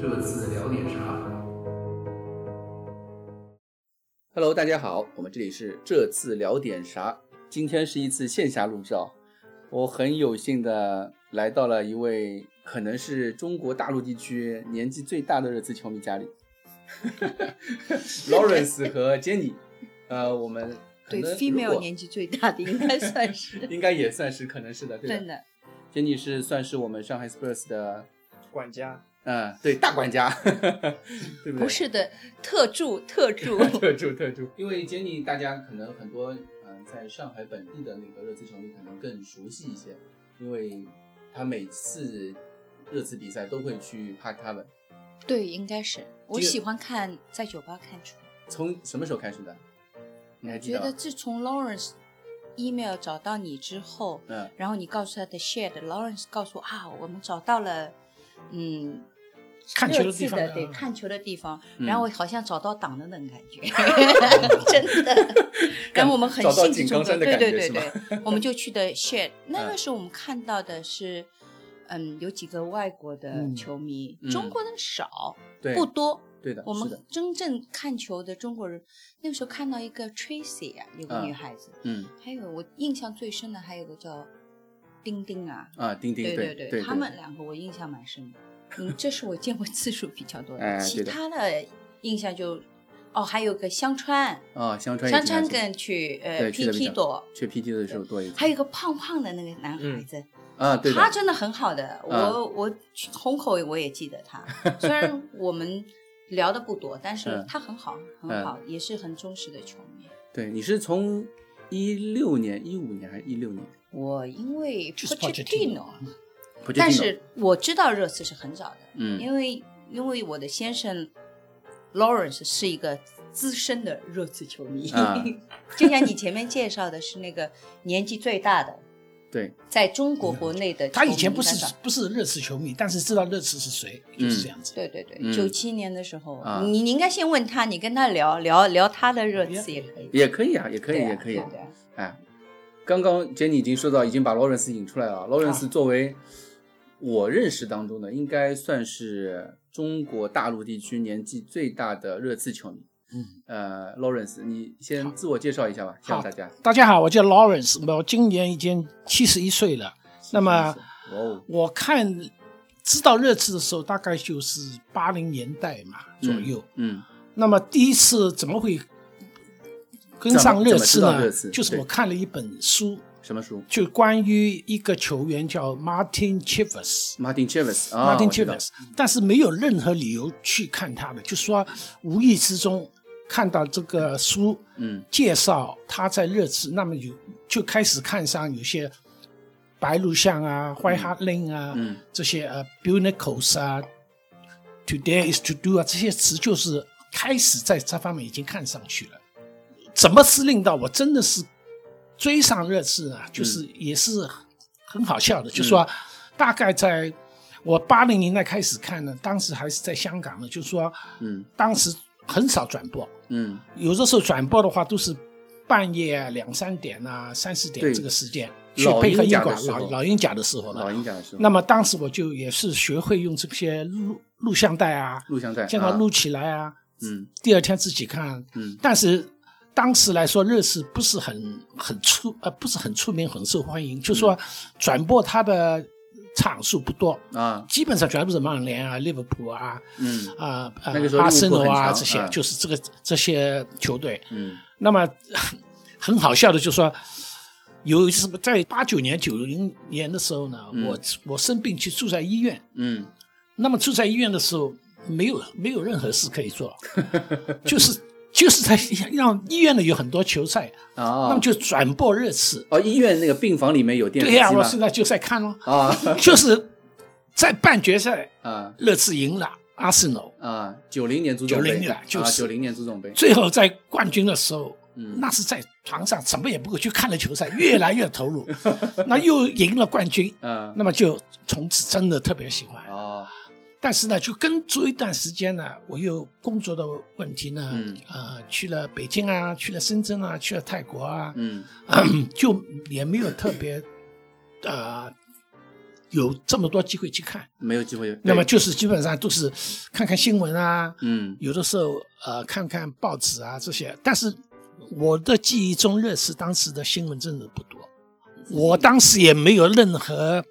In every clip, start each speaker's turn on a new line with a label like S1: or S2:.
S1: 这次聊点啥？
S2: Hello，大家好，我们这里是这次聊点啥？今天是一次线下录制啊，我很有幸的来到了一位可能是中国大陆地区年纪最大的热刺球迷家里 ，Lawrence 和 Jenny，呃，我们可
S3: 对
S2: 能如
S3: ，female
S2: 果
S3: 年纪最大的应该算 是
S2: 应该也算是可能是的，对的
S3: 真的。
S2: Jenny 是算是我们上海 Spurs 的，
S4: 管家，
S2: 嗯，对，大管家， 对不对？
S3: 不是的，特助特 助
S2: 特助特助，因为 Jenny 大家可能很多嗯、呃在上海本地的那个热刺球迷可能更熟悉一些，因为他每次热刺比赛都会去 Park Tavern。
S3: 对，应该是我
S2: 这个
S3: 喜欢看在酒吧看球，
S2: 从什么时候开始的？你还记
S3: 觉
S2: 得
S3: 得
S2: 吗？
S3: 自从 Lawrence email 找到你之后，
S2: 嗯，
S3: 然后你告诉他的 shared，Lawrence 告诉我啊，我们找到了，嗯。
S4: 看球的地方
S3: 热刺的对
S4: 嗯
S3: 看球的地方，
S2: 嗯
S3: 然后我好像找到党的那种感 觉，真的。然后我们很
S2: 找到
S3: 兴致
S2: 井
S3: 冲
S2: 冈
S3: 冲，
S2: 山的
S3: 对
S2: 感觉
S3: 对对
S2: 是吧
S3: 对，我们就去的 share。那
S2: 嗯
S3: 个时候我们看到的是，嗯，有几个外国的
S4: 嗯
S3: 球迷，
S2: 嗯
S3: 中国的少
S2: 对，
S3: 不多。
S2: 对的，
S3: 我
S2: 是的
S3: 们，真正看球的中国人，那个时候看到一个 Tracy 啊，有个
S2: 嗯
S3: 女孩子，
S2: 嗯
S3: 还有我印象最深的还有个叫丁丁啊，
S2: 啊，钉钉，
S3: 对
S2: 对
S3: 他们两个我印象蛮深的。嗯，这是我见过 次数比较多的，
S2: 哎
S3: 其
S2: 对的
S3: 他的印象就，哦，还有个香川，
S2: 啊，香川也
S3: 香
S2: 经常
S3: 川
S2: 去
S3: 跟去呃
S2: 对去的比
S3: PT
S2: 较
S3: 躲，
S2: 去 PT 的时候多一点，
S3: 还有一个胖胖的那个男
S4: 嗯
S3: 孩子，
S2: 啊，对的
S3: 他，真的很好的，我、
S2: 嗯
S3: 我去虹口我也记得 他，虽然我们聊的不多，但是
S2: 嗯
S3: 他很好，很好，也是很忠实的球
S4: 嗯
S3: 迷。
S2: 对，你是从一六年、一五年还是一六年？
S3: 我因为
S4: 就是
S3: Pochettino，
S4: 啊
S2: Pochettino
S3: 但是我知道热刺是很早的，
S2: 嗯
S3: 因为因为我的先生 Lawrence 是一个资深的热刺球迷，
S2: 啊
S3: 就像你前面介绍的是那个年纪最大的，
S2: 对，
S3: 在中国国内的
S4: 他
S3: 球
S4: 以前
S3: 迷
S4: 不
S3: 应该
S4: 是
S3: 算
S4: 不是热刺球迷，但是知道热刺是谁，就是这样子。
S3: 对对对，
S2: 嗯
S3: 九七、年的时候，
S2: 啊
S3: 你你应该先问他，你跟他聊聊聊他的热刺也可以，
S2: 也可以啊，也可以，
S3: 对啊
S2: 也可以，
S3: 对啊
S2: 哎，刚刚 Jenny 已经说到，已经把 Lawrence 引出来
S4: 啊
S2: 了。Lawrence 作为我认识当中的，应该算是中国大陆地区年纪最大的热刺球迷。
S4: 嗯，
S2: 呃，Lawrence，你先自我介绍一下吧，谢谢
S4: 好
S2: 大家。
S4: 大家好，我叫 Lawrence，我今年已经七十一岁了。那么
S2: 哇哦，
S4: 我看知道热刺的时候，大概就是八零年代嘛左右。
S2: 嗯
S4: 那么第一次怎么会跟上热刺
S2: 怎么怎么知道
S4: 呢
S2: 热刺？
S4: 就是
S2: 对
S4: 我看了一本书，
S2: 什么书
S4: 就关于一个球员叫 Martin Chivers。
S2: ？Martin Chivers 啊
S4: Martin
S2: 我知道
S4: Chivers，但是没有任何理由去看他的，就说无意之中看到这个书，
S2: 嗯，
S4: 介绍他在热刺，那么有就开始看上有些白鹿巷啊、怀哈令啊、
S2: 嗯
S4: 这些呃 Bunicos 啊、Today is to do 啊这些词，就是开始在这方面已经看上去了。怎么是令到我真的是追上热刺
S2: 嗯
S4: 啊？就是也是很好笑的，就说大概在我八零年代开始看呢，当时还是在香港呢，就说
S2: 嗯
S4: 当时很少转播，
S2: 嗯
S4: 有的时候转播的话都是半夜啊两三点啊三四
S2: 对
S4: 点这个时间去
S2: 老
S4: 配合
S2: 鹰
S4: 英
S2: 甲
S4: 国
S2: 的时候
S4: 老老鹰甲的时候
S2: 嗯老
S4: 了。
S2: 鹰讲的是
S4: 那么当时我就也是学会用这些录录像带啊，
S2: 录像带，
S4: 将它
S2: 啊
S4: 录起来啊，
S2: 嗯
S4: 第二天自己看。
S2: 嗯
S4: 但是当时来说，热刺不是很很出呃不是很出名，很受欢迎，就
S2: 嗯
S4: 说转播它的场数不多，
S2: 啊
S4: 基本上全部是曼联啊、利物浦啊、
S2: 嗯
S4: 啊、呃
S2: 那个时候
S4: 阿森
S2: 利物
S4: 罗
S2: 浦很
S4: 啊
S2: 强
S4: 这些
S2: 啊，
S4: 就是这个这些球队。
S2: 嗯
S4: 那么 很好笑的，就是说有一次在八九年、九零年的时候呢，
S2: 嗯
S4: 我我生病去住在医院。
S2: 嗯
S4: 那么住在医院的时候，没有没有任何事可以 做，就是就是在让医院呢有很多球赛，那
S2: 啊
S4: 么就转播热刺。
S2: 哦，医院那个病房里面有电视
S4: 对
S2: 机
S4: 呀、
S2: 吗
S4: 我现在就在看咯，
S2: 啊
S4: 就是在半决赛，
S2: 啊
S4: 热刺赢了阿森纳，
S2: 啊！九零年足总杯
S4: 90年啊就是
S2: 九零年足总杯，
S4: 最后在冠军的时候，
S2: 嗯
S4: 那是在床上什么也不会去看了球赛，越来越投 入，那又赢了冠军，
S2: 嗯
S4: 那么就从此真的特别喜欢。
S2: 哦，
S4: 但是呢，就跟足一段时间呢，我又工作的问题呢，
S2: 嗯
S4: 呃，去了北京啊，去了深圳啊，去了泰 国啊，
S2: 嗯
S4: 就也没有特别呃有这么多机会去看。
S2: 没有机会。
S4: 那么
S2: 对，
S4: 就是基本上都是看看新闻啊，
S2: 嗯
S4: 有的时候呃看看报纸啊这些。但是我的记忆中，热刺当时的新闻真的不多。我当时也没有任何，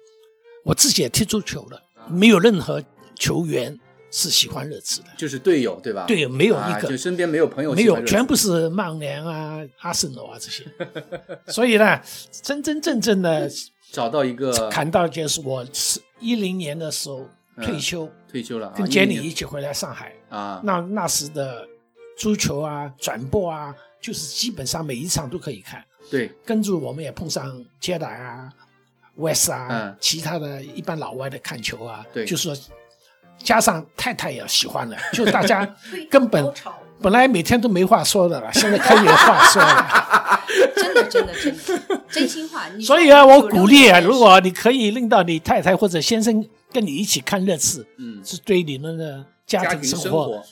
S4: 我自己也踢足球了，没有任何球员是喜欢热刺的。
S2: 就是队友对吧？
S4: 对，没有一
S2: 啊
S4: 个，
S2: 就身边没有朋友
S4: 没
S2: 喜
S4: 有，
S2: 欢热刺，
S4: 全部是曼联啊、阿森纳啊这些。 所以呢，真真正正的
S2: 找到一个
S4: 砍到就是我是一零年的时候退休，
S2: 退休了啊，
S4: 跟
S2: 一
S4: 杰里
S2: 年
S4: 一起回来上海。
S2: 啊，
S4: 那那时的足球啊、转播啊，就是基本上每一场都可以看。
S2: 对，
S4: 跟住我们也碰上杰达啊、West 啊，
S2: 嗯
S4: 其他的一般老外的看球啊，
S2: 对
S4: 就说加上太太也喜欢了，就大家根本本来每天都没话说的了，现在可以有话说了。
S3: 真的真的真的真心话。你 说
S4: 所以啊，我
S3: 九六
S4: 鼓励啊，
S3: 年
S4: 如果你可以令到你太太或者先生跟你一起看热刺，
S2: 嗯，
S4: 是对你们的家
S2: 家
S4: 庭
S2: 庭
S4: 生
S2: 生
S4: 活，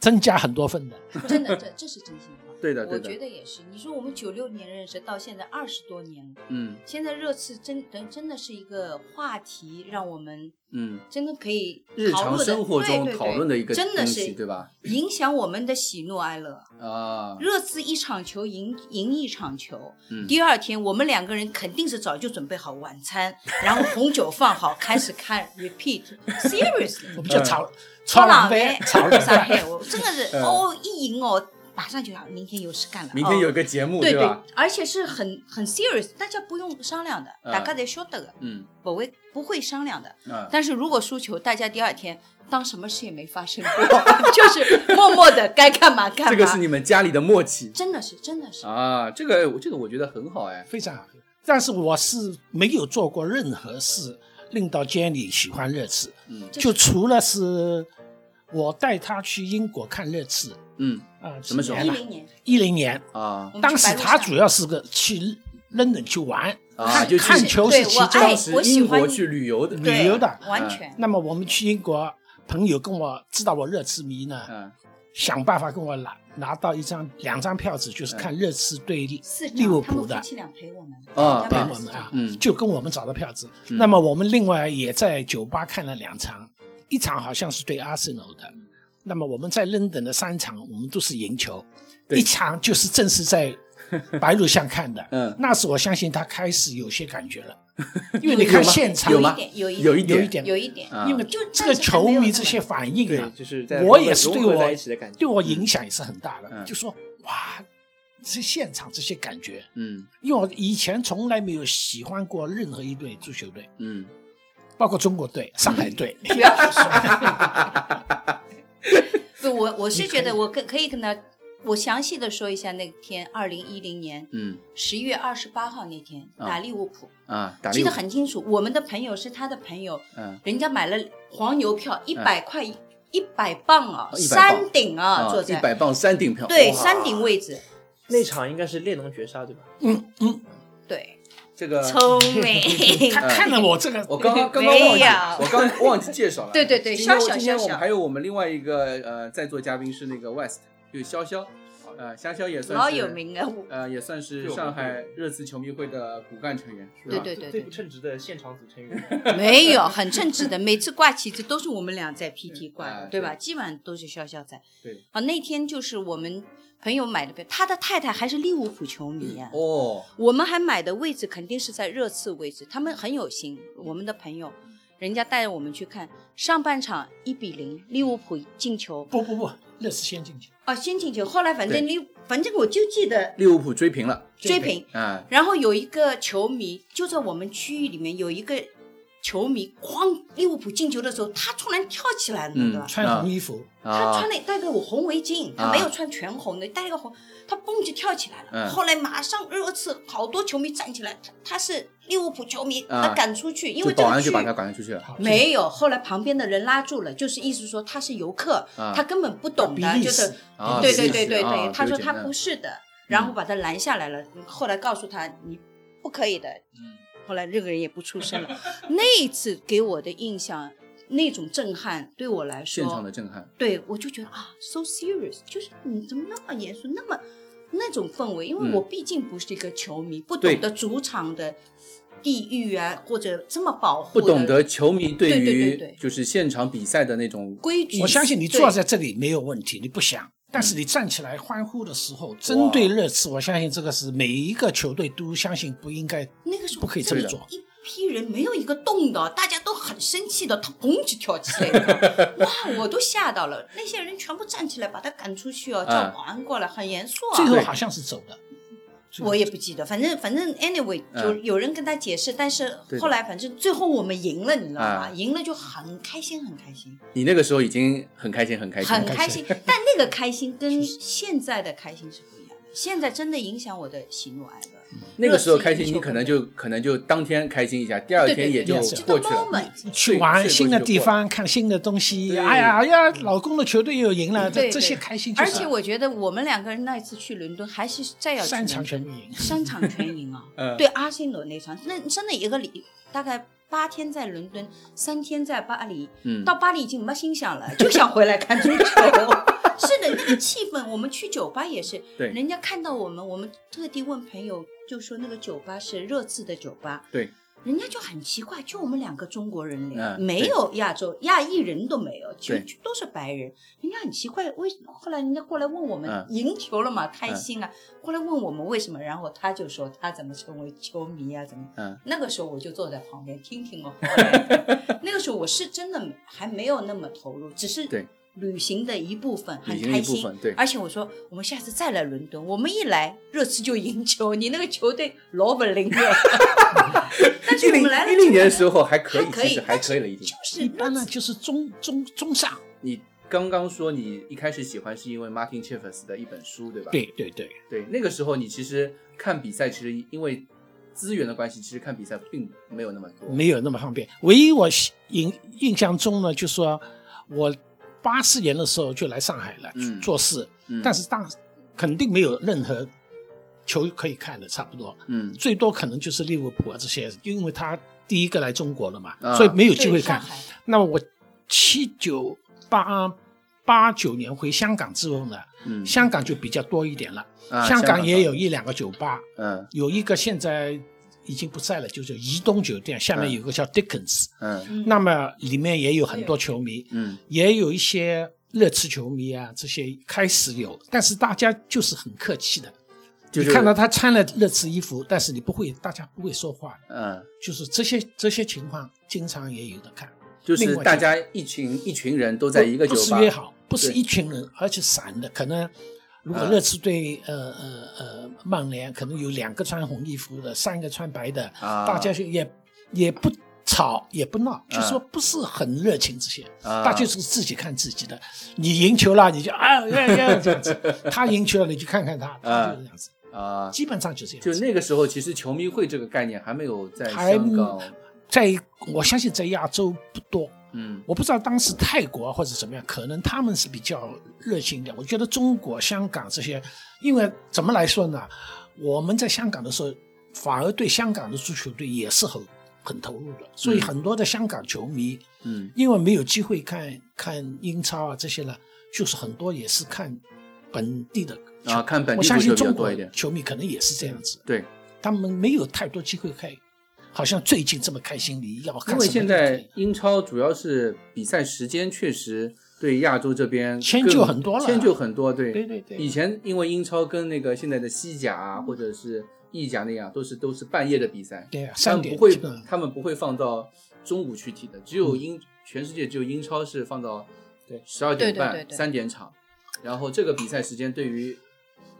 S4: 增加很多分的。
S3: 真的这这是真心话。
S2: 对的对
S3: 我
S2: 的
S3: 觉得也是。你说我们九六年认识到现在二十多年了，
S2: 嗯
S3: 现在热刺真真真的是一个话题，让我们
S2: 嗯，
S3: 真的可以
S2: 日
S3: 讨论
S2: 常
S3: 的
S2: 生活中
S3: 对对对
S2: 讨论的一个
S3: 真
S2: 东
S3: 的
S2: 西，对
S3: 是
S2: 吧？
S3: 影响我们的喜怒哀乐。
S2: 啊，
S3: 热刺一场球赢赢一场球，
S2: 嗯
S3: 第二天我们两个人肯定是早就准备好晚餐，然后红酒放好，开始看 repeat seriously。
S4: 我们叫炒
S3: 超
S4: 炒
S3: 老
S4: 冷
S3: 呗
S4: 饭，，炒 冷
S3: 上
S4: 饭。
S3: 海，我真的是
S2: 嗯
S3: 哦，一赢哦，马上就要明天有事干了，
S2: 明天有
S3: 哦
S2: 个节目
S3: 对对
S2: 吧？，
S3: 而且是很很 serious，大家不用商量的，
S2: 嗯
S3: 大家得晓得的，
S2: 嗯
S3: 不会不会商量的。
S2: 啊，
S3: 但是如果输球，大家第二天当什么事也没发生过， 就是默默的该干嘛干嘛。
S2: 这个是你们家里的默契
S3: 真的是真的是，
S2: 啊，这个这个我觉得很好哎，
S4: 非常好。但是我是没有做过任何事令到 Jenny 喜欢热刺，
S2: 嗯
S3: 这
S4: 就除了是我带她去英国看热刺
S2: 嗯
S4: 啊，
S2: 什么时候
S3: 一零年
S4: 一零年，
S2: 啊
S3: 我们去
S4: 当时
S3: 白鹿
S4: 她
S3: 巷
S4: 主要是个去 London 去玩，
S2: 啊，
S4: 看
S2: 就去
S4: 看球
S3: 对
S4: 是其
S3: 我
S4: 中
S3: 爱
S2: 当时
S3: 我喜
S2: 英
S3: 欢
S2: 国去旅游的
S4: 旅游的嗯
S3: 完全
S4: 那么我们去英国，朋友跟我知道我热刺迷呢，
S2: 嗯
S4: 想办法跟我拿拿到一张两张票子，
S2: 嗯
S4: 就是看热刺对
S3: 四
S4: 利物
S3: 张，
S4: 浦
S3: 他们夫
S4: 的。
S3: 妻俩陪我们，
S2: 啊
S3: 他
S4: 陪
S3: 们
S4: 我们啊，
S2: 嗯
S4: 就跟我们找到票子。
S2: 嗯
S4: 那么我们另外也在酒吧看了两场，一场好像是对阿森纳的。那么我们在伦敦的三场，我们都是赢球，
S2: 对
S4: 一场就是正是在白鹿巷看 的。
S2: 嗯
S4: 那时我相信他开始有些感 觉了，因为你看现场
S2: 有
S3: 一
S2: 吗
S3: 点有一
S2: 有一
S3: 点
S2: 点
S4: 有一点嗯
S3: 有一点，
S2: 啊
S4: 因为
S3: 就
S4: 这个
S3: 暂时还
S4: 球
S3: 没有
S4: 迷
S3: 那
S4: 这
S3: 么
S4: 些反应
S5: 对
S4: 啊，，
S5: 就是在
S4: 我
S5: 融
S4: 也是
S5: 融
S4: 对
S5: 合
S4: 我
S5: 在一起的感觉。
S4: 对我影响也是很大
S2: 嗯
S4: 的。就说哇，这现场这些感觉，
S2: 嗯
S4: 因为我以前从来没有喜欢过任何一队足球队，
S2: 嗯，
S4: 包括中国队、上海队。
S3: 不要去说。不，我我是觉得我可可以跟他，我详细的说一下那天二零一零年
S2: 嗯
S3: 十一月二十八号那天
S2: 啊
S3: 打利物浦，
S2: 啊，打
S3: 记
S2: 猎
S3: 得很清楚。我们的朋友是他的朋友，
S2: 嗯
S3: 人家买了黄牛票一百块一百磅啊，
S2: 哦100磅
S3: 山顶啊，坐
S2: 一
S3: 在
S2: 百磅山顶票，
S3: 对
S2: 哇
S3: 山顶位置，
S5: 那场应该是列侬绝杀对吧？
S4: 嗯嗯，
S3: 对，
S2: 这个
S3: 聪 明。
S4: 他看了我这个，
S2: 我刚刚刚刚忘
S3: 没
S2: 记
S3: 有，
S2: 我刚刚忘记介绍了。
S3: 对对对
S2: 今天我
S3: 潇潇
S2: 今天我
S3: 潇
S2: 们
S3: 潇
S2: 还有我们另外一个呃在座嘉宾是那个 West，就是潇潇，呃，潇潇也算是
S3: 老有，名了，我
S2: 呃，也算是
S5: 对我们
S2: 上海热刺球迷会的骨干成员，是
S3: 对
S2: 吧？
S3: 对对对
S5: 最不称职的现场组成员。
S3: 没有，很称职的。每次挂旗子都是我们俩在 PT 挂
S2: 哎
S3: 的，对吧？基本上都是潇潇在。
S2: 对
S3: 啊，那天就是我们朋友买的票，他的太太还是利物浦球迷啊。
S2: 哦，
S3: 我们还买的位置肯定是在热刺位置，他们很有心。我们的朋友，人家带着我们去看上半场一比零，利物浦进球
S4: 不不不，热刺先进去，
S3: 啊，先进球，后来反
S2: 对
S3: 正利，反正我就记得
S2: 利物浦追平了，
S3: 追
S4: 追
S3: 平，
S2: 啊，
S3: 然后有一个球迷就在我们区域里面有一个球迷，哐，利物浦进球的时候，他突然跳起来了，
S2: 嗯
S3: 对吧？
S4: 穿红衣服，
S3: 他
S2: 啊
S3: 穿，了戴个红围巾，
S2: 啊
S3: 他没有穿全红的，戴了个红，他蹦就跳起来了。
S2: 嗯
S3: 后来马上热刺好多球迷站起来，他他是利物浦球迷，
S2: 啊
S3: 他赶出去，哦因
S2: 就
S3: 为这
S2: 保
S3: 个
S2: 安
S3: 区
S2: 就把他赶出去了。
S4: 好
S3: 没有。后来旁边的人拉住了，就是意思说他是游客，
S2: 啊
S3: 他根本不懂
S4: 比
S3: 的，
S4: 利
S3: 就是
S4: 时，
S2: 啊，
S3: 对
S2: 是
S3: 对
S2: 是
S3: 对对
S2: 啊
S3: 对，他说
S2: 有
S3: 他
S2: 点嗯
S3: 不是的，然后把他拦下来了。嗯后来告诉他你不可以的，
S2: 嗯
S3: 后来这个人也不出声了。 那一次给我的印象，那种震撼对我来说，
S2: 现场的震撼，
S3: 对我就觉得啊，so serious，就是你怎么那么严肃，那么那种氛围，因为
S2: 嗯
S3: 我毕竟不是一个球迷，不
S2: 对
S3: 懂得主场的地域啊，或者这么保护
S2: 不
S3: 的，
S2: 懂得球迷对
S3: 对对对
S2: 于
S3: 对
S2: 就是现场比赛的那种
S3: 规矩。
S4: 我相信你
S3: 对
S4: 坐在这里没有问题，你不想。但是你站起来欢呼的时候，针对热刺，我相信这个是每一个球队都相信不应该，
S3: 那个时候
S4: 不可以这么
S3: 真的
S4: 做
S3: 一批人没有一个动的，大家都很生气的，他砰就跳起来了，哇，我都吓到了。那些人全部站起来把他赶出去哦，叫
S2: 嗯
S3: 保安过来，很严肃
S4: 最
S3: 啊。
S4: 后
S2: 对
S4: 好像是走的。
S3: 我也不记得，反正反正 anyway
S2: 嗯
S3: 有有人跟他解释，但是
S2: 对的
S3: 后来反正最后我们赢了，你知道吗？
S2: 嗯
S3: 赢了就很开心，很开心，
S2: 你那个时候已经很开心，很开心。
S3: 很
S4: 开
S3: 开
S4: 心
S3: 心。 但那个开心跟现在的开心是不一样的，现在真的影响我的喜怒哀乐。
S2: 那个时候
S3: 热
S2: 开
S3: 情
S2: 心，
S3: 球
S2: 你
S3: 会
S2: 可能就可能就当天开心一下，第二
S3: 对对
S2: 天
S3: 对
S2: 也就
S4: 对对
S2: 过
S3: 这个
S2: 去了。嗯
S3: moment
S4: 去玩
S2: 睡
S4: 新
S2: 过
S4: 的
S2: 就
S4: 地
S2: 过
S4: 方，看新的东西。
S2: 对！
S4: 哎呀哎呀，老公的球队又赢了，这
S3: 对
S4: 这
S3: 对
S4: 些开心就
S3: 而
S4: 是。
S3: 且我觉得我们两个人那一次去伦敦，还是再要去
S4: 三场
S3: 伦
S4: 全
S3: 敦
S4: 部赢，
S3: 三场全赢 啊
S2: 嗯，
S3: 对阿森罗那场，那真的一个礼大概八天在伦敦，三天在巴黎，
S2: 嗯，
S3: 到巴黎已经没心想了，就想回来 看足球。是的，那个气氛，我们去酒吧也是，
S2: 对
S3: 人家看到我们，我们特地问朋友，就说那个酒吧是热刺的酒吧，
S2: 对，
S3: 人家就很奇怪，就我们两个中国人聊，
S2: 嗯
S3: 没有亚洲亚裔人都没有，
S2: 对
S3: 全都是白人，人家很奇怪，为什么？后来人家过来问我们，
S2: 嗯
S3: 赢球了嘛，开心啊，过来问我们为什么，然后他就说他怎么成为球迷啊，怎么？
S2: 嗯，
S3: 那个时候我就坐在旁边听听我后 来，那个时候我是真的还没有那么投入，只是
S2: 对
S3: 旅行的一部分，很
S2: 旅行的
S3: 开
S2: 一部
S3: 心。
S2: 分，对，
S3: 而且我说，我们下次再来伦敦，我们一来热刺就赢球，你那个球队老本领了。但是
S2: 一
S3: 我
S2: 零
S3: 们来了
S2: 一零年的时
S3: 候，
S2: 候还可以，
S3: 还可以
S2: 其实还可以了，已经
S3: 就。是
S4: 一般呢
S3: 热刺
S4: 就是中中中上。
S2: 你刚刚说你一开始喜欢是因为 Martin Cheffers 的一本书，对吧？
S4: 对对对，
S2: 对，那个时候你其实看比赛，其实因为资源的关系，其实看比赛并没有那么多。
S4: 没有那么方便。唯一我印印象中呢，就说我八四年的时候就来上海了、
S2: 嗯
S4: 做事，
S2: 嗯
S4: 但是当肯定没有任何球可以看的，差不多
S2: 嗯，
S4: 最多可能就是利物浦啊这些，因为他第一个来中国了嘛，
S2: 啊
S4: 所以没有机
S3: 对
S4: 会
S3: 上
S4: 看。
S3: 海
S4: 那么我七九八八九年回香港之后呢，
S2: 嗯，
S4: 香港就比较多一点了，
S2: 啊
S4: 香
S2: 港
S4: 港也有，一两个酒吧，
S2: 嗯
S4: 有一个现在已经不在了，就是怡东酒店下面
S2: 嗯
S4: 有个叫 Dickens，、
S2: 嗯
S3: 嗯
S4: 那么里面也有很多球迷，
S2: 嗯
S4: 也有一些热刺球迷啊，这些开始有，但是大家就是很客气的，
S2: 就是
S4: 你看到他穿了热刺衣服，但是你不会，大家不会说话，
S2: 嗯，
S4: 就是这些这些情况经常也有的看，
S2: 就是
S4: 另外
S2: 大家一群一群人都在一个酒
S4: 不是
S2: 吧，
S4: 约好，不是
S2: 对
S4: 一群人，而且散的，可能。如果
S2: 嗯
S4: 热刺对呃呃呃曼联，可能有两个穿红衣服的，三个穿白的，
S2: 啊，
S4: 大家就也也不吵也不闹，就
S2: 嗯
S4: 说不是很热情这些，
S2: 啊
S4: 大家就是自己看自己的。你赢球了，你就啊呀呀这样子；他赢球了，你去看看他，他就是这样子，
S2: 啊，
S4: 基本上就这样
S2: 就
S4: 子。
S2: 那个时候，其实球迷会这个概念还没有在
S4: 还
S2: 香港，
S4: 在我相信在亚洲不多，
S2: 嗯
S4: 我不知道当时泰国啊或者怎么样，可能他们是比较热情一点。我觉得中国、香港这些，因为怎么来说呢？我们在香港的时候，反而对香港的足球队也是很很投入的，所以
S2: 嗯
S4: 很多的香港球迷。
S2: 嗯
S4: 因为没有机会看看英超啊这些了，就是很多也是看本地的球
S2: 啊，看本
S4: 我
S2: 地足
S4: 相信
S2: 球比较
S4: 中
S2: 多
S4: 国
S2: 一点，嗯
S4: 球迷可能也是这样子，
S2: 对，
S4: 他们没有太多机会看，好像最近这么开心，你要看
S2: 因为
S4: 什么
S2: 现
S4: 都可以
S2: 在英超主要是比赛时间确实对亚洲这边
S4: 迁
S2: 更
S4: 就很多了
S2: 迁就很多，对
S4: 对对对
S2: 以
S5: 嗯
S2: 前因为英超跟那个现在的西甲啊，或者是意甲那样，都是都是半夜的比赛，
S4: 对啊，
S2: 他
S4: 三
S2: 们
S4: 点
S2: 不会
S4: 基本上，
S2: 他们不会放到中午去踢的，只有英、全世界只有英超是放到
S4: 嗯对
S2: 十二点
S3: 对对
S2: 半
S3: 对对
S2: 三点场，然后这个比赛时间对于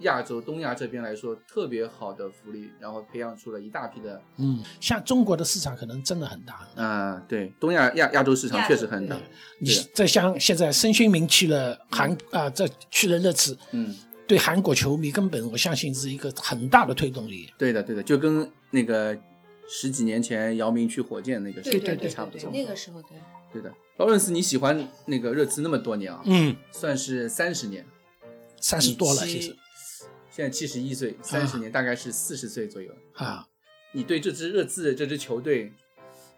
S2: 亚洲东亚这边来说特别好的福利，然后培养出了一大批的，
S4: 嗯，像中国的市场可能真的很大。
S2: 啊、对东亚亚亚洲市场
S3: 亚
S2: 确
S3: 洲
S2: 实很大
S3: 对，
S4: 你再像现在申勋明去了韩啊，这去了热刺，
S2: 嗯，
S4: 对韩国球迷根本我相信是一个很大的推动力。
S2: 对的对的，就跟那个十几年前姚明去火箭那个时候
S3: 对对
S2: 也
S3: 对
S2: 差不
S3: 对
S2: 多，
S3: 对，那个时候对，
S2: 对的。劳伦斯，你喜欢那个热刺那么多年啊，
S4: 嗯，
S2: 算是三十年，
S4: 三十多了
S2: 你
S4: 其
S2: 七
S4: 实
S2: 现在七十一岁，三十年大概是四十岁左右。
S4: 啊，
S2: 你对这支热刺这支球队，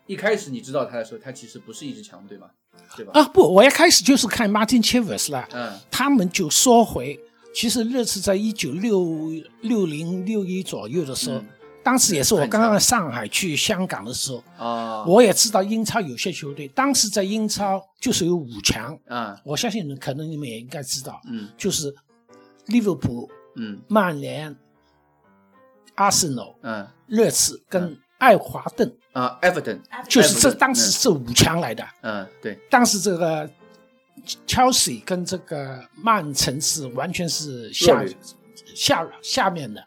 S2: 一开始你知道他的时候，他其实不是一支强队嘛，对吧？
S4: 啊不，我一开始就是看 Martin Chivers 了，
S2: 嗯
S4: 他们就说回，其实热刺在一九六六零六一左右的时候，
S2: 嗯
S4: 当时也是我刚刚上海去香港的时候，
S2: 啊，
S4: 我也知道英超有些球队，当时在英超就是有五强，
S2: 啊，
S4: 我相信你们可能你们也应该知道，
S2: 嗯
S4: 就是利物浦、
S2: 嗯
S4: 曼联、阿森纳、
S2: 嗯
S4: 热刺跟爱华顿，
S2: 啊，Everton，
S4: 就是这
S2: 嗯埃弗顿
S4: 当时是五强来的。
S2: 嗯，对，
S4: 当时这个 Chelsea 跟这个曼城是完全是下
S2: 弱旅
S4: 下下面 的，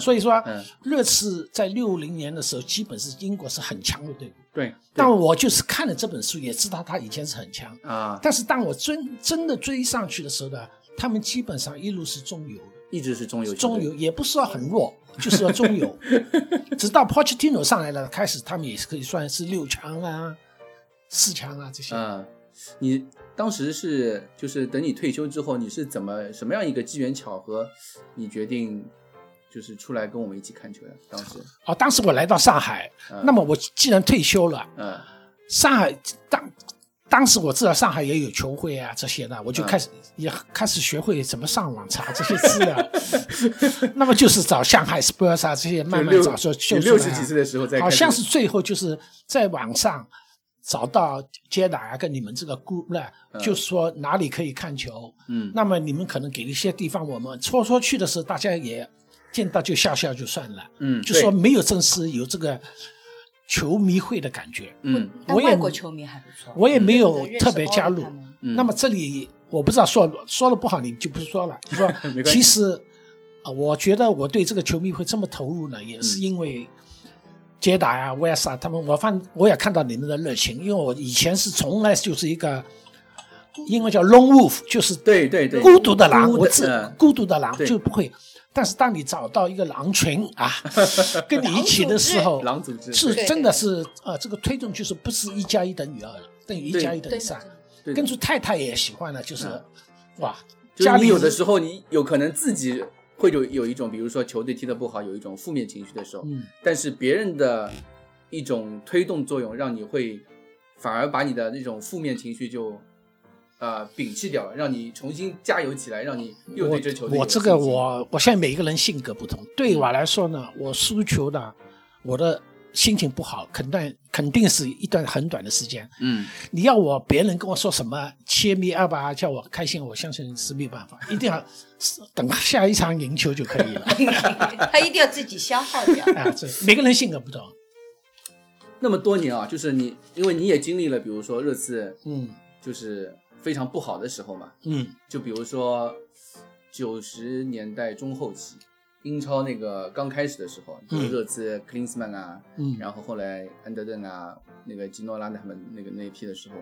S4: 所以说
S2: 嗯
S4: 热刺在六零年的时候，基本是英国是很强的队伍。
S2: 对，
S4: 但我就是看了这本书，也知道他以前是很强，
S2: 啊，
S4: 但是当我真真的追上去的时候呢，他们基本上一路是中游的。
S2: 一直是中游球队，
S4: 中游也不是说很 弱，就是说中游。直到 Pochettino 上来了，开始他们也是可以算是六强啊、四强啊这些。
S2: 嗯，你当时是就是等你退休之后，你是怎么什么样一个机缘巧合，你决定就是出来跟我们一起看球的？当时，
S4: 哦，当时我来到上海，
S2: 嗯、
S4: 那么我既然退休了，
S2: 嗯
S4: 上海当当时我知道上海也有球会啊这些的，
S2: 嗯
S4: 我就开始、也开始学会怎么上网查这些资 料。那么就是找上海 Spurs 啊这些慢慢
S2: 六
S4: 找，说秀
S2: 你
S4: 出
S2: 六
S4: 来
S2: 十
S4: 啊
S2: 几岁的时候再
S4: 好
S2: 开始
S4: 像是最后就是在网上找到接打啊跟你们这个 group 呢，
S2: 嗯
S4: 就说哪里可以看球。
S2: 嗯
S4: 那么你们可能给一些地方我们戳戳去的时候，大家也见到就笑笑就算了，
S2: 嗯，
S4: 就
S2: 对
S4: 说没有正式有这个球迷会的感觉。
S2: 嗯
S6: 但
S4: 我也
S6: 外国球迷还不错，
S4: 我也没有
S6: 对对
S4: 特别加入
S6: 认识奥利他们
S2: 嗯，
S4: 那么这里我不知道说说的不好，你就不说了。就说
S2: 没关系
S4: 其实啊、呃我觉得我对这个球迷会这么投入呢，也
S2: 嗯
S4: 是因为捷达呀、威尔萨他们，我发我也看到你们的热情，因为我以前是从来就是一个英文叫 lone wolf，就是
S2: 对对对，
S4: 孤独的狼，
S2: 孤
S4: 我
S2: 的
S4: 自
S2: 嗯
S4: 孤独的狼
S2: 对
S4: 就不会。但是当你找到一个狼群 啊，跟你一起的时候，
S2: 狼组织
S4: 是
S2: 对
S4: 真的是呃，这个推动就是不是一加一等于二了，等于一
S2: 对
S4: 加一等于
S6: 对
S4: 三。
S2: 对
S4: 跟住太太也喜欢了，就是、
S2: 嗯
S4: 哇，
S2: 就是
S4: 家里
S2: 你有的时候你有可能自己会有有一种，比如说球队踢得不好，有一种负面情绪的时候，
S4: 嗯，
S2: 但是别人的一种推动作用，让你会反而把你的那种负面情绪就呃摒弃掉了，让你重新加油起来，让你又对这球队
S4: 我
S2: 有
S4: 我
S2: 了
S4: 这个
S2: 信心嗯
S4: 我我现在每一个人性格不同，对我来说呢，我输球呢，我的心情不好，肯定肯定是一段很短的时间。
S2: 嗯
S4: 你要我别人跟我说什么切米二吧，叫我开心，我相信是没办法，一定要是等下一场赢球就可以了。
S3: 他一定要自己消耗掉。
S4: 啊，这每个人性格不同，
S2: 那么多年啊，就是你因为你也经历了，比如说热刺
S4: 嗯
S2: 就是非常不好的时候嘛，
S4: 嗯
S2: 就比如说九十年代中后期，英超那个刚开始的时候，就是
S4: 嗯
S2: 热刺、克林斯曼啊，
S4: 嗯，
S2: 然后后来安德顿啊，那个吉诺拉他们那个那一批的时候，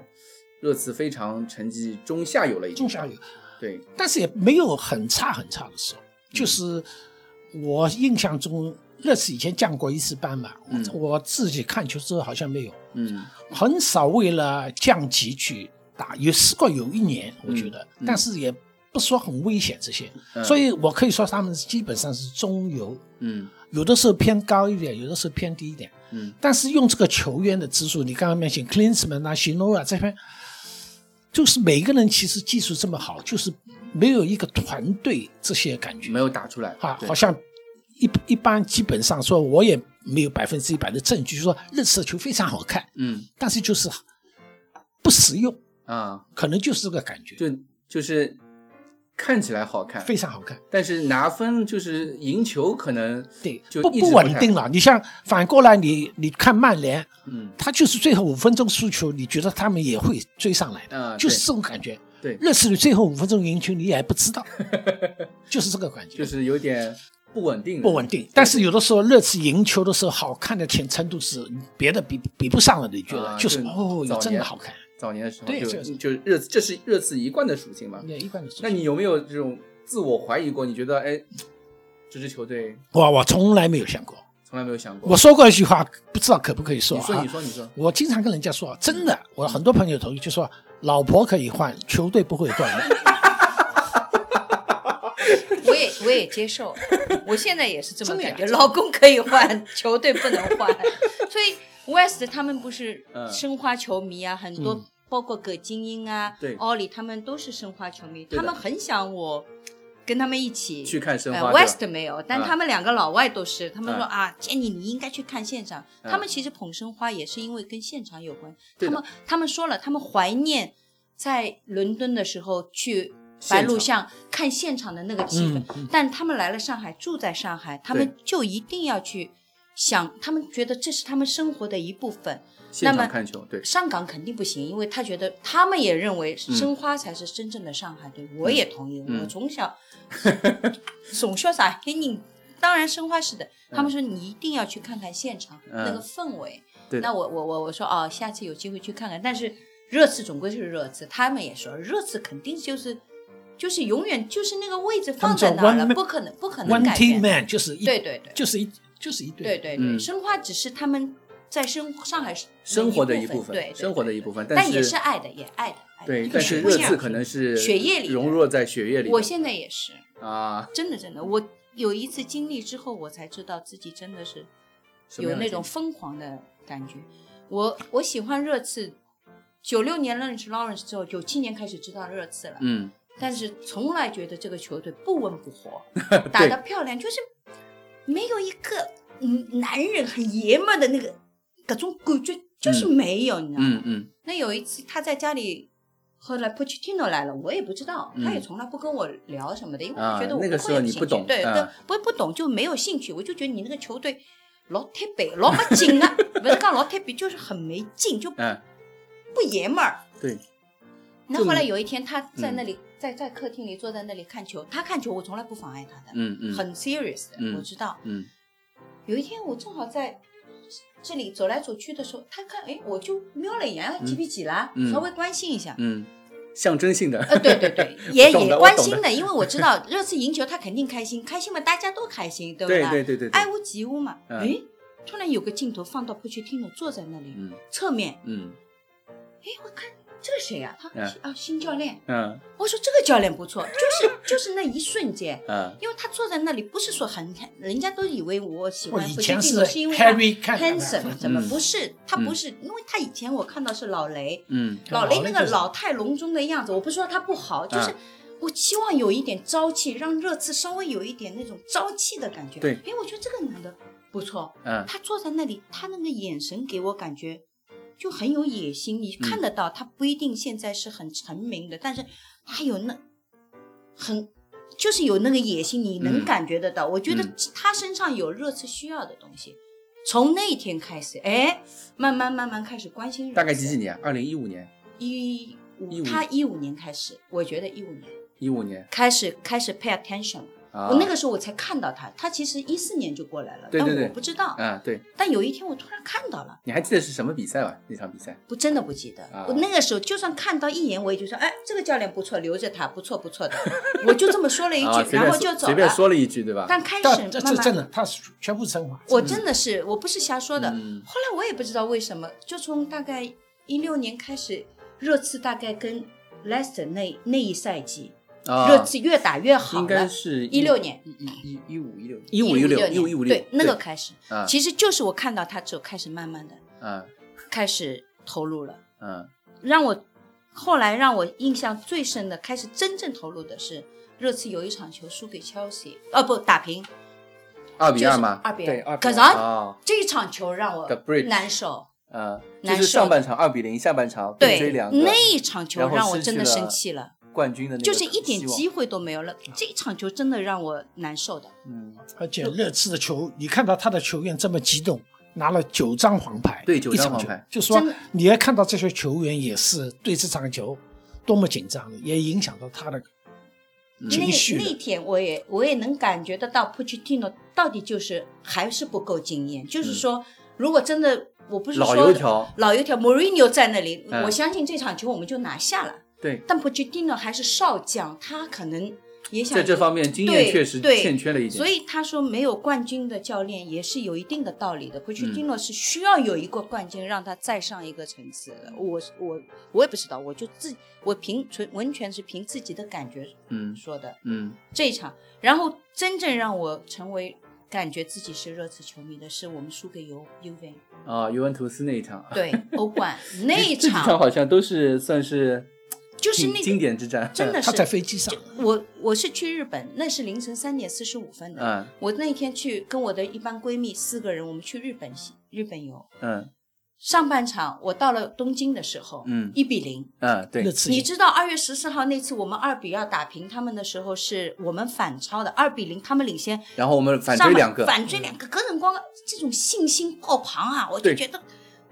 S2: 热刺非常成绩中下游了已经。
S4: 中下游。
S2: 对，
S4: 但是也没有很差很差的时候。
S2: 嗯
S4: 就是我印象中，热刺以前降过一次班嘛，
S2: 嗯
S4: 我我自己看球之后好像没有，
S2: 嗯
S4: 很少为了降级去打，有试过有一年，我觉得，
S2: 嗯
S4: 但是也不说很危险这些，
S2: 嗯
S4: 所以我可以说他们基本上是中游，
S2: 嗯
S4: 有的时候偏高一点，有的时候偏低一点。
S2: 嗯
S4: 但是用这个球员的支数，你刚刚面前 Klinsman 啊、席诺啊这边，就是每个人其实技术这么好，就是没有一个团队这些感觉
S2: 没有打出来。
S4: 啊，
S2: 对
S4: 好像一一般基本上说，我也没有百分之一百的证据说热刺的球非常好看，
S2: 嗯
S4: 但是就是不实用，
S2: 啊，
S4: 可能就是这个感觉，
S2: 就就是看起来好看，
S4: 非常好看。
S2: 但是拿分就是赢球可能
S4: 对，
S2: 就
S4: 不
S2: 一直
S4: 不
S2: 不
S4: 稳
S2: 太
S4: 定了。你像反过来你，你看曼联，
S2: 嗯
S4: 他就是最后五分钟输球，你觉得他们也会追上来的，
S2: 啊
S4: 就是
S2: 对
S4: 这种感觉。
S2: 对，
S4: 热刺队最后五分钟赢球，你也不知 道，就是这个感觉，
S2: 就是有点不稳定的，
S4: 不稳定。但是有的时候热刺赢球的时候，好看的程程度是别的比比不上了，你觉得
S2: 啊
S4: 就是
S2: 就
S4: 哦，
S2: 早
S4: 真的
S2: 年
S4: 好看。
S2: 早年的时候
S4: 对
S2: 就
S4: 这嗯
S2: 就热这是热刺一贯的属性嘛。
S4: 也一般的事
S2: 那
S4: 情，
S2: 你有没有这种自我怀疑过？你觉得哎，这支球队
S4: 我我从来没有想过。
S2: 从来没有想过？
S4: 我说过一句话，不知道可不可以说
S2: 你说
S4: 啊
S2: 你？说你说，
S4: 我经常跟人家说，真的，我很多朋友同意就说，老婆可以换，球队不会断的。
S3: 我也我也接受，我现在也是这么
S4: 真的呀
S3: 感觉，老公可以换，球队不能换，所以 West 他们不是
S2: 嗯
S3: 申花球迷啊，很多
S4: 嗯
S3: 包括葛金英啊
S2: 对、
S3: 奥里他们都是申花球迷，
S2: 对的
S3: 他们很想我跟他们一起
S2: 去看申
S3: 呃
S2: 花队。
S3: West 没有，但
S2: 啊
S3: 他们两个老外都是，他们说
S2: 啊
S3: 啊，Jenny 你应该去看现场。
S2: 啊
S3: 他们其实捧申花也是因为跟现场有关，
S2: 对
S3: 他
S2: 的
S3: 们他们说了，他们怀念在伦敦的时候去
S2: 现
S3: 白鹿
S2: 场
S3: 巷看现场的那个气氛
S4: 嗯，，嗯
S3: 但他们来了上海，住在上海，他们就一定要去想，他们觉得这是他们生活的一部分。
S2: 现
S3: 那
S2: 场
S3: 么
S2: 看球，对，
S3: 上港肯定不行，因为他觉得他们也认为申花才是真正的上海队，我也同意。
S2: 嗯
S3: 我从小 总说啥黑你，当然申花是的。他们说你一定要去看看现场、
S2: 嗯
S3: 那个氛围。
S2: 对的
S3: 那我我我我说哦，下次有机会去看看。但是热刺总归是热刺，他们也说热刺肯定就是就是永远就是那个位置
S4: 他
S3: 放
S4: 们
S3: 在
S4: 叫
S3: 那儿了，
S4: one man-
S3: 不可能不可能
S4: One
S3: 改
S4: Team
S3: 变。
S4: Man 就是一
S3: 对对对
S4: 就是一就是一队。
S3: 对对
S2: 嗯
S3: 对，申花只是他们在生上海
S2: 生活的
S3: 一
S2: 部
S3: 对对
S2: 生活的
S3: 对
S2: 一部分，
S3: 但
S2: 是
S3: 也是爱的，也爱的。爱的
S2: 对，
S3: 就
S2: 但是
S3: 不一
S2: 热
S3: 样
S2: 刺可能是
S3: 血液里的
S2: 融入在血液里的。
S3: 我现在也是，
S2: 啊，
S3: 真的真的，我有一次经历之后，我才知道自己真的是
S2: 什么
S3: 有
S2: 样的
S3: 那种
S2: 经
S3: 疯狂的感觉。我我喜欢热刺，九六年认识 Lawrence 之后，九七年开始知道热刺了，
S2: 历嗯，
S3: 但是从来觉得这个球队不温不火，打得
S2: 对，
S3: 漂亮，就是没有一个嗯男人很爷们儿的那个各种感觉，就是没有，你知道吗？
S2: 嗯嗯
S3: 那有一次他在家里，后来 Pochettino 来了，我也不知道，
S2: 嗯
S3: 他也从来不跟我聊什么的，因为
S2: 啊
S3: 我觉得我
S2: 那个时候
S3: 会有
S2: 你
S3: 兴
S2: 不
S3: 趣
S2: 懂
S3: 对，
S2: 啊
S3: 跟不不懂就没有兴趣，我就觉得你那个球队老太北，老没劲 啊，不是讲老太北，就是很没劲，就
S2: 嗯，
S3: 不爷们儿。
S2: 对，
S3: 那
S2: 就
S3: 后来
S2: 你嗯
S3: 有一天他在那里，在在客厅里坐在那里看球，他看球我从来不妨碍他的，
S2: 嗯嗯
S3: 很 serious 的，
S2: 嗯
S3: 我知道。
S2: 嗯
S3: 有一天我正好在这里走来走去的时候，他看，哎，我就瞄了一眼，哎几比几啦，
S2: 嗯
S3: 稍微关心一下。
S2: 嗯，象征性的，
S3: 呃，对对对，也
S2: 我懂的
S3: 也
S2: 我
S3: 关
S2: 懂
S3: 心
S2: 的
S3: 的，因为我知道热刺赢球，他肯定开心，开心嘛，大家都开心，对不
S2: 对
S3: 啦哎
S2: 对对对，对
S3: 爱屋及乌嘛。
S2: 嗯
S3: 诶，突然有个镜头放到布切蒂诺坐在那里，
S2: 嗯
S3: 侧面，
S2: 嗯
S3: 诶，我看这个谁呀、他
S2: 嗯
S3: 啊，新教练。
S2: 嗯
S3: 我说这个教练不错，就是 就是那一瞬间。
S2: 嗯
S3: 因为他坐在那里，不是说很，人家都以为我喜
S4: 我
S3: 欢
S4: 以
S3: 布切
S4: 前
S3: 蒂
S4: 是
S3: 诺是因为他
S4: Harry 看
S3: handsome 怎么
S2: 嗯
S3: 不是？他
S2: 嗯
S3: 不是，因为他以前我看到是老雷，
S2: 嗯
S3: 老雷
S4: 老
S3: 那
S4: 雷就
S3: 个
S4: 是
S3: 老态龙钟的样子，我不是说他不好，就是
S2: 啊
S3: 我希望有一点朝气，让热刺稍微有一点那种朝气的感觉。
S2: 对
S3: 哎，我觉得这个男的不错，
S2: 嗯
S3: 他坐在那里，他那个眼神给我感觉就很有野心，你
S2: 嗯
S3: 看得到，他不一定现在是很成名的，但是他有那很。就是有那个野心，你能
S2: 嗯
S3: 感觉得到。我觉得
S2: 嗯
S3: 他身上有热刺需要的东西。从那一天开始，哎，慢慢慢慢开始关心热刺。
S2: 大概几几年？二零一五年、
S3: 一
S2: 15
S3: 五，他一五年开始，我觉得一五年
S2: 一五年
S3: 开始开始 pay attention 了。
S2: 啊，
S3: 我那个时候我才看到他，他其实一四年就过来了，
S2: 对对对
S3: 但我不知道。
S2: 啊，对，
S3: 但有一天我突然看到了，
S2: 你还记得是什么比赛吧？那场比赛，
S3: 不真的不记得。
S2: 啊
S3: 我那个时候就算看到一眼，我也就说，哎，这个教练不错，留着他，不错不错 的。我就这么说了一句，
S2: 啊，随
S3: 然
S2: 便
S3: 后
S2: 说
S3: 就走
S2: 随便
S3: 了。
S2: 说了一句，对吧？
S3: 但开始
S4: 但
S3: 慢
S4: 这
S3: 慢，
S4: 这真的，他是全部升华。
S3: 我真的是我不是瞎说的。
S2: 嗯
S3: 后来我也不知道为什么，就从大概一六年开始，热刺大概跟 Leicester 那那一赛季，
S2: 啊，
S3: 热刺越打越好
S2: 应该
S3: 了。
S2: 是
S3: 16年
S2: 一一一一五一六年，
S3: 一
S2: 一五一六，一
S3: 六
S2: 五一五六，
S3: 对那个开始，
S2: 啊
S3: 其实就是我看到他之后开始慢慢的
S2: 啊
S3: 开始投入了，
S2: 啊
S3: 让我后来让我印象最深的，开始真正投入的是热刺有一场球输给 Chelsea，哦不打平，
S2: 二
S3: 就
S2: 比
S3: 是
S2: 二吗？
S3: 二比
S5: 对
S3: 二
S5: 2
S3: 可
S5: 比
S3: 是
S5: 二
S3: 啊
S2: 啊。
S3: 这一场球让我
S2: The bridge
S3: 难受，
S2: 呃，就
S3: 难
S2: 是
S3: 受
S2: 上半场二比零，下半场被追
S3: 对
S2: 两个，
S3: 那一场球
S2: 然后
S3: 让我
S2: 失
S3: 真
S2: 去
S3: 的
S2: 了
S3: 生气了，
S2: 冠军的那个
S3: 就是一点
S2: 希望
S3: 机，会都没有了，这一场球真的让我难受的，
S2: 嗯，
S4: 而且热刺的球，你看到他的球员这么激动，拿了九张黄牌，
S2: 对九张
S4: 一场
S2: 黄
S4: 球
S2: 牌
S4: 就说
S3: 真的
S4: 你要看到这些球员也是对这场球多么紧张的，也影响到他的
S2: 嗯
S4: 情绪
S3: 那那
S4: 的。
S3: 天我也我也能感觉得到，普切蒂诺到底就是还是不够经验，就是说，如果真的我不是说
S2: 嗯老油，条，
S3: 老油条莫瑞纽在那里，
S2: 嗯
S3: 我相信这场球我们就拿下了。
S2: 对，
S3: 但普切蒂诺还是少将，他可能也想
S2: 在这方面经验
S3: 对
S2: 确实
S3: 对
S2: 欠缺了一点，
S3: 所以他说没有冠军的教练也是有一定的道理的。
S2: 嗯
S3: 普切蒂诺是需要有一个冠军，让他再上一个层次
S2: 嗯
S3: 的。我我我也不知道，我就自我凭纯完全是凭自己的感觉
S2: 嗯
S3: 说的。
S2: 嗯
S3: 这一场，然后真正让我成为感觉自己是热刺球迷的是我们输给尤尤 文，
S2: 啊，尤文图斯那一场，
S3: 对欧冠那一
S2: 这几场
S3: 场，
S2: 好像都是算是
S3: 就是
S2: 挺
S3: 那
S2: 经
S3: 个
S2: 典之战，
S3: 真的
S4: 呃他在
S3: 是，
S4: 飞机上，
S3: 我我是去日本，那是凌晨三点四十五分的。
S2: 嗯
S3: 我那天去跟我的一帮闺蜜四个人，我们去日本西日本游。
S2: 嗯
S3: 上半场我到了东京的时候，
S2: 嗯
S3: 一比零。
S2: 嗯，对
S4: 那，次
S3: 你知道二月十四号那次我们二比二打平他们的时候，是我们反超的二比零，他们领先，
S2: 然后我们反
S3: 上
S2: 追
S3: 半
S2: 两个，嗯
S3: 反追两个，葛振光这种信心爆棚啊，我就
S2: 对
S3: 觉得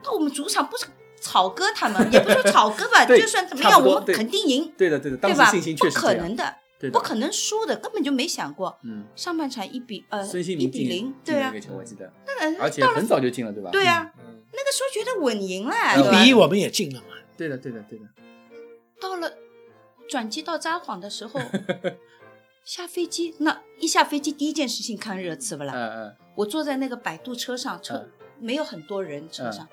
S3: 到我们主场不是草哥他们，也不是说草哥 吧，
S2: 对
S3: 就算怎么
S2: 差
S3: 样，
S2: 不多
S3: 我们
S2: 对
S3: 肯定赢，
S2: 对的对的，当
S3: 对
S2: 时
S3: 吧
S2: 信心？确
S3: 不
S2: 实
S3: 可
S2: 这样，
S3: 能的，
S2: 对的
S3: 不，可能输的，根本就没想过。
S2: 嗯，
S3: 上半场一比呃
S2: 孙兴
S3: 一
S2: 民
S3: 比
S2: 进
S3: 零，
S2: 进
S3: 对
S2: 了
S3: 啊
S2: 一个，球，我记得，
S3: 那
S2: 而且很早就进了，对吧？
S3: 对啊，
S5: 嗯，
S3: 那个时候觉得稳赢了，
S2: 嗯
S3: 对吧
S4: 一比一我们也进了嘛，
S2: 对的对的对的，
S3: 到了转机到札幌的时 候，下飞机那一下飞机第一件事情看热 刺不啦？
S2: 嗯嗯，
S3: 我坐在那个摆渡车上，车、
S2: 嗯
S3: 没有很多人，车上、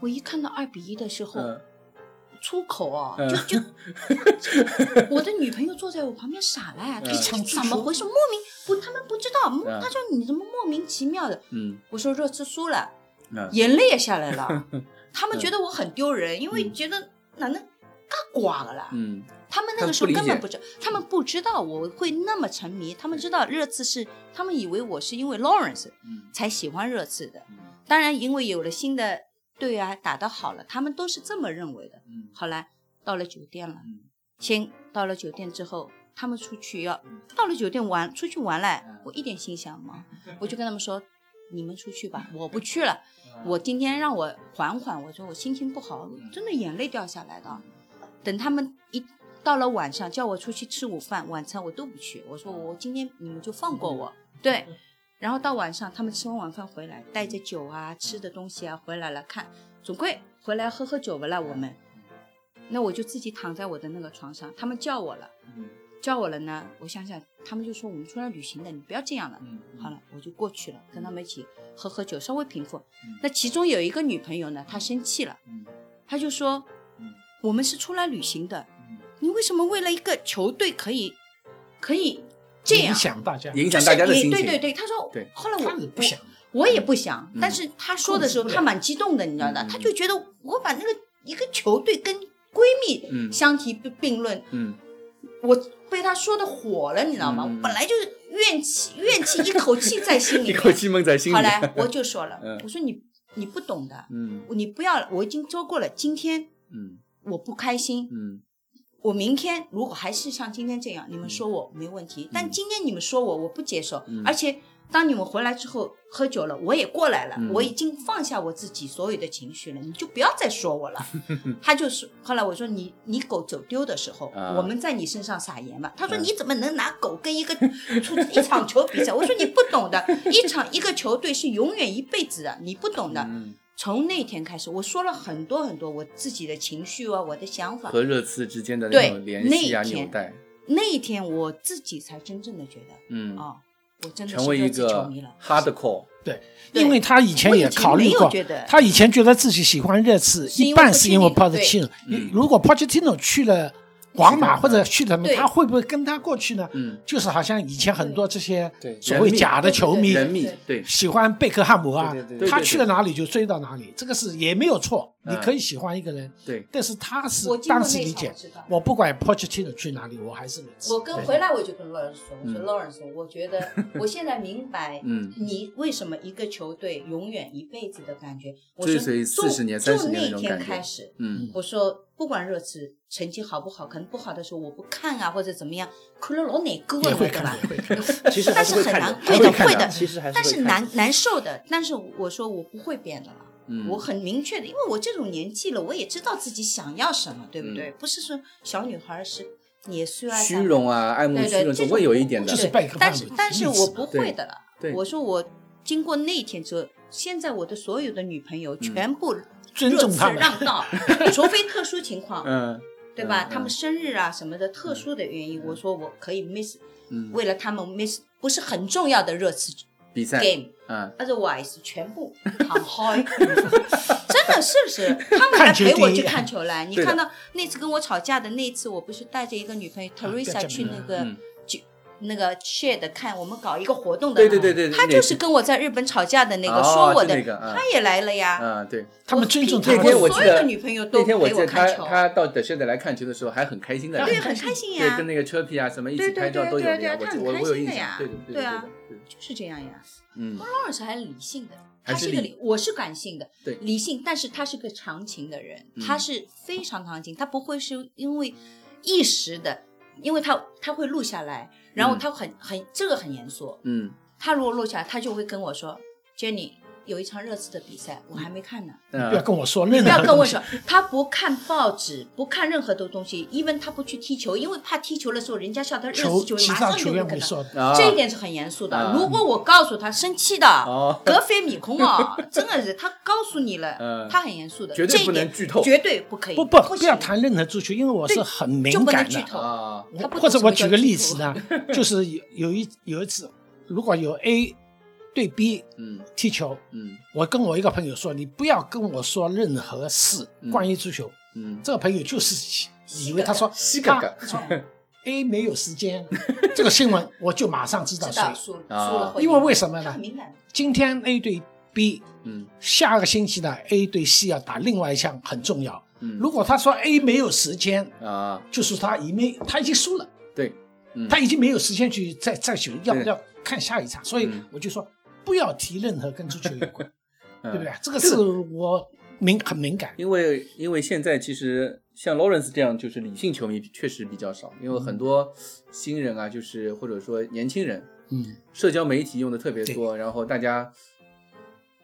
S3: 我一看到二比一的时候，
S2: 嗯
S3: 出口哦，
S2: 嗯
S3: 就就我的女朋友坐在我旁边傻了、哎
S2: 嗯
S3: 她说
S4: 一
S3: 怎
S4: 场
S3: 么
S4: 足球
S3: 回事？莫名不，他们不知道，莫
S2: 嗯
S3: 她说你怎么莫名其妙的？
S2: 嗯
S3: 我说热刺输了，
S2: 嗯
S3: 眼泪也下来 了，他们觉得我很丢人，因为
S2: 嗯
S3: 觉得哪能嘎挂了啦？
S2: 嗯，
S3: 他们
S2: 他
S3: 那个
S2: 们
S3: 时候
S2: 不理
S3: 根本
S2: 解
S3: 不知，他们不知道我会那么沉迷，他们知道热刺是，他们以为我是因为 Lawrence
S2: 嗯
S3: 才喜欢热刺的。
S2: 嗯
S3: 当然，因为有了新的队啊，打得好了，他们都是这么认为的。
S2: 嗯
S3: 好了，到了酒店了，
S2: 嗯
S3: 先到了酒店之后，他们出去要
S2: 嗯
S3: 到了酒店玩，出去玩嘞
S2: 嗯，
S3: 我一点心想 嘛，我就跟他们说，你们出去
S2: 嗯
S3: 吧，我不去了，我今天让我缓缓，我说我心情不好，
S2: 嗯
S3: 真的眼泪掉下来的。等他们一到了晚上叫我出去吃午饭、晚餐，我都不去，我说我今天你们就放过我，对。然后到晚上，他们吃完晚饭回来，带着酒啊、吃的东西啊回来了，看总归回来喝喝酒不啦？我们，那我就自己躺在我的那个床上，他们叫我了，
S2: 嗯
S3: 叫我了呢，我想想，他们就说我们出来旅行的，你不要这样了。
S2: 嗯，嗯
S3: 好，了，我就过去了，跟他们一起喝喝酒，稍微平复
S2: 嗯。
S3: 那其中有一个女朋友呢，她生气了，
S2: 嗯
S3: 她就说
S2: 嗯
S3: 我们是出来旅行的，
S2: 嗯
S3: 你为什么为了一个球队可以可以这
S4: 影
S3: 样？
S4: 响大家，
S2: 嗯影
S3: 就
S2: 响
S3: 是
S2: 大家的
S3: 你
S2: 心情，
S3: 对对对，她说
S2: 对，
S3: 后来我
S4: 他也不想，
S3: 我也不想，
S2: 嗯
S3: 但是她说的时候，
S4: 控制不了
S3: 她蛮激动的，你知道的，
S2: 嗯
S3: 她就觉得我把那个一个球队跟闺
S2: 嗯
S3: 蜜相提并并论，
S2: 嗯
S3: 我被她说的火了，你知道吗？
S2: 嗯嗯嗯
S3: 我本来就是怨气，怨气一口气在心里
S2: 一
S3: 面，
S2: 口气闷在心里，
S3: 好嘞，我就说了，
S2: 嗯
S3: 我说你你不懂的，
S2: 嗯
S3: 你不要了，我已经说过了，今天
S2: 嗯
S3: 我不开心，
S2: 嗯
S3: 我明天如果还是像今天这样，你们说我没问题，但今天你们说我，我不接受，
S2: 嗯
S3: 而且。当你们回来之后喝酒了，我也过来了，
S2: 嗯
S3: 我已经放下我自己所有的情绪了，你就不要再说我 了。他就是后来我说你你狗走丢的时候，
S2: 啊
S3: 我们在你身上撒盐吧。他说
S2: 嗯
S3: 你怎么能拿狗跟一个出一场球比赛？我说你不懂的，一场一个球队是永远一辈子的，你不懂的。
S2: 嗯，
S3: 从那天开始，我说了很多很多我自己的情绪啊，我的想法。
S2: 和热刺之间的那
S3: 对
S2: 种联系啊
S3: 那一天
S2: 纽带，
S3: 那一天我自己才真正的觉得，
S2: 嗯，
S3: 哦，我真的
S2: 成
S3: 是
S2: 为一
S3: 热刺球
S2: 个
S3: 迷了。
S2: hardcore，
S3: 对
S4: 因为他以前也考虑
S3: 我以前没有
S4: 过
S3: 觉得，
S4: 他以前觉得自己喜欢热刺，
S3: 是因为
S4: 一半是因为
S3: Pochettino，对
S4: Pochettino，
S2: 嗯
S4: 如果 Pochettino 去了皇马
S2: 是的
S4: 或者去了什么，
S3: 对
S4: 他会不会跟他过去呢？
S2: 嗯，
S4: 就是好像以前很多这些
S2: 对
S4: 所谓假的球迷
S3: 嗯对
S2: 人密对，
S4: 喜欢贝克汉姆啊
S5: 对对对对，
S2: 对
S4: 他
S2: 对
S4: 去了哪里就追到哪里，这个是也没有错，
S2: 嗯
S4: 你可以喜欢一个人，
S2: 对，
S4: 但是他是
S3: 我经过
S4: 当时
S3: 那
S4: 理
S3: 场，我
S4: 解，
S3: 知道。
S4: 我不管 Pochettino 去哪里，我还是每次
S3: 我跟
S2: 对
S3: 回来我就跟 Lawrence 说，我说
S2: 嗯
S3: Lawrence，我觉得我现在明白，
S2: 嗯
S3: 你为什么一个球队永远一辈子的感觉，我
S2: 追
S3: 说
S2: 随
S3: 从
S2: 40年30
S3: 从
S2: 年的那
S3: 那
S2: 种
S3: 天
S2: 感觉
S3: 开始，
S2: 嗯
S3: 我说不管热刺成绩好不好，可能不好的时候我不看啊，或者怎么样，看了老难过
S4: 也
S3: 了，
S4: 会
S3: 对吧
S4: 看，？也会看。
S5: 其实还
S3: 但
S5: 是
S3: 是
S5: 会
S3: 很
S5: 看
S3: 难，
S5: 的，
S3: 会
S2: 会
S3: 的，
S2: 看
S3: 会
S2: 的
S3: 的。
S5: 其实还是
S3: 但
S5: 会
S3: 是
S5: 看
S3: 难
S5: 的
S3: 难受的，但是我说我不会变的了，
S2: 嗯，
S3: 我很明确的，因为我这种年纪了，我也知道自己想要什么，对不对？不是说小女孩是也需要
S2: 嗯虚荣啊，爱慕
S3: 对
S2: 虚
S3: 对，
S2: 荣，
S3: 这
S2: 总
S3: 种
S2: 会有一点的，
S4: 就是
S3: 对
S4: 拜个饭
S3: 但
S4: 嘛
S3: 是但是
S4: 意思
S3: 我不会的了。
S2: 对对
S3: 我说我经过那一天之后，现在我的所有的女朋
S2: 嗯
S3: 友全部
S4: 尊重她们
S3: 热刺让 道，除非特殊情况，
S2: 嗯
S3: 对吧？
S2: 嗯
S3: 他们生日啊什么的特殊的原因，我说我可以 miss，
S2: 嗯，
S3: 为了他们 miss 不是很重要的热刺
S2: 比赛，
S3: game。
S2: 嗯
S3: Otherwise，全 部躺开，真的是不是？他们还
S4: 看球
S3: 陪我
S4: 第一
S3: 去看球来。你
S2: 对的
S3: 看到那次跟我吵架的那次，我不是带着一个女朋友
S4: 啊不要
S3: Teresa
S4: 讲
S3: 去
S4: 了
S3: 那个
S2: 嗯
S3: 酒那个 share 的看，我们搞一个活动的，
S2: 对对对对，
S3: 他
S2: 那
S3: 就是跟我在日本吵架的那个，说我的，
S2: 那个啊
S3: 他也来了呀。
S2: 啊，对，
S4: 他们尊重他
S2: 那
S4: 们。
S2: 天我记
S3: 所有
S2: 得
S3: 的女朋友都
S2: 那
S3: 陪
S2: 天我记得
S3: 看
S2: 他
S3: 球，
S2: 他到的现在来看球的时候还很开心的，
S4: 对
S3: 对，很开心
S2: 对，
S3: 呀
S2: 跟，那个车皮啊什么一起
S3: 对对
S2: 拍照
S3: 对
S2: 都有
S3: 对
S2: 的呀，
S3: 对
S2: 我
S3: 他
S2: 记
S3: 很
S2: 我
S3: 开
S2: 我有
S3: 心
S2: 印
S3: 的
S2: 象，
S3: 呀
S2: 对对对
S3: 对
S2: 对
S3: 啊
S2: 的，对的
S3: 就是这样呀。
S2: 嗯，
S3: 鲍尔是还是理性的，
S2: 还
S3: 他
S2: 是
S3: 是一个
S2: 理
S3: 理，我是感性的，
S2: 对
S3: 理性，但是他是个长情的人，
S2: 嗯
S3: 他是非常长情，他不会是因为一时的，因为他他会录下来，然后
S2: 嗯
S3: 他很很这个很严肃，
S2: 嗯，
S3: 他如果录下来，他就会跟我说，Jenny 有一场热刺的比赛，我还没看呢，
S4: 不要
S2: 那
S4: 跟我说任
S3: 不要
S4: 何
S3: 跟
S4: 东
S3: 我
S4: 西
S3: 说，他不看报纸，不看任何的东西，因为他不去踢球，因为怕踢球的时候人家笑他热
S4: 球
S3: 死球，
S4: 其
S3: 马
S4: 他
S3: 上就
S4: 球
S3: 会
S4: 员
S3: 跟
S4: 会
S3: 他。
S4: 说，
S2: 啊
S3: 这一点是很严肃的
S2: 啊。
S3: 如果我告诉他生气的，
S2: 哦，
S3: 格非米空啊， 真的是他告诉你了
S2: 嗯，
S3: 他很严肃的，
S2: 绝对
S3: 这一
S2: 不能
S3: 点
S2: 剧透
S3: 绝对不可以，
S4: 不不
S3: 不
S4: 不要
S3: 行
S4: 谈任何足球，因为我是很敏
S3: 就不能
S4: 感
S3: 剧
S4: 的。
S3: 透。
S2: 啊，
S3: 他不懂
S4: 或者
S3: 什
S4: 我
S3: 么叫
S4: 举个
S3: 剧
S4: 例
S3: 透
S4: 子 呢，就是有有一有一次，如果有 A 对 B
S2: 嗯
S4: 踢球，
S2: 嗯
S4: 我跟我一个朋友说，你不要跟我说任何事
S2: 嗯
S4: 关于足球。
S2: 嗯，
S4: 这个朋友就是以为他说
S2: 西
S4: 他
S2: 嘎嘎，
S4: 说
S3: 哦
S4: A 没有时间， 这个新闻我就马上知道
S3: 知
S4: 谁。
S3: 道输输
S2: 啊
S3: 了会赢，
S4: 因为为什么
S3: 他
S4: 呢
S3: 很？敏感，
S4: 今天 A 对 B，
S2: 嗯
S4: 下个星期呢 A 对 C 要打另外一项很重要。
S2: 嗯，
S4: 如果他说 A 没有时间，
S2: 啊，
S4: 就是他已没他已经输了，
S2: 对，嗯
S4: 他已经没有时间去再再去要不
S2: 对
S4: 要看下一场，所以
S2: 嗯
S4: 我就说不要提任何跟足球有 关，
S2: 对
S4: 对不对？？
S5: 嗯
S4: 这个是我敏很敏 感。
S2: 嗯因为因为现在其实像 Lawrence 这样就是理性球迷确实比较少，因为很多新人啊，就是或者说年轻人，
S4: 嗯，
S2: 社交媒体用的特别多，然后大家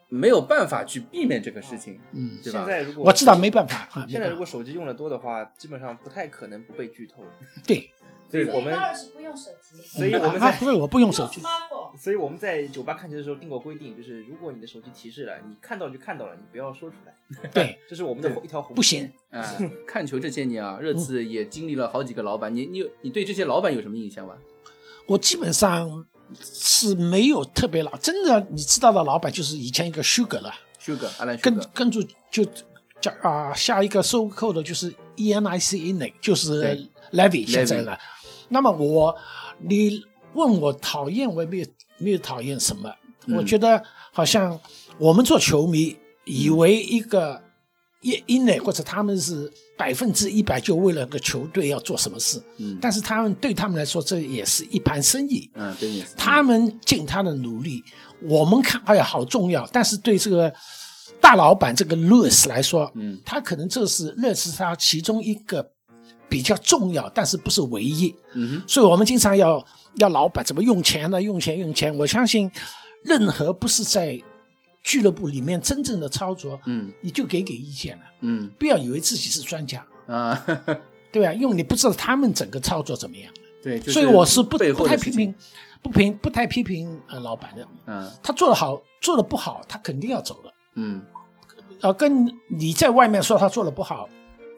S2: 没有办法去避免这个事情，
S4: 嗯
S2: 对
S5: 现
S2: 吧？
S5: 在如果
S4: 我知道没办法啊，没
S5: 现在
S4: 办
S5: 如
S4: 法
S5: 果手机用的多的话，基本上不太可能不被剧透。
S4: 对，
S5: 所以我们，
S3: 是不用手机，
S5: 所以我们
S4: 啊
S5: 在
S4: 不，是我不用手 机，
S3: smartphone，
S5: 所以我们在酒吧看球的时候定过规定，就是如果你的手机提示了，你看到就看到了，你不要说出来。
S4: 对，
S5: 这是我们的
S2: 对
S5: 一条红线嗯
S4: 不行。
S2: 啊，看球这些年啊，热
S4: 嗯
S2: 刺也经历了好几个老板，你你有你对这些老板有什么印象吧？
S4: 我基本上是没有特别老，真的你知道的老板就是以前一个 Sugar 了，
S2: Sugar 阿兰
S4: 跟
S2: Sugar，
S4: 跟住就叫啊、下一个收购的就是 E ENIC INIC，就是
S2: 对
S4: Levy 现在了。那么我你问我讨厌，我也没有没有讨厌什么，
S2: 嗯
S4: 我觉得好像我们做球迷以
S2: 嗯
S4: 为一个。一 in 或者他们是百分之一百就为了个球队要做什么事，
S2: 嗯
S4: 但是他们对他们来说这也是一盘生意，
S2: 嗯，对你
S4: 他们尽他的努力，我们看哎呀好重要，但是对这个大老板这个 Louis 来说，
S2: 嗯
S4: 他可能这是认识他其中一个比较重要，但是不是唯一，
S2: 嗯哼
S4: 所以我们经常要要老板怎么用钱呢？用钱用钱，我相信任何不是在俱乐部里面真正的操作，
S2: 嗯
S4: 你就给给意见了，
S2: 嗯
S4: 不要以为自己是专家，
S2: 啊，
S4: 对吧？因为你不知道他们整个操作怎么样。
S2: 对，就
S4: 所以我是不
S2: 背
S4: 不
S2: 后
S4: 太
S2: 的
S4: 批
S2: 事情
S4: 评，不评不太批评呃老板的，
S2: 嗯
S4: 他做的好，做的不好，他肯定要走的。
S2: 嗯
S4: 呃，跟你在外面说他做的不好，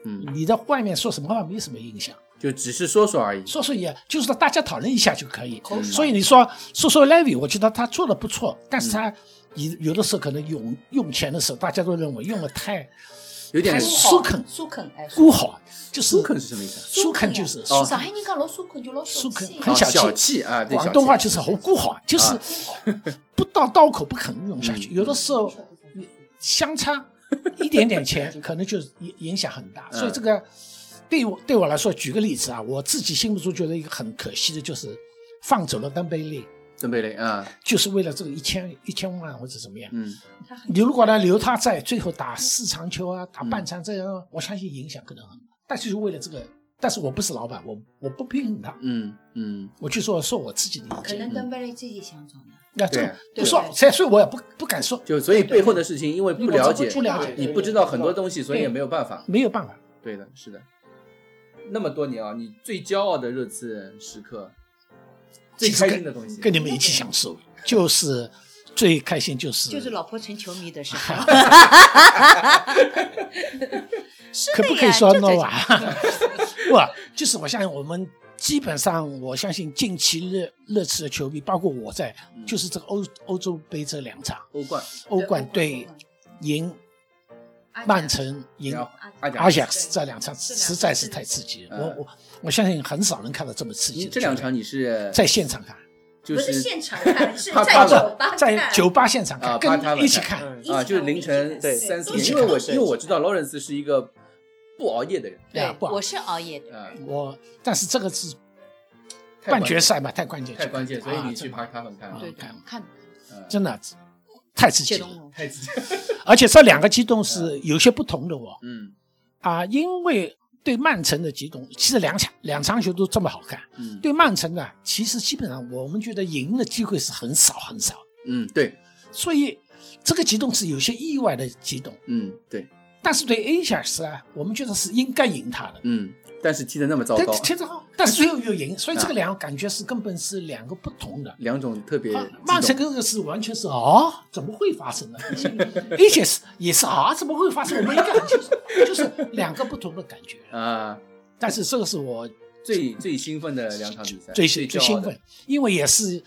S2: 嗯，
S4: 你在外面说什么话没什么影响，
S2: 就只是说说而已。
S4: 说说也就是大家讨论一下就可以。
S3: 口
S2: 嗯
S3: 水
S4: 所以你说说说 Levy，我觉得他做的不错，但是他有有的时候可能用用钱的时候，大家都认为用的太
S2: 有点
S4: 太
S3: 苏
S4: 舒肯
S3: 苏肯哎，
S4: 孤好，就是
S2: 舒肯是什么意思啊
S4: 舒肯就是
S2: 哦
S3: 上海人讲老苏肯就老
S4: 舒肯
S3: 气，
S4: 很
S2: 哦
S4: 小
S2: 小
S4: 气
S2: 气啊对
S4: 广
S2: 小
S4: 东话
S2: 气
S4: 就是好孤
S2: 啊
S4: 好，啊就是不到刀口不肯用下
S2: 嗯
S4: 去。有的时候相差一点点 钱，可能就影影响很大。
S2: 嗯
S4: 所以这个对我对我来说，举个例子啊，我自己心目中觉得一个很可惜的就是放走了登贝利，
S2: 邓贝雷啊，
S4: 就是为了这个一千一千万或者怎么样。
S2: 嗯
S3: 他很
S4: 你如果呢留他在最后打四场球啊，打半场这样，我相信影响可能很大。但就是为了这个，但是我不是老板，我我不批评他，
S2: 嗯嗯，
S4: 我就说说我自己的意
S3: 可
S4: 见。
S3: 能登贝利自己想走呢，
S4: 那这
S2: 对啊
S4: 个
S3: 对
S4: 不说，所以所以我也不不敢说，
S2: 就所以背后的事情，因为不了解，
S4: 不了解
S2: 你不知道很多东西，所以也没有办法。
S4: 没有办法。
S2: 对的，是的。那么多年啊，你最骄傲的热刺时刻，最开心的东西，
S4: 跟你们一起享受，就是最开心就是
S2: 嗯
S3: 就是老婆成球迷的时候， 是
S4: 可
S3: 的
S4: 不
S3: 呀
S4: 可以说
S3: 这
S4: no
S3: 就
S4: 啊？ 不，就是我相信我们基本上，我相信近期热热刺的球迷，包括我在，
S2: 嗯
S4: 就是这个欧欧洲杯这两场
S2: 欧冠，
S4: 欧冠对赢曼城赢
S2: 然后阿贾
S4: 阿贾克
S3: 对
S4: 斯这两场
S3: 这两
S4: 实在是太刺激了，
S2: 啊嗯
S4: 我我我相信很少能看到这么刺激
S2: 你
S4: 的。
S2: 这两场你是
S4: 在现场看，
S2: 就
S3: 不是现场看，是
S2: 怕
S3: 在
S2: 怕
S3: 酒吧看，
S4: 在酒吧现场
S2: 啊
S4: 看，
S2: 怕他
S4: 跟
S2: 们
S4: 一起
S2: 看
S4: 看，
S5: 嗯
S2: 啊，就是凌晨
S5: 对
S2: 三四
S5: 都
S2: 点，
S5: 是
S2: 因为我
S5: 看
S2: 因为我知道劳伦斯是一个不熬夜的人，
S4: 对啊
S3: 对，
S4: 不好
S3: 我是熬夜的，
S2: 啊，
S4: 我但是这个是
S2: 太关
S4: 半决赛嘛，太关键，
S2: 太关键，所以你去
S4: 拍，
S2: 爬他们看啊，
S3: 对，
S4: 看
S3: 看
S2: 嗯
S4: 真的啊太刺激
S3: 谢
S4: 了
S3: 东。龙，
S2: 太刺激，
S4: 而且这两个激动是有些不同的哦
S2: 嗯
S4: 啊，因为对曼城的激动，其实两场两场球都这么好看。
S2: 嗯
S4: 对曼城呢，其实基本上我们觉得赢的机会是很少很少，
S2: 嗯对
S4: 所以这个激动是有些意外的激动。
S2: 嗯对
S4: 但是对 A 小时啊，我们觉得是应该赢他的，
S2: 嗯，但是踢得那么糟
S4: 但
S2: 糕，
S4: 踢得好，但是最后又赢，所以这
S2: 啊
S4: 个两个感觉是根本是两个不同的。
S2: 两呃种特别
S4: 啊
S2: 激动
S4: 曼城跟这个是完全是哦，怎么会发 生呢？而且是也是啊，怎么会发生？我们一个就是就是两个不同的感觉。
S2: 啊
S4: 但是这个是我
S2: 最最兴奋的两场比赛，
S4: 最
S2: 最
S4: 最
S2: 骄傲
S4: 兴
S2: 的
S4: 奋，因为也是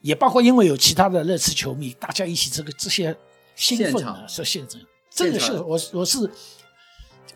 S4: 也包括因为有其他的热刺球迷，大家一起这个这些兴
S2: 现
S4: 奋啊，
S2: 场
S4: 是现场，这个
S2: 现
S4: 是
S2: 场
S4: 我我是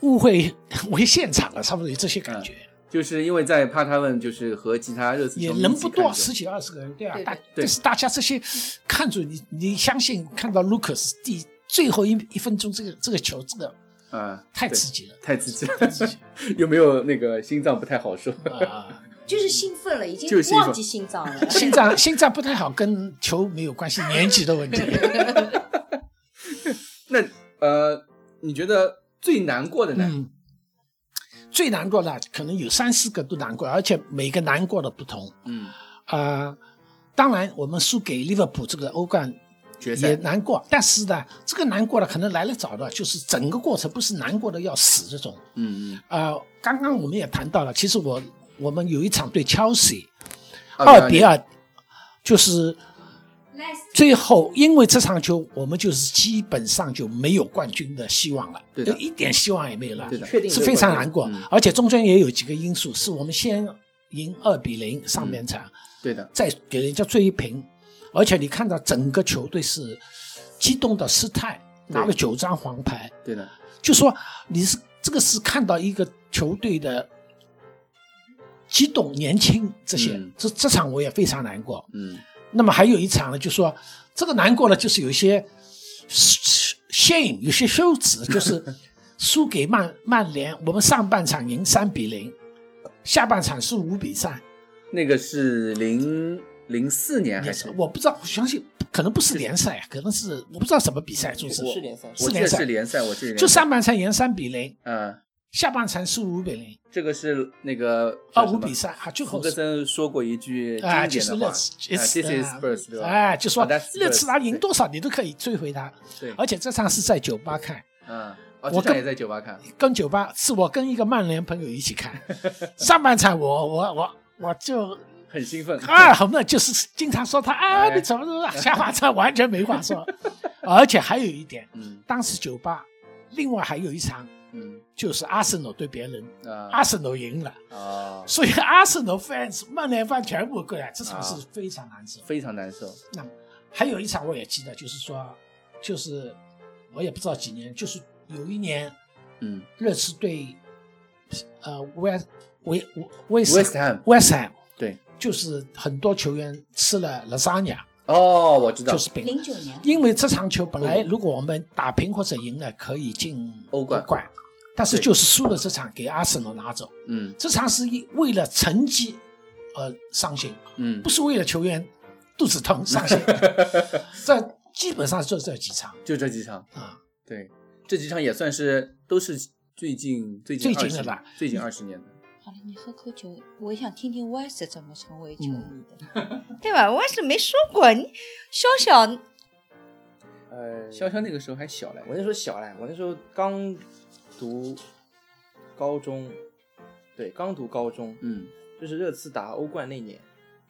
S4: 误会为现场啊了，差不多有这些
S2: 嗯
S4: 感觉，
S2: 就是因为在帕他问，就是和其他热刺
S4: 也
S2: 球迷
S4: 人
S2: 一起
S4: 不
S2: 看
S4: 多，
S2: 球
S4: 十几二十个人，对啊，
S3: 对
S4: 大
S3: 对对
S4: 但是大家这些看着你，你相信看到卢克斯第最后一一分钟这个这个球，这个
S2: 啊，
S4: 太
S2: 对
S4: 刺激了，
S2: 太刺激
S4: 太刺
S2: 了，
S4: 激
S2: 有没有那个心脏不太好受？
S4: 了啊！
S3: 就是兴奋了，已经
S2: 就是兴奋
S3: 忘记心脏了。
S4: 心脏心脏不太好，跟球没有关系，年纪的问题。
S2: 那呃，你觉得最难过的呢？
S4: 嗯，最难过的可能有三四个都难过，而且每个难过的不同。
S2: 嗯，
S4: 啊，当然我们输给利物浦这个欧冠
S2: 决
S4: 也
S2: 赛
S4: 难过，但是呢，这个难过的可能来得早的，就是整个过程不是难过的要死这种。
S2: 嗯嗯，
S4: 啊、刚刚我们也谈到了，其实我我们有一场对 Chelsea
S2: 啊
S4: 二比，二，就是。最后，因为这场球，我们就是基本上就没有冠军的希望了，
S2: 对的
S4: 一点希望也没有了。
S2: 对的
S5: 确定
S4: 是非常难过
S2: 嗯，
S4: 而且中间也有几个因素，是我们先赢二比零上半场，
S2: 对的，
S4: 再给人家追平，而且你看到整个球队是激动的失态，
S2: 对
S4: 拿了九张黄牌，
S2: 对的，
S4: 就说你是这个是看到一个球队的激动、年轻这些，
S2: 嗯
S4: 这这场我也非常难过。
S2: 嗯
S4: 那么还有一场呢，就说这个难过呢，就是有一些 shame，有些羞耻，就是 输给曼曼联。我们上半场赢三比零，下半场是五比三，
S2: 那个是零零四年还
S4: 也
S2: 是
S4: 是？我不知道，我相信可能不是联赛，可能是我不知道什么比赛，就是
S5: 是联赛，
S2: 我
S4: 是
S2: 记
S4: 联
S2: 得
S4: 赛
S2: 是联赛，我记得
S4: 就上半场赢三比零，
S2: 嗯，
S4: 下半场输五比零，
S2: 这个是那个
S4: 啊
S2: 叫什
S4: 五
S2: 么
S4: 比三啊，最
S2: 福
S4: 后
S2: 格
S4: 是
S2: 森说过一句经
S4: 啊，
S2: 典
S4: 就是
S2: 的
S4: 热
S2: 话
S4: 刺
S2: 啊，This is Spurs，对吧？
S4: 哎，就说
S2: 啊，That's
S4: 热刺
S2: Spurs，嗯
S4: 他赢
S2: 对
S4: 多少你都可以追回他，
S2: 对，
S4: 而且这场是在酒吧看。
S2: 嗯，哦，
S4: 哎我
S2: 这场
S4: 跟
S2: 也在酒吧看，
S4: 跟酒吧是我跟一个曼联朋友一起 看，上半场我我我我就
S2: 很兴 奋，
S4: 二红的，就是经常说他啊
S2: 哎
S4: 你怎么怎么，下半场完全没话 说，而且还有一点，
S2: 嗯
S4: 当时酒吧另外还有一场
S2: 嗯
S4: 就是阿森纳对别人，
S2: 啊
S4: 阿森纳赢了，
S2: 啊，
S4: 所以阿森纳 fans 曼联 fans 全部过来，这场
S2: 啊
S4: 是非常难受。
S2: 非常难受，
S4: 那还有一场我也记得，就是说，就是我也不知道几年，就是有一年。
S2: 嗯。
S4: 热刺对呃威威威
S2: West Ham
S4: West Ham
S2: 对，
S4: 就是很多球员吃了 lasagna，
S2: 哦，我知道，
S4: 就是饼。
S3: 零九年，
S4: 因为这场球本来
S2: 嗯
S4: 如果我们打平或者赢了可以进
S2: 欧冠
S4: 但是
S2: 对
S4: 就是输了这场给阿森纳拿走。
S2: 嗯
S4: 这场是一为了成绩而伤心，
S2: 嗯
S4: 不，是为了球员肚子疼伤 心。这基本上就这几场
S2: 就这几场，
S4: 啊，
S2: 对，这几场也算是都是最近最近
S4: 最近
S2: 20
S4: 的吧，
S2: 最近二十年的，
S3: 好了，你喝口酒，我想听听 West 怎么成为球迷的，
S6: 对吧？我也是没说过，你小小
S5: 呃，
S2: 潇潇那个时候还小嘞，
S5: 我那时候小嘞，我那时候刚读高中，对，刚读高中，
S2: 嗯，
S5: 就是热刺打欧冠那年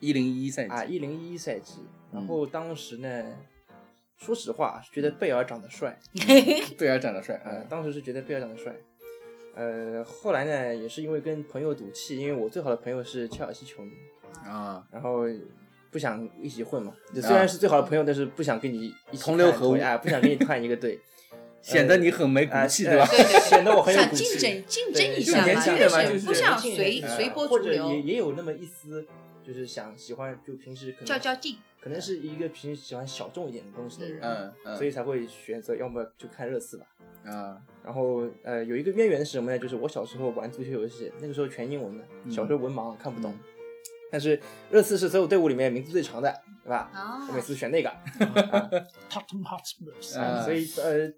S2: 一零一赛季，
S5: 啊，一零一赛季。
S2: 嗯
S5: 然后当时呢，说实话，觉得贝尔长得帅，
S2: 贝尔长得帅
S5: 呃，
S2: 啊，
S5: 当时是觉得贝尔长得帅。呃，后来呢，也是因为跟朋友赌气，因为我最好的朋友是切尔西球迷，
S2: 啊，
S5: 然后不想一起混嘛。就虽然是最好的朋友，但是不想跟你一起
S2: 同流
S5: 看
S2: 合污
S5: 同哎，不想跟你看一个队。
S2: 显得你很没骨
S5: 啊，
S2: 气，
S5: 呃
S2: 对吧？
S5: 显得我很有
S3: 想
S5: 骨
S3: 竞
S5: 气。
S3: 争竞
S5: 对
S3: 争一
S5: 就
S3: 下
S5: 年
S3: 嘛，
S5: 轻
S3: 就
S5: 人嘛，就是是
S3: 不想
S5: 年轻人
S3: 随
S5: 呃
S3: 随波逐
S5: 或者也
S3: 流，
S5: 也有那么一丝，就是想喜欢，就平时可能
S3: 较较劲。
S5: 可能是一个平时喜欢小众一点的东西的人，
S2: 嗯嗯，
S5: 所以才会选择要么就看热刺吧。
S2: 啊，
S5: 然后呃，有一个渊源是什么呢？就是我小时候玩足球游戏，那个时候全英文的，
S2: 嗯
S5: 小时候文盲看不懂，但是热刺是所有队伍里面名字最长的，对吧？
S3: 啊
S5: 我每次选那个，
S4: 啊 Tottenham Hotspurs，
S2: 啊
S5: 所以呃，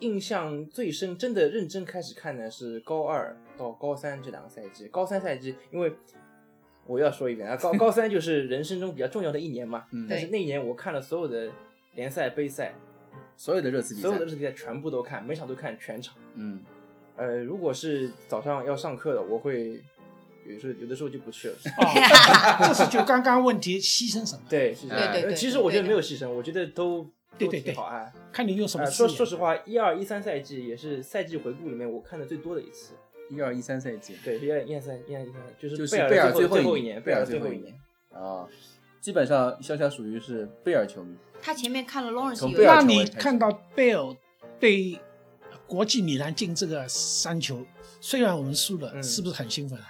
S5: 印象最深，真的认真开始看呢是高二到高三这两个赛季。高三赛季，因为我要说一遍 啊，高高三就是人生中比较重要的一年嘛。
S2: 嗯
S5: 但是那一年我看了所有的联赛、杯赛，
S2: 所有的热刺比赛
S5: 所有的，日比赛全部都看，每场都看全场。
S2: 嗯
S5: 呃，如果是早上要上课的，我会有时候有的时候就不去了。
S4: 哦，这是就刚刚问题牺牲什么？，
S5: 对，是这样。
S2: 对
S3: 对对
S5: 呃其实
S3: 对
S5: 我觉得
S3: 对
S5: 没有牺牲，我觉得都。
S4: 对
S5: 都
S4: 对
S5: 挺
S4: 对
S5: 好啊。
S4: 看你用什么啊
S5: 呃，
S4: 字
S5: 说
S4: 眼。
S5: 说实话，一二一三赛季也是赛季回顾里面我看的最多的一次。
S2: 一二一三赛季，
S5: 对，一二一三一二一三，就是
S2: 就是
S5: 贝
S2: 贝尔最
S5: 最后
S2: 后
S5: 后
S2: 一年
S5: 年，
S2: 贝
S5: 贝
S2: 尔最
S5: 最
S2: 后
S5: 后
S2: 一
S5: 年。
S2: 啊，基本上潇潇属于是贝尔球迷，
S3: 他前面看了 Lawrence
S2: 从
S3: 有
S2: 贝
S3: 一
S2: 尔
S4: 那
S2: 成为
S4: 你
S2: 开始
S4: 看到贝尔对国际米兰进这个三球，虽然我们输了，
S5: 嗯
S4: 是不是很兴奋啊？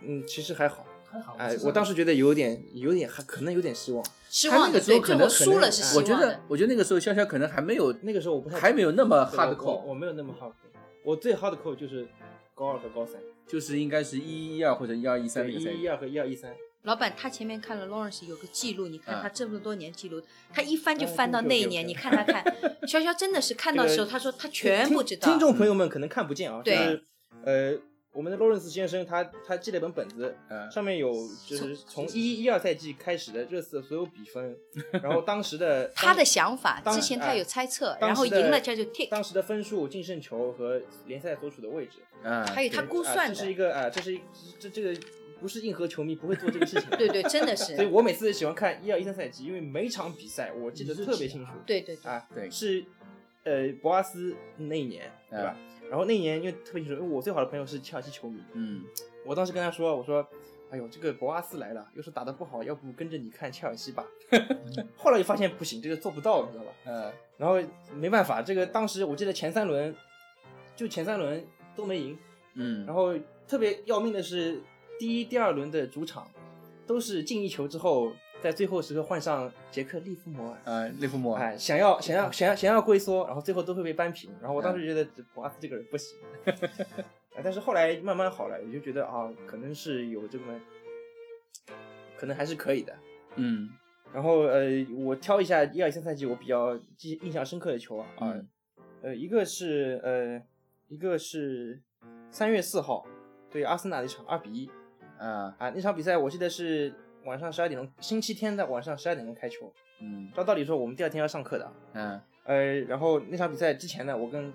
S5: 嗯，其实还好，
S4: 很
S2: 哦
S4: 好
S5: 哎，我当时觉得有点，有点还可能有点希望。
S3: 失
S2: 他那
S3: 望
S2: 个
S3: 的，
S2: 时候
S3: 对，
S2: 可
S3: 最
S2: 能
S3: 后输了是
S5: 可
S3: 失
S5: 能
S3: 望
S2: 我觉得
S3: 的，
S2: 我觉得那个时候潇潇可能还没有
S5: 那个时候我不太
S2: 还没有那么
S5: 对我
S2: hard
S5: 我我
S2: core，
S5: 没有那么 hard core，我最 hard core 就是高二和高三，
S2: 就是应该是一一二或者一二一三
S5: 对
S2: 那个赛
S5: 一一
S2: 季，
S5: 二和一二一三，
S3: 老板他前面看了 Lawrence 有个记录，你看
S2: 嗯
S3: 他这么多年记录，他一翻就
S5: 哦
S3: 翻到
S5: 对
S3: 那一
S5: 对
S3: 年，
S5: 对
S3: 你看他看， 潇潇真的是看到的时候，他说他全部知道，
S5: 听
S2: 嗯
S5: 众朋友们可能看不见啊，就
S3: 对
S5: 是呃，我们的劳伦斯先生他他记了一本本子，
S2: 嗯
S5: 上面有就是从一一二赛季开始的热刺的所有比分，然后当时的
S3: 他的想法，
S5: 当
S3: 之前他有猜测，然后
S5: 当时的
S3: 赢了他就 tick，
S5: 当时的分数、净胜球和联赛所处的位置。
S2: 嗯，
S3: 还有他
S5: 对
S3: 估
S5: 啊
S3: 算
S5: 这是
S3: 的
S5: 一，个啊，这是一这这个不是硬核球迷不会做这个事情。
S3: 对对，真的
S5: 所以
S3: 是，
S5: 我每次喜欢看一二一三赛季，因为每场比赛我记得特别清楚
S3: 对对对，
S5: 啊，
S2: 对
S5: 是呃博阿斯那一年对吧？然后那一年因为特别清楚，因为我最好的朋友是切尔西球迷，
S2: 嗯
S5: 我当时跟他说，我说。哎呦，这个博阿斯来了，又说打得不好，要不跟着你看切尔西吧。 后来就发现不行，这个做不到，你知道吧？
S2: 嗯
S5: 然后没办法，这个当时我记得前三轮，就前三轮都没赢，
S2: 嗯，
S5: 然后特别要命的是，第一、第二轮的主场都是进一球之后，在最后时刻换上杰克利弗摩尔，
S2: 呃内弗莫，
S5: 哎，想要想要想要想要龟缩，然后最后都会被扳平。然后我当时觉得博阿斯这个人不行， 哎但是后来慢慢好了，也就觉得啊，可能是有这么，可能还是可以的。
S2: 嗯
S5: 然后呃，我挑一下一二三赛季我比较记印象深刻的球啊，啊
S2: 嗯
S5: 呃，一个是呃，一个是三月四号对阿森纳的一场二比一
S2: 啊
S5: 啊，那场比赛我记得是晚上十二点钟，星期天的晚上十二点钟开球，
S2: 嗯
S5: 照道理说我们第二天要上课的，啊
S2: 嗯
S5: 呃，然后那场比赛之前呢，我跟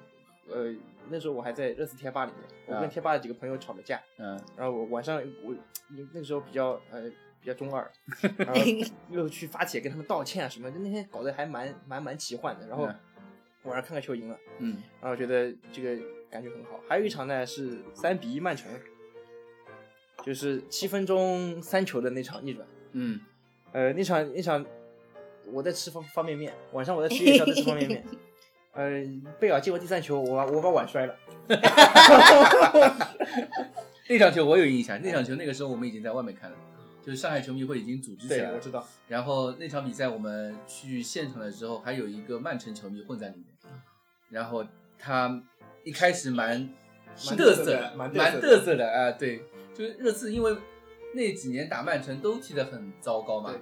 S5: 呃那时候我还在热刺贴吧里面，我
S2: 啊
S5: 跟贴吧的几个朋友吵了架，
S2: 嗯
S5: 然后我晚上我那个时候比较呃比较中 二，然后又去发帖跟他们道歉啊什么，就那天搞得还蛮蛮蛮奇幻的。然后
S2: 嗯
S5: 晚上看看球赢了，
S2: 嗯
S5: 然后觉得这个感觉很好。还有一场呢是三比一曼城，就是七分钟三球的那场逆转。
S2: 嗯
S5: 呃，那场那场我在吃方方便面，晚上我在吃夜宵在吃方 便面。呃，贝尔进过第三球，我把我把碗摔了。 啊
S2: 那场球我有印象，那场球那个时候我们已经在外面看了，就是上海球迷会已经组织起来
S5: 对，我
S2: 了。
S5: 知道。
S2: 然后那场比赛我们去现场的时候，还有一个曼城球迷混在里面，
S5: 嗯
S2: 然后他一开始蛮嘚瑟的，
S5: 蛮嘚瑟的蛮嘚瑟的
S2: 嘚瑟的啊，对，就是热刺因为那几年打曼城都踢得很糟糕嘛
S5: 对，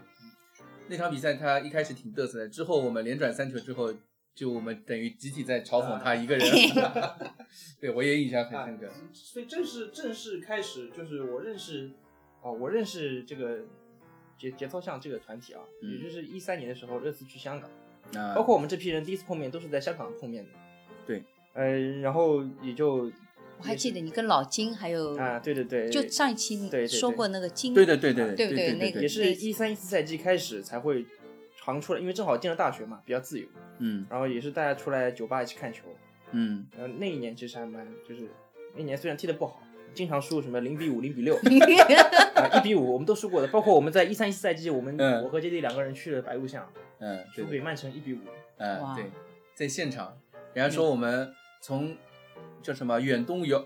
S2: 那场比赛他一开始挺嘚瑟的，之后我们连转三球之后，就我们等于集体在嘲讽他一个人，
S5: 啊
S2: 对我也印象很深刻，
S5: 所以正式正式开始就是我认识，哦，我认识这个节节操巷这个团体啊，
S2: 嗯
S5: 也就是一三年的时候热刺去香港，
S2: 啊，
S5: 包括我们这批人第一次碰面都是在香港碰面的。
S2: 对，
S5: 呃，然后也就
S3: 我还记得你跟老金还有，
S5: 啊，对对对，
S3: 就上一期
S5: 对对
S3: 你说过那个金，
S2: 对的对的
S3: 对
S2: 对
S3: 不
S2: 对
S3: 那个
S2: 对，
S5: 也是一三一四赛季开始才会常出来，因为正好进了大学嘛，比较自由，
S2: 嗯
S5: 然后也是大家出来酒吧一起看球。
S2: 嗯，
S5: 然后那一年其实还蛮，就是那一年虽然踢得不好，经常输什么零比五、零比六， 啊，一比五我们都输过的，包括我们在一三一四赛季，我们、
S2: 嗯
S5: 我和杰弟两个人去了白鹿巷，
S2: 嗯，对
S5: 输
S2: 的
S5: 给曼城一比五，
S2: 嗯，
S3: 哇
S2: 对，在现场，人家说我们从叫什么远东游，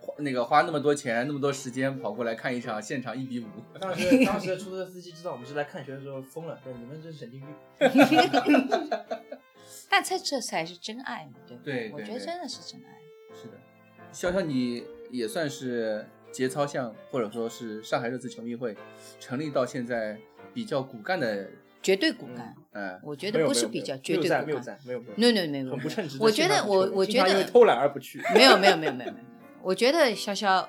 S2: 花那个花那么多钱那么多时间跑过来看一场现场一比五，
S5: 当时当时的出租车司机知道我们是来看球的时候疯了，说你们这是神经病。
S3: 但这这才是真爱嘛，对不
S2: 对
S3: 我
S2: 对
S3: 觉得
S2: 对
S3: 真的是真爱。
S2: 是的，潇潇你也算是节操巷或者说是上海热刺球迷会成立到现在比较骨干的，
S3: 绝对骨干，
S2: 嗯，
S3: 我 觉
S5: 没
S3: 得
S5: 有
S3: 不
S5: 没
S3: 是
S5: 有没
S3: 比
S5: 有
S3: 较
S5: 没
S3: 绝
S5: 有
S3: 对
S5: 赞没有
S3: 骨干。
S5: 赞没有没有，
S3: no no no no，
S5: 很不称职。
S3: 我觉得我我 觉
S5: 因为
S3: 得
S5: 偷懒而不去。
S3: 没有没有没有没有没有，我觉得潇潇，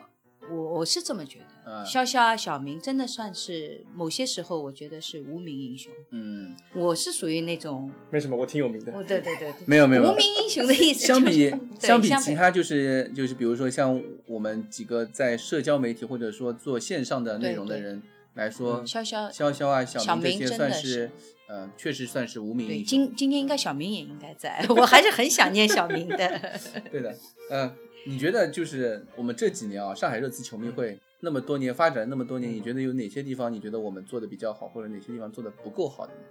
S3: 我我是这么觉
S2: 嗯
S3: 得，潇潇啊小明真的算是某些时候我觉得是无名英雄，
S2: 嗯，
S3: 我是属于那种，
S5: 没什么，我挺有名的。
S3: 哦对对对对，
S2: 没有没有，
S3: 无名英雄的意思就是。
S2: 相比
S3: 对
S2: 相比
S3: 相
S2: 其他就是就是比如说像我们几个在社交媒体或者说做线上的内容的
S3: 对嗯对
S2: 人来说，
S3: 潇潇
S2: 潇潇啊小
S3: 小
S2: 明这
S3: 明
S2: 些
S3: 真
S2: 算
S3: 的
S2: 是
S3: 是
S2: 呃确实算是无名
S3: 对，
S2: 英雄。
S3: 今今天应该小明也应该在， 我还是很想念小明 的。
S2: 对的，呃，你觉得就是我们这几年啊，上海热刺球
S3: 嗯
S2: 迷会那么多年发展那么多年，你觉得有哪些地方你觉得我们做的比较好，或者哪些地方做的不够好的呢？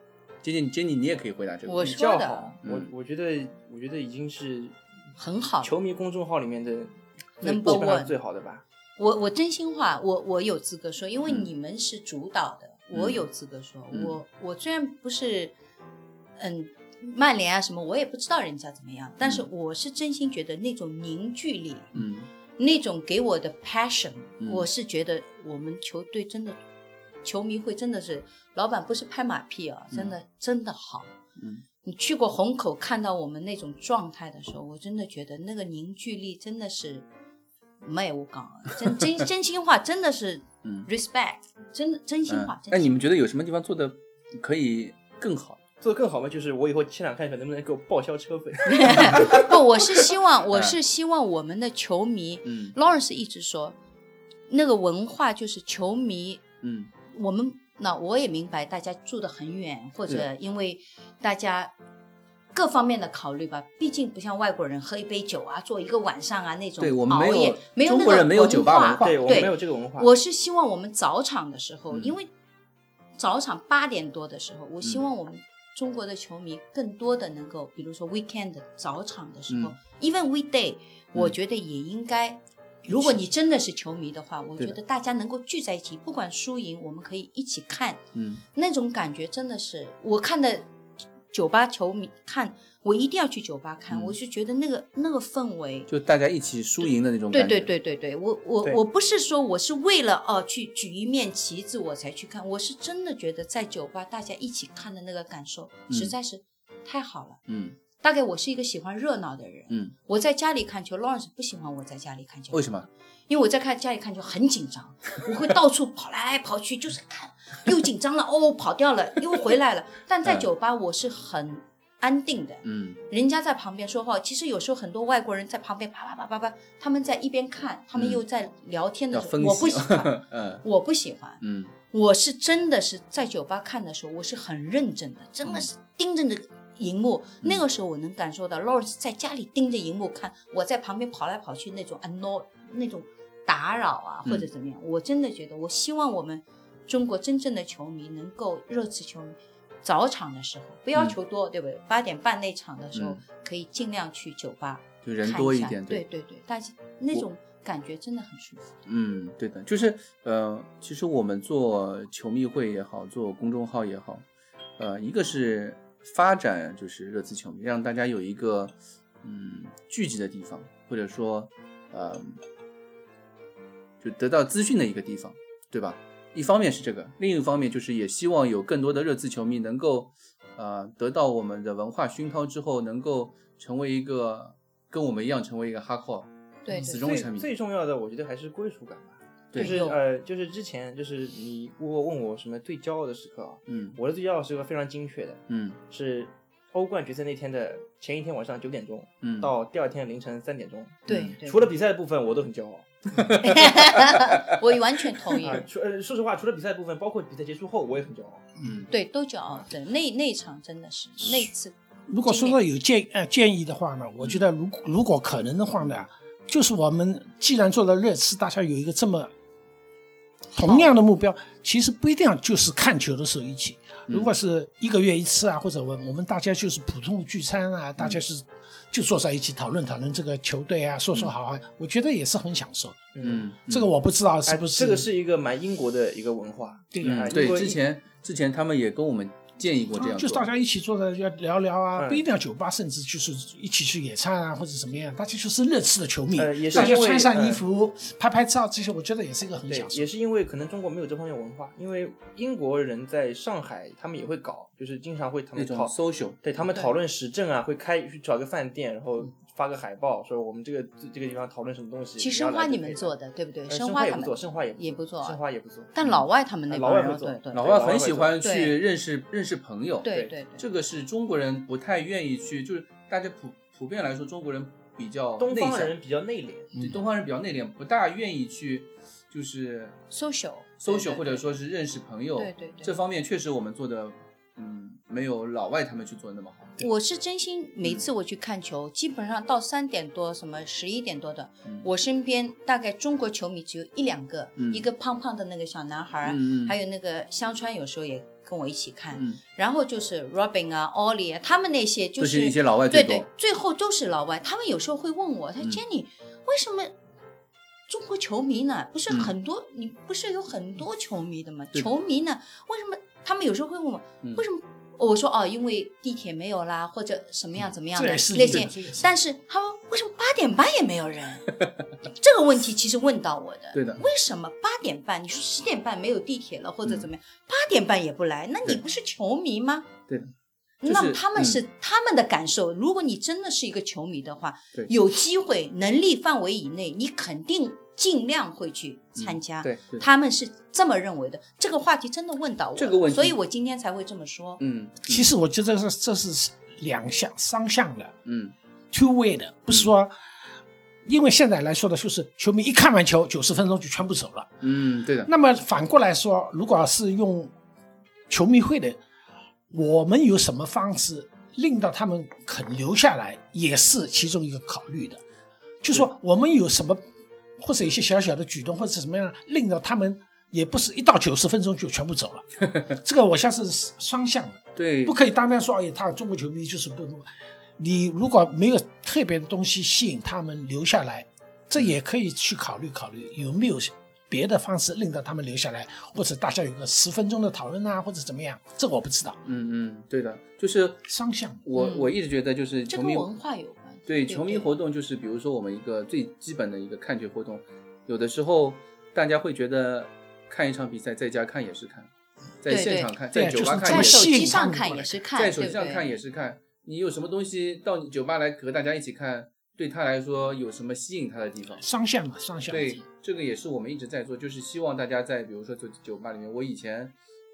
S2: 杰杰，杰尼你也可以回答这个
S3: 我
S2: 问
S5: 比
S2: 题。
S3: 说
S5: 较
S3: 的
S5: 好，我
S2: 嗯
S5: 我觉得我觉得已经是
S3: 很好
S5: 球迷公众号里面的最
S3: Number
S5: 基本上
S3: one
S5: 最好的吧。
S3: 我我真心话，我我有资格说，因为
S2: 嗯
S3: 你们是主导的，我
S2: 嗯
S3: 有资格说，
S2: 嗯
S3: 我我虽然不是，嗯，曼联啊什么，我也不知道人家怎么样，但是
S2: 嗯
S3: 我是真心觉得那种凝聚力，
S2: 嗯
S3: 那种给我的 passion，、
S2: 嗯
S3: 我是觉得我们球队真的，球迷会真的是，老板不是拍马屁啊，真的、真的好。
S2: 嗯，
S3: 你去过虹口看到我们那种状态的时候，我真的觉得那个凝聚力真的是没有讲啊，真真 真心话，真的是
S2: 嗯
S3: respect，真的真心
S2: 嗯
S3: 话。真心话
S2: 那你们觉得有什么地方做的可以更好？
S5: 做的更好嘛，就是我以后现场看球能不能给我报销 车费？
S3: 不？我是希望，我
S2: 嗯
S3: 是希望我们的球迷
S2: 嗯
S3: ，Lawrence 一直说，那个文化就是球迷
S2: 嗯
S3: 我们那我也明白，大家住得很远，或者因为大家各方面的考虑吧，毕竟不像外国人喝一杯酒啊，坐一个晚上啊那种
S2: 对我们
S3: 熬
S2: 没有
S3: 夜，没有
S2: 中
S3: 那
S2: 国
S3: 个
S2: 人没有酒吧文化
S5: 对
S3: 对
S5: 我们没有这个文化。
S3: 我是希望我们早场的时候，
S2: 嗯
S3: 因为早场八点多的时候，我希望我们中国的球迷更多的能够，比如说 weekend 早场的时候、
S2: 嗯
S3: e v e n weekday，、我觉得也应该。如果你真的是球迷的话，我
S2: 对
S3: 觉
S2: 的
S3: 得大家能够聚在一起，不管输赢，我们可以一起看，
S2: 嗯
S3: 那种感觉真的是我看的酒吧球迷看，我一定要去酒吧看，
S2: 嗯
S3: 我是觉得那个那个氛围，
S2: 就大家一起输赢的那种
S3: 对
S2: 感觉。
S3: 对对对对，我我
S5: 对
S3: 我不是说我是为了哦去举一面旗子我才去看，我是真的觉得在酒吧大家一起看的那个感受
S2: 嗯
S3: 实在是太好了。
S2: 嗯，
S3: 大概我是一个喜欢热闹的人，
S2: 嗯，
S3: 我在家里看球，Lawrence 不喜欢我在家里看球，
S2: 为什么？
S3: 因为我在看家里看就很紧张，我会到处跑来跑去，就是看又紧张了，哦，跑掉了，又回来了。但在
S2: 嗯
S3: 酒吧我是很安定的，
S2: 嗯
S3: 人家在旁边说话，其实有时候很多外国人在旁边啪啪啪啪啪，他们在一边看，他们
S2: 嗯
S3: 又在聊天的
S2: 要
S3: 时
S2: 分
S3: 候，
S2: 析。
S3: 我不 喜欢，
S2: 嗯
S3: 我不喜欢，
S2: 嗯
S3: 我是真的是在酒吧看的时候，我是很认真的，真
S2: 嗯
S3: 的是盯着那个荧幕。那个时候我能感受到 Lawrence 在家里盯着荧幕看，我在旁边跑来跑去那种 anno 那种打扰啊，
S2: 嗯
S3: 或者怎么样。我真的觉得，我希望我们中国真正的球迷能够热刺球迷。早场的时候不要求多，对不对？八点半那场的时候、
S2: 嗯
S3: 可以尽量去酒吧
S2: 就人
S3: 看
S2: 多一
S3: 下
S2: 点，
S3: 对对对，但是那种感觉真的很舒服。
S2: 嗯，对的，就是呃，其实我们做球迷会也好，做公众号也好，呃，一个是发展就是热刺球迷，让大家有一个嗯聚集的地方，或者说呃就得到资讯的一个地方，对吧？一方面是这个，另一方面就是也希望有更多的热刺球迷能够呃得到我们的文化熏陶之后，能够成为一个跟我们一样成为一个哈扣
S3: 对
S2: 死
S3: 对，
S2: 忠
S5: 最
S2: 球迷，
S5: 最重要的，我觉得还是归属感吧。
S2: 对
S5: 就是
S3: 有
S5: 呃，就是之前就是你问我问我什么最骄傲的时刻啊，
S2: 嗯
S5: 我的最骄傲的时刻非常精确的，
S2: 嗯
S5: 是欧冠决赛那天的前一天晚上九点钟
S2: 嗯，
S5: 到第二天凌晨三点钟，
S3: 对对，
S5: 除了比赛的部分我都很骄傲
S3: 我完全同意。
S5: 啊。除呃说实话，除了比赛的部分，包括比赛结束后我也很骄傲。
S2: 嗯。
S3: 对，都骄傲。对，那那一场真的是那次，
S4: 如果说到有建呃建议的话呢，我觉得如果如果可能的话呢，就是我们既然做了热刺，大家有一个这么同样的目标，其实不一定要就是看球的时候一
S5: 嗯
S4: 起。如果是一个月一次啊，或者我我们大家就是普通聚餐啊，大家是就坐在一起讨论讨论这个球队啊，说说好啊，
S5: 嗯
S4: 我觉得也是很享受的。
S2: 嗯，
S4: 这个我不知道
S5: 哎
S4: 是不是、
S5: 这个是一个蛮英国的一个文化，
S4: 对呀、
S2: 嗯
S5: 哎
S2: 对
S5: 因为
S2: 之前之前他们也跟我们建议过这样做，
S4: 就是大家一起坐在要聊聊啊，
S5: 嗯
S4: 不一定要酒吧，甚至就是一起去野餐啊，或者怎么样，大家就是热刺的球迷，
S5: 呃也是
S4: 大家
S5: 因为
S4: 穿上
S5: 呃
S4: 衣服、拍拍照，这些我觉得也是一个很
S5: 对
S4: 享，受
S5: 也。是因为可能中国没有这方面文化，因为英国人在上海他们也会搞，就是经常会他
S2: 那
S5: 们
S2: 种
S5: 讨，
S2: social，
S5: 对他们讨论时政啊，会开去找个饭店，然后发个海报说我们这个这这个地方讨论什么东西。
S3: 其实
S5: 要
S3: 申
S5: 来
S3: 花
S5: 就
S3: 你
S5: 可以
S3: 们
S5: 来
S3: 做，的对不对？
S5: 呃
S3: 申
S5: 申
S3: 花
S5: 花
S3: 他
S5: 也
S3: 们
S5: 不做，申花也
S3: 也不
S5: 不
S3: 做啊
S5: 申花也不做，
S3: 但老外他们那
S5: 哎
S3: 边
S5: 老外会做
S3: 对对
S2: 老
S5: 对
S2: 外
S5: 老外
S2: 很
S5: 会
S2: 喜
S5: 做
S2: 欢去
S3: 对
S2: 认识认识朋友，
S3: 对
S5: 对
S3: 对对，
S2: 这个是中国人不太愿意去，就是大家普普遍来说，中国人比较
S5: 东
S2: 内
S5: 方
S2: 向，
S5: 人比嗯较内敛，
S2: 对东方人比较内敛，不大愿意去就是
S3: ，social
S2: social 或
S3: 对
S2: 者说是认识朋友，
S3: 对对对
S2: 这方面确实我们做的，嗯，没有老外他们去做的那么好。
S3: 我是真心，每
S5: 嗯
S3: 次我去看球，基本上到三点多、什么十一点多的，
S2: 嗯
S3: 我身边大概中国球迷只有一两个，
S2: 嗯
S3: 一个胖胖的那个小男孩儿，
S2: 嗯嗯，
S3: 还有那个香川，有时候也跟我一起看。
S2: 嗯，
S3: 然后就是 Robin 啊、Ollie 啊，他们那些就
S2: 就是是一些老外
S3: 对
S2: 最
S3: 对
S2: 多，，
S3: 最后都是老外。他们有时候会问我，他说
S2: 嗯
S3: Jenny，、为什么中国球迷呢？不是
S2: 嗯
S3: 很多，你不是有很多球迷的吗？
S2: 对
S3: 球迷呢？为什么他们有时候会问我，
S2: 嗯
S3: 为什么？我说哦，因为地铁没有啦，或者什么
S2: 嗯
S3: 样怎么样
S4: 这
S3: 的
S4: 也是
S3: 那
S4: 一个
S3: 些。
S4: 这也是
S3: 但是他们为什么八点半也没有人？这个问题其实问到我 的。
S2: 对的
S3: 为什么八点半？你说十点半没有地铁了，或者怎么样？八、点半也不来，那
S2: 嗯对
S3: 你不是球迷吗？
S2: 对的就是
S3: 那么他们是、
S2: 嗯
S3: 他们的感受。如果你真的是一个球迷的话
S2: 对，
S3: 有机会能力范围以内，你肯定尽量会去参加。
S2: 嗯对对，
S3: 他们是这么认为的。这个话题真的问到我了，
S2: 这个问题
S3: 所以我今天才会这么说。
S2: 嗯，
S4: 其实我觉得这是这是两项双向的
S2: 嗯，
S4: two way 的，不是说，因为现在来说的就是球迷一看完球九十分钟就全部走了。
S2: 嗯嗯，对的，
S4: 那么反过来说，如果是用球迷会的，我们有什么方式令到他们肯留下来，也是其中一个考虑的。就说我们有什么，或者一些小小的举动，或者是什么样，令到他们也不是一到九十分钟就全部走了。这个我相信是双向的。
S2: 对
S4: 不，可以单单说，哎，他中国球迷就是不不。你如果没有特别的东西吸引他们留下来，这也可以去考虑考虑有没有别的方式令到他们留下来，或者大家有个十分钟的讨论啊，或者怎么样，这个我不知道。
S2: 嗯嗯，对的，就是
S4: 双向
S2: 我
S3: 嗯
S2: 我一直觉得就是
S3: 这
S2: 球
S3: 跟
S2: 迷
S3: 文化有关。
S2: 对球迷
S3: 对
S2: 活动，就是比如说我们一个最基本的一个看球活动，有的时候大家会觉得看一场比赛在家看也是看，在
S3: 对
S2: 现
S3: 对
S2: 场看，
S4: 对
S2: 在酒
S4: 就是
S2: 吧看
S3: 在
S2: 也
S3: 手
S2: 是
S4: 吸引
S3: 机
S4: 他
S3: 上
S4: 们过
S3: 看
S4: 来
S3: 也是看，
S2: 看，在手机
S3: 对
S2: 上
S3: 不对
S2: 看也是看。你有什么东西到你酒吧来和大家一起看，对他来说有什么吸引他的地方？
S4: 双向嘛，双向。
S2: 对，这个也是我们一直在做，就是希望大家在比如说酒酒吧里面，我以前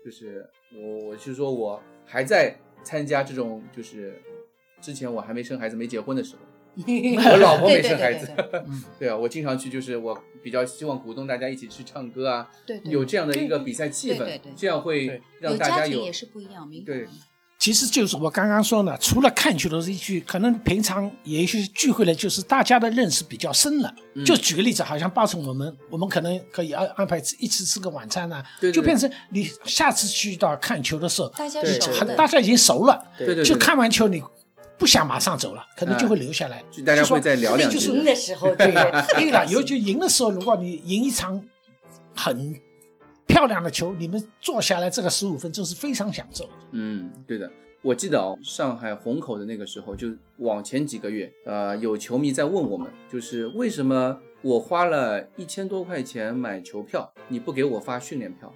S2: 就是我我是说我还在参加这种就是之前我还没生孩子没结婚 的时候，我老婆没生孩子
S3: 对对对对，嗯
S2: 对啊，我经常去，就是我比较希望鼓动大家一起去唱歌啊，
S3: 对对，
S2: 有这样的一个比赛气
S3: 对对
S2: 氛
S3: 对，
S2: 这样会
S5: 对
S2: 让
S3: 有
S2: 大家
S3: 家庭
S2: 有
S3: 也是不一样，明白
S2: 对
S3: 吗？
S4: 其实就是我刚刚说呢，除了看球的这一句，可能平常也许聚会了，就是大家的认识比较深了。
S2: 嗯
S4: 就举个例子，好像八成我们，我们可能可以安安排一起吃个晚餐呐、
S2: 对对
S4: 就变成你下次去到看球的时候，
S3: 大家
S2: 对
S3: 熟
S2: 很
S3: 的，
S4: 大家已经熟了，
S2: 对对对
S4: 就
S2: 对
S4: 看完球你不想马上走了，可能就会留下 来。
S2: 就大家会再聊两
S3: 就
S2: 句
S3: 是，赢的时 候，对
S4: 对
S3: 对
S4: 了， 尤其赢的时候，如果你赢一场很漂亮的球，你们坐下来这个十五分钟是非常享受的。
S2: 嗯，对的。我记得哦，上海虹口的那个时候，就往前几个月，呃，有球迷在问我们，就是为什么我花了一千多块钱买球票，你不给我发训练票？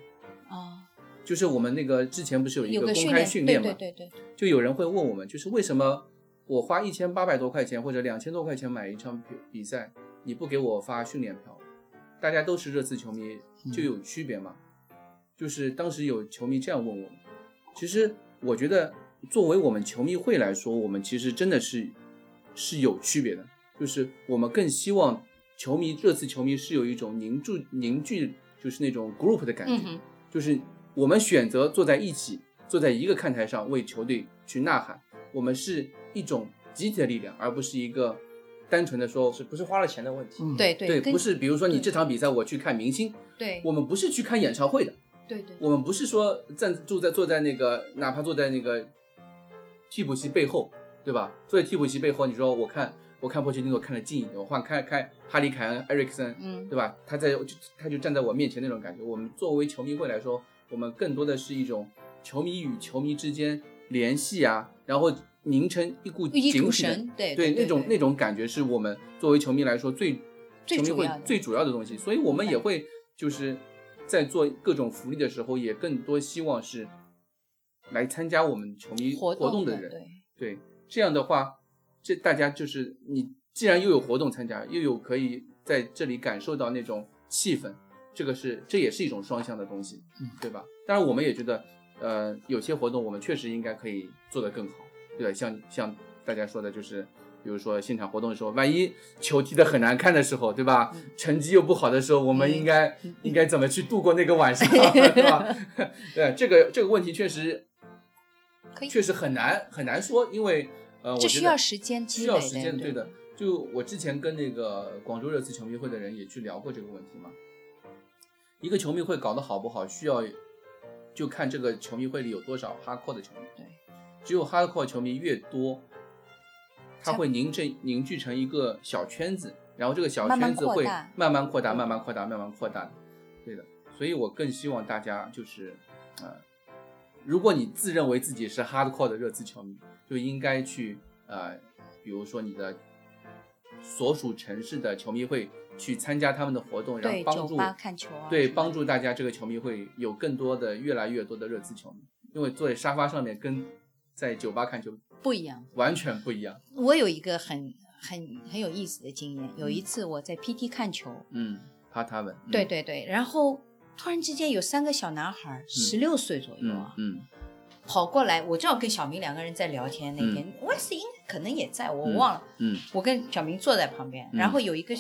S3: 啊，
S2: 就是我们那个之前不是有一
S3: 有
S2: 个
S3: 个
S2: 公
S3: 训
S2: 开
S3: 练，
S2: 训
S3: 对
S2: 练嘛，
S3: 对对对，
S2: 就有人会问我们，就是为什么我花一千八百多块钱或者两千多块钱买一场比比赛，你不给我发训练票？大家都是热刺球迷，就有区别吗？就是当时有球迷这样问我们。其实我觉得，作为我们球迷会来说，我们其实真的是是有区别的，就是我们更希望球迷热刺球迷是有一种凝聚凝聚，就是那种 group 的感觉。
S3: 嗯哼，
S2: 就是我们选择坐在一起，坐在一个看台上为球队去呐喊，我们是一种集体的力量，而不是一个单纯的说，
S5: 是不是花了钱的问题？
S4: 嗯，
S3: 对
S2: 对，
S3: 跟
S2: 不是比如说你
S3: 对
S2: 这场比赛我去看明星，
S3: 对
S2: 我们不是去看演唱会的，
S3: 对对
S2: 我们不是说站住在坐在那个哪怕坐在那个替补席背后，对吧？所以替补席背后，你说我看我看波切蒂诺看得近一点，我换看看哈里凯恩、埃里克森，
S3: 嗯
S2: 对吧？他在就他就站在我面前那种感觉。我们作为球迷会来说，我们更多的是一种球迷与球迷之间联系啊，然后凝成一股
S3: 一
S2: 紧
S3: 股
S2: 体的
S3: 神，对
S2: 对那种
S3: 对
S2: 那种感觉是我们作为球迷来说最
S3: 最
S2: 球迷
S3: 主
S2: 会
S3: 要的
S2: 最主要的东西，所以我们也会就是在做各种福利的时候，也更多希望是来参加我们球迷
S3: 活
S2: 动
S3: 的
S2: 人。啊
S3: 对
S2: 对这样的话，这大家就是你既然又有活动参加，又有可以在这里感受到那种气氛，这个是这也是一种双向的东西，
S4: 嗯
S2: 对吧？当然，我们也觉得，呃，有些活动我们确实应该可以做得更好，对吧？像像大家说的，就是比如说现场活动的时候，万一球踢得很难看的时候，对吧？成绩又不好的时候，我们应该、应该怎么去度过那个晚上， 对吧？对这个这个问题确实
S3: 可以
S2: 确实很难很难说，因为呃，我
S3: 这
S2: 觉
S3: 需
S2: 得
S3: 要时间积
S2: 需要
S3: 累
S2: 时
S3: 的
S2: 间，
S3: 对
S2: 对的。就我之前跟那个广州热刺球迷会的人也去聊过这个问题嘛。一个球迷会搞得好不好，需要就看这个球迷会里有多少哈扣的球迷。
S3: 对，
S2: 只有哈扣球迷越多，他
S3: 才
S2: 会凝成凝聚成一个小圈子，然后这个小
S3: 慢慢
S2: 圈子
S3: 扩
S2: 会
S3: 大
S2: 慢慢扩大、慢慢扩大、慢慢扩大的。对的，所以我更希望大家就是，呃，如果你自认为自己是 hardcore 的热刺球迷，就应该去呃，比如说你的所属城市的球迷会去参加他们的活动，然后
S3: 对
S2: 帮
S3: 酒
S2: 助
S3: 吧看球啊，
S2: 对帮助大家这个球迷会有更多的越来越多的热刺球迷，因为坐在沙发上面跟在酒吧看球
S3: 不一 样。
S2: 完全不一样。
S3: 我有一个很很很有意思的经验，有一次我在 PT 看球，
S2: 嗯，怕他们。嗯
S3: 对，对对，然后突然之间有三个小男孩，十六岁左右
S2: 嗯
S3: 啊，
S2: 嗯
S3: 跑过来，我正好跟小明两个人在聊天，那天我也是应该可能也在，我忘了，
S2: 嗯
S3: 我跟小明坐在旁边，
S2: 嗯
S3: 然后有一个。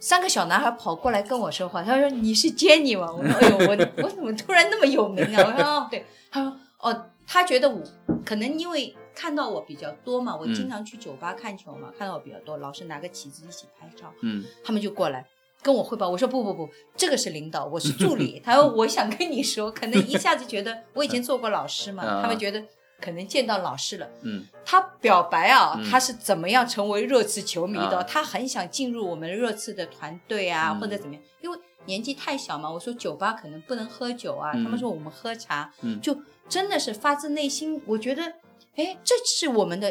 S3: 三个小男孩跑过来跟我说话，他说：“你是 Jenny 吗？”我说：“哎呦， 我我怎么突然那么有名啊？”我说：“哦，对。”他说：“哦，他觉得我可能因为看到我比较多嘛，我
S2: 嗯
S3: 经常去酒吧看球嘛，看到我比较多，老是拿个旗子一起拍照。
S2: 嗯
S3: 他们就过来跟我汇报。我说不不不，这个是领导，我是助 理。他说我想跟你说，可能一下子觉得我以前做过老师
S2: 啊
S3: 嘛，他们觉得可能见到老师了。
S2: 嗯
S3: 他表白啊，
S2: 嗯
S3: 他是怎么样成为热刺球迷的？
S2: 啊
S3: 他很想进入我们热刺的团队啊，
S2: 嗯
S3: 或者怎么样？因为年纪太小嘛，我说酒吧可能不能喝酒啊，
S2: 嗯
S3: 他们说我们喝茶，
S2: 嗯
S3: 就真的是发自内心，我觉得，哎，这是我们的。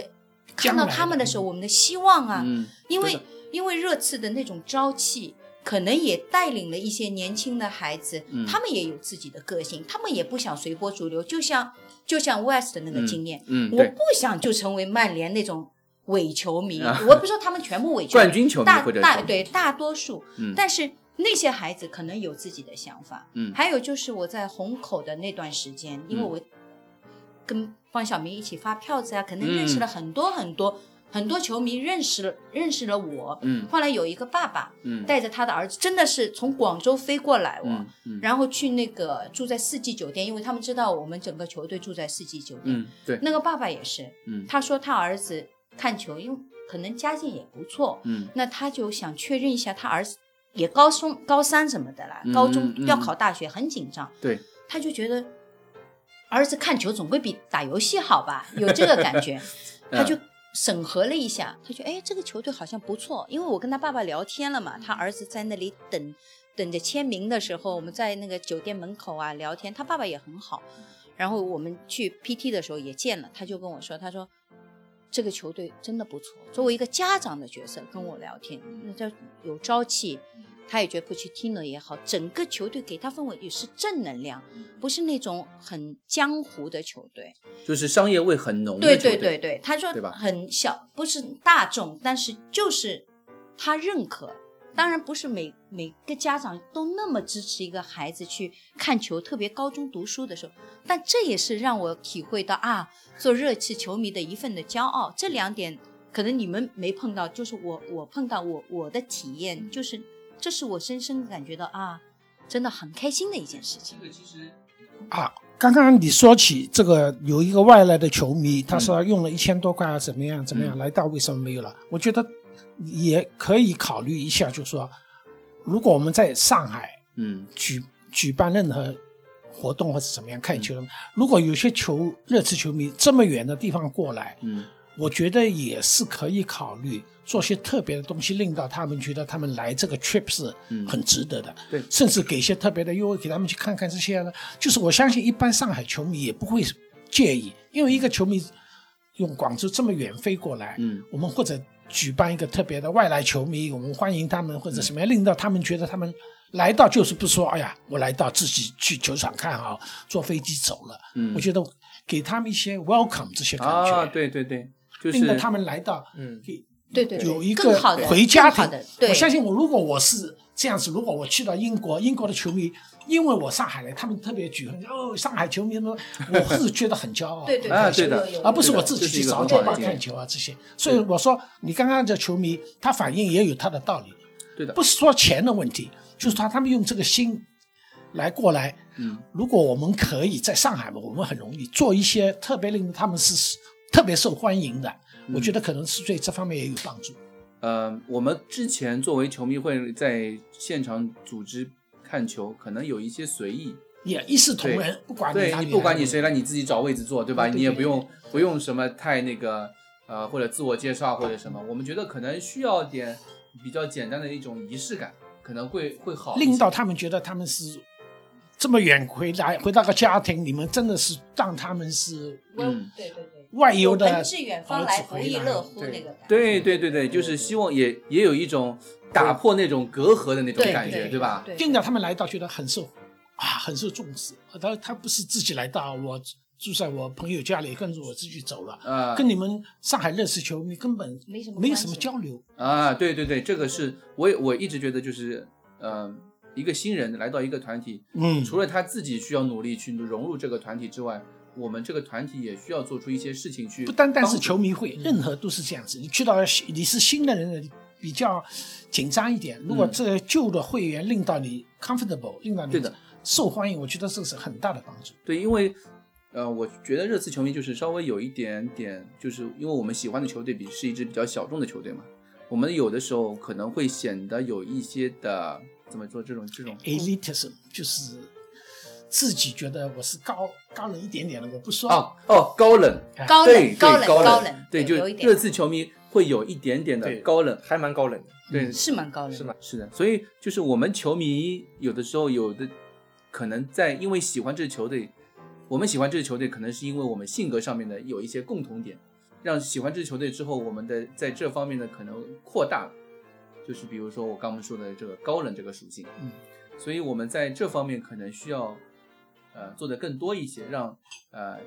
S3: 看
S4: 将
S3: 到
S4: 来的
S3: 他们的时候，我们的希望啊，
S2: 嗯，
S3: 因
S2: 对
S3: 为
S2: 的
S3: 因为热刺的那种朝气，可能也带领了一些年轻的孩子，
S2: 嗯
S3: 他们也有自己的个性，他们也不想随波逐流，就像就像 West 的那个经验，
S2: 嗯，
S3: 我
S2: 对，
S3: 不想就成为曼联那种伪球迷，
S2: 啊
S3: 我不说他们全部伪球迷，
S2: 冠军球迷
S3: 大
S2: 或者
S3: 大
S2: 球迷
S3: 对大多数，
S2: 嗯
S3: 但是那些孩子可能有自己的想法。
S2: 嗯
S3: 还有就是我在虹口的那段时间，因为我跟方晓明一起发票子啊，可能
S2: 嗯
S3: 认识了很多很多、很多球迷，认识了认识了我。
S2: 嗯
S3: 后来有一个爸爸
S2: 嗯，
S3: 带着他的儿子，真的是从广州飞过来哦，
S2: 嗯嗯
S3: 然后去那个住在四季酒店，因为他们知道我们整个球队住在四季酒店。
S2: 嗯对，
S3: 那个爸爸也是，
S2: 嗯
S3: 他说他儿子看球，因为可能家境也不错，
S2: 嗯
S3: 那他就想确认一下他儿子也高中高三什么的啦，
S2: 嗯
S3: 高中
S2: 嗯
S3: 要考大学很紧张，
S2: 对，
S3: 他就觉得儿子看球总归比打游戏好吧，有这个感觉，他就审核了一下，他觉得哎这个球队好像不错，因为我跟他爸爸聊天了嘛，他儿子在那里等等着签名的时候，我们在那个酒店门口啊聊天，他爸爸也很好，然后我们去 PT 的时候也见了，他就跟我说，他说。这个球队真的不错。作为一个家长的角色跟我聊天，那叫有朝气。他也觉得布奇蒂诺也好，整个球队给他氛围也是正能量，不是那种很江湖的球队。
S2: 就是商业味很浓的
S3: 对
S2: 球
S3: 对对
S2: 队，
S3: 对，他说
S2: 对吧
S3: 很小，不是大众，但是就是他认可。当然不是每每个家长都那么支持一个孩子去看球，特别高中读书的时候，但这也是让我体会到啊，做热气球迷的一份的骄傲。这两点可能你们没碰到，就是我我碰到我我的体验，
S2: 嗯
S3: 就是这是我深深感觉到啊，真的很开心的一件事情。
S2: 这个其实
S4: 啊，刚刚你说起这个有一个外来的球迷，他说用了一千多块啊，怎么样怎么样，
S2: 嗯
S4: 来到为什么没有了？我觉得也可以考虑一下，就说如果我们在上海
S2: 嗯
S4: 举举办任何活动或者怎么样看球，如果有些球热刺球迷这么远的地方过来，
S2: 嗯
S4: 我觉得也是可以考虑做些特别的东西，令到他们觉得他们来这个 trip 是很值得的。
S2: 嗯对
S4: 甚至给一些特别的优惠，给他们去看看这些呢。啊就是我相信一般上海球迷也不会介意，因为一个球迷用广州这么远飞过来，
S2: 嗯，
S4: 我们或者举办一个特别的外来球迷，我们欢迎他们或
S2: 嗯
S4: 者什么样，令到他们觉得他们来到就是不说，哎呀，我来到自己去球场看好，坐飞机走了。
S2: 嗯
S4: 我觉得给他们一些 welcome 这些感觉，
S2: 啊，对对对，就
S4: 令到
S2: 是
S4: 他们来到
S5: 嗯，
S4: 给
S3: 对对对
S4: 有一
S3: 更
S4: 个
S3: 好的
S4: 回家
S3: 更好
S4: 庭
S3: 的。对，
S4: 我相信我，如果我是这样子，如果我去到英国，英国的球迷，因为我上海人，他们特别举哦，上海球迷什么，我是觉得很骄傲。
S3: 对对
S2: 啊，
S3: 对
S2: 对的
S3: 有有，
S4: 而不是
S2: 对
S4: 我
S2: 的
S4: 自
S2: 这
S4: 己
S2: 一
S4: 去
S2: 个
S4: 找
S2: 很
S4: 酒
S2: 好
S4: 吧
S2: 的建
S4: 看
S2: 议，
S4: 球啊这些。所以我说，你刚刚这球迷他反应也有他的道理，
S2: 对的
S4: 不，是说钱的问题，就是他他们用这个心来过来。
S2: 嗯，
S4: 如果我们可以在上海嘛，我们很容易做一些特别令他们是特别受欢迎的，
S2: 嗯
S4: 我觉得可能是对这方面也有帮助。
S2: 呃，我们之前作为球迷会在现场组织看球，可能有一些随意，
S4: 也一视同仁，不管你
S2: 对
S4: 哪里
S2: 你
S4: 来
S2: 不管你谁来，你自己找位置坐，对吧？
S4: 对对
S2: 你也
S4: 对
S2: 不用不用什么太那个呃，或者自我介绍或者什么。我们觉得可能需要点比较简单的一种仪式感，可能会会好一些。
S4: 令到他们觉得他们是这么远回来回到个家庭，你们真的是让他们是
S2: 嗯
S3: 对对对，
S4: 外游
S3: 有
S4: 的
S3: 朋自远方来，不亦乐乎
S5: 对
S3: 那个感觉。
S2: 对对对对，就是希望也也有一种打破那种隔阂的那种感觉，对吧？
S3: 对
S4: 令到他们来到觉得很受啊，很受重视。他他不是自己来到，我住在我朋友家里，跟着我自己走了，
S2: 呃，
S4: 跟你们上海热刺球迷根本
S3: 没什么
S4: 没有
S3: 关
S4: 什么
S3: 系
S4: 交流。
S2: 啊，对对对，这个是我也我一直觉得就是，呃，一个新人来到一个团体，
S4: 嗯
S2: 除了他自己需要努力去融入这个团体之外，我们这个团体也需要做出一些事情去帮助。
S4: 不单单是球迷会，任何都是这样子。你去到新你是新的人，比较紧张一点。如果这个旧的会员令到你 comfortable，令到你
S2: 嗯对的嗯
S4: 受欢迎，我觉得这是很大的帮助。
S2: 对，因为呃，我觉得热刺球迷就是稍微有一点点，就是因为我们喜欢的球队比是一支比较小众的球队嘛，我们有的时候可能会显得有一些的怎么说这种这种
S4: elitism 就是自己觉得我是高高人一点点的，我不说。
S2: 哦哦高冷，
S3: 高
S2: 对
S3: 冷
S2: 对
S3: 高冷
S2: 冷
S3: 高冷，
S2: 对，就
S3: 有一
S2: 热
S3: 点
S2: 刺球迷会有一点点的
S5: 对
S2: 高冷，嗯
S5: 还蛮高冷的。
S2: 对，
S3: 是蛮高冷的，
S5: 是吗
S2: 是的，所以就是我们球迷有的时候有的可能在因为喜欢这支球队，我们喜欢这支球队，可能是因为我们性格上面的有一些共同点，让喜欢这支球队之后，我们的在这方面的可能扩大了，就是比如说我刚刚说的这个高冷这个属性，
S4: 嗯，
S2: 所以我们在这方面可能需要呃做的更多一些，让呃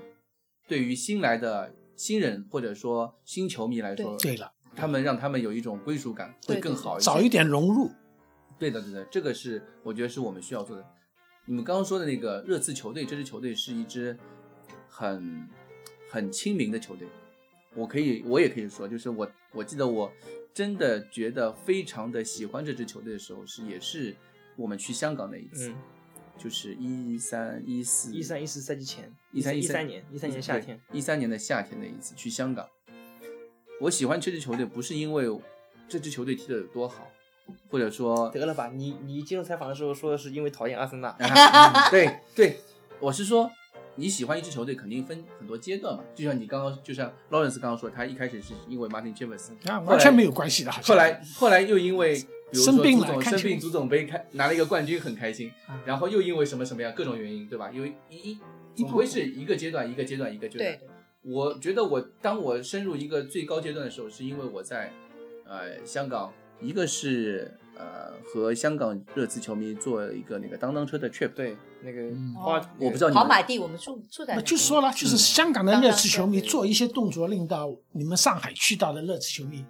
S2: 对于新来的新人或者说新球迷来说，
S4: 对了，
S2: 他们让他们有一种归属感会
S3: 对
S2: 更
S3: 对对
S2: 好一些，
S4: 早一点融入，
S2: 对的，对的，这个是我觉得是我们需要做的。你们刚刚说的那个热刺球队，这支球队是一支很很亲民的球队。我可以，我也可以说，就是我我记得我真的觉得非常的喜欢这支球队的时候，是也是我们去香港那一次，
S5: 嗯，
S2: 就是一三一四
S5: 一三一四赛季前，
S2: 一三
S5: 一
S2: 三
S5: 三年，一三年夏天，
S2: 一三年的夏天那一次去香港。我喜欢这支球队，不是因为这支球队踢得有多好，或者说
S5: 得了吧，你你接受采访的时候说的是因为讨厌阿森纳，
S2: 啊对对，我是说，你喜欢一支球队肯定分很多阶段嘛，就像你刚刚，就像 Lawrence 刚刚说，他一开始是因为 Martin Jefferson，
S4: 啊，
S2: 后来
S4: 完全没有关系的。好像
S2: 后来后来又因为比如说
S4: 生病
S2: 足
S4: 了
S2: 总
S4: 看
S2: 生
S4: 球啊
S2: 病足总杯开拿了一个冠军很开心，然后又因为什么什么呀各种原因，对吧？因为一一总归是一个阶段一个阶段一个阶段
S3: 对。
S2: 我觉得我当我深入一个最高阶段的时候，是因为我在呃香港，一个是呃和香港热刺球迷做一个那个当当车的 trip，
S5: 对，那个
S4: 嗯
S5: 花，
S3: 哦
S2: 我不知道你
S3: 跑
S2: 们
S3: 马地，我们住住在
S4: 那
S3: 那
S4: 就
S3: 边
S4: 说了，就是
S2: 嗯
S4: 香港的
S3: 刚
S4: 热
S3: 刚
S4: 刺
S3: 说
S4: 球迷
S3: 对
S4: 做一些动作，令到你们上海去到的热刺球迷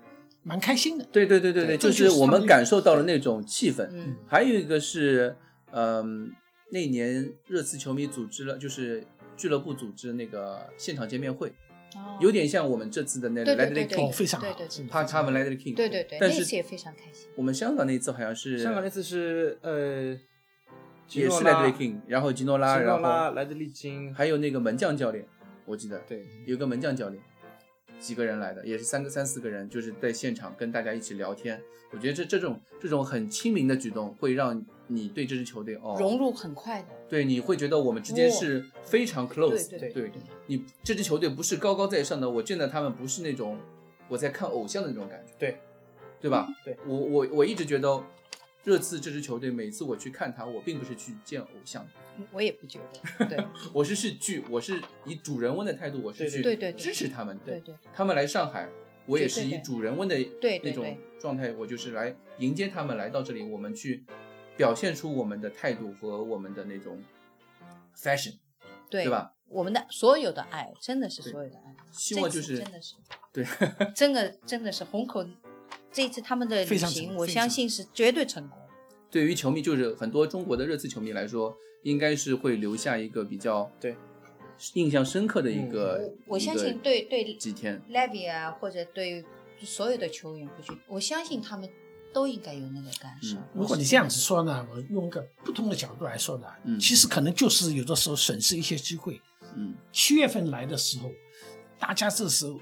S4: 蛮开心的。
S2: 对对对对
S4: 对
S2: 对，就
S4: 这
S2: 是
S4: 就是
S2: 我
S4: 他
S2: 们
S4: 们
S2: 感受到了那种气氛。
S3: 嗯，
S2: 还有一个是，嗯，那年热刺球迷组织了，就是俱乐部组织那个现场见面会，
S3: 哦
S2: 有点像我们这次的那
S3: 对
S2: Let
S3: 对
S2: It
S3: 对
S2: King，
S4: 哦非常好
S3: 对对对
S2: 帕卡文 Let It King。
S3: 对对对，那
S2: 但
S3: 次也
S2: 是
S3: 非常开心。
S2: 我们香港那次好像是
S5: 香港那次是呃，吉
S2: 也
S5: 诺
S2: 是
S5: 拉
S2: Let It King，然后吉诺拉，
S5: 吉诺
S2: 然
S5: 拉
S2: 后
S5: 来自利津，
S2: 还有那个门将教练，我记得
S5: 对，
S2: 有个门将教练，几个人来的，也是三个三四个人，就是在现场跟大家一起聊天。我觉得这这种这种很亲民的举动，会让你对这支球队哦，
S3: 融入很快的，
S2: 对，你会觉得我们之间是非常 close，、
S3: 对
S2: 对你这支球队不是高高在上的，我见到他们不是那种我在看偶像的那种感觉，
S5: 对，
S2: 对吧？
S5: 对
S2: 我我我一直觉得热刺这支球队，每次我去看他，我并不是去见偶像，
S3: 嗯我也不觉得，对
S2: 我是是去，我是以主人翁的态度，我是
S5: 对
S2: 去
S3: 对对对
S2: 支持他们的，
S3: 对对
S2: 他们来上海，我也是
S3: 对对
S2: 以
S3: 对
S2: 主人翁的
S3: 对
S2: 那
S3: 对
S2: 种
S3: 对
S2: 状态，我就是来迎接他们来到这里，我们去表现出我们的态度和我们的那种 fashion，
S3: 对
S2: 对？吧？
S3: 我们的所有的爱，真的是
S2: 对
S3: 所有的爱，
S2: 希望
S3: 这次
S2: 就是
S3: 真 的是
S2: 对，
S3: 真的真的是虹口这一次他们的
S4: 非
S3: 旅
S4: 常成
S3: 行，我
S4: 非
S3: 相
S4: 常
S3: 信是绝对成功。
S2: 对于球迷，就是很多中国的热刺球迷来说，应该是会留下一个比较
S5: 对
S2: 印象深刻的
S4: 嗯
S2: 一个，
S3: 我
S2: 一
S3: 相
S2: 个
S3: 信对对
S2: 几天，
S3: Levy 啊，或者对所有的球员回去，我相信他们都应该有那个感受
S2: 嗯。
S3: 我
S4: 如果
S3: 是
S4: 你
S3: 觉
S4: 这样
S3: 得
S4: 子说呢，我用一个不同的角度来说呢，
S2: 嗯
S4: 其实可能就是有的时候损失一些机会。
S2: 嗯，
S4: 七月份来的时候，大家这时候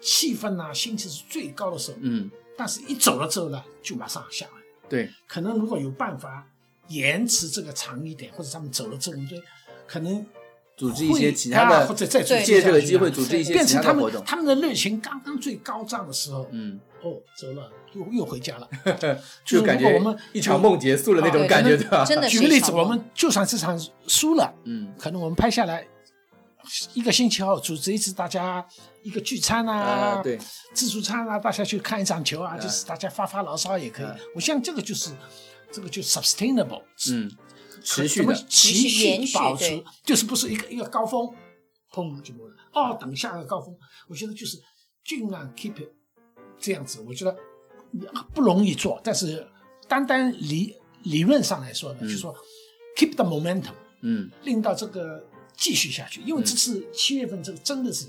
S4: 气氛呐、心情是最高的时候，
S2: 嗯，
S4: 但是一走了之后呢，就马上下来。
S2: 对，
S4: 可能如果有办法延迟这个长一点，或者他们走了之后，对，可能
S2: 组织一些
S4: 会
S2: 其他的
S4: 啊或者再组织
S2: 借
S4: 一下
S2: 这个
S4: 其
S2: 机
S4: 他
S2: 会
S4: 的
S2: 组织一些
S4: 变
S2: 其
S4: 成
S2: 他
S4: 他
S2: 的活
S4: 们
S2: 动，
S4: 他们的热情刚刚最高涨的时候，
S2: 嗯，
S4: 哦，走了又又回 家了，
S2: 就
S4: 如
S2: 感
S4: 果
S2: 觉
S4: 我们
S2: 一场梦结束了那
S4: 啊
S2: 种
S3: 哦对
S2: 感觉，
S3: 真
S2: 对
S3: 的
S2: 吧？
S3: 真的
S4: 举
S3: 是
S4: 个
S3: 一
S4: 例
S3: 场
S4: 子，我
S3: 梦
S4: 们就算这场输了，
S2: 嗯，
S4: 可能我们拍下来一个星期后组织一次大家一个聚餐啊，
S2: 啊，对，
S4: 自助餐啊，大家去看一场球啊，
S2: 啊
S4: 就是大家发发牢骚也可以。
S2: 啊
S4: 我想这个就是这个就 sustainable，
S2: 嗯，
S4: 可
S2: 持续
S4: 怎么
S2: 的，嗯
S4: 持
S3: 持续延
S4: 续
S3: 续
S4: 保持
S3: 对，
S4: 就是不是一个一个高峰，砰就没了。哦，等下个高峰，我觉得就是尽量 keep it 这样子，我觉得不容易做，但是单单理理论上来说呢，
S2: 嗯
S4: 就说 keep the momentum，
S2: 嗯，
S4: 令到这个继续下去，因为
S2: 嗯
S4: 这次七月份这个真的是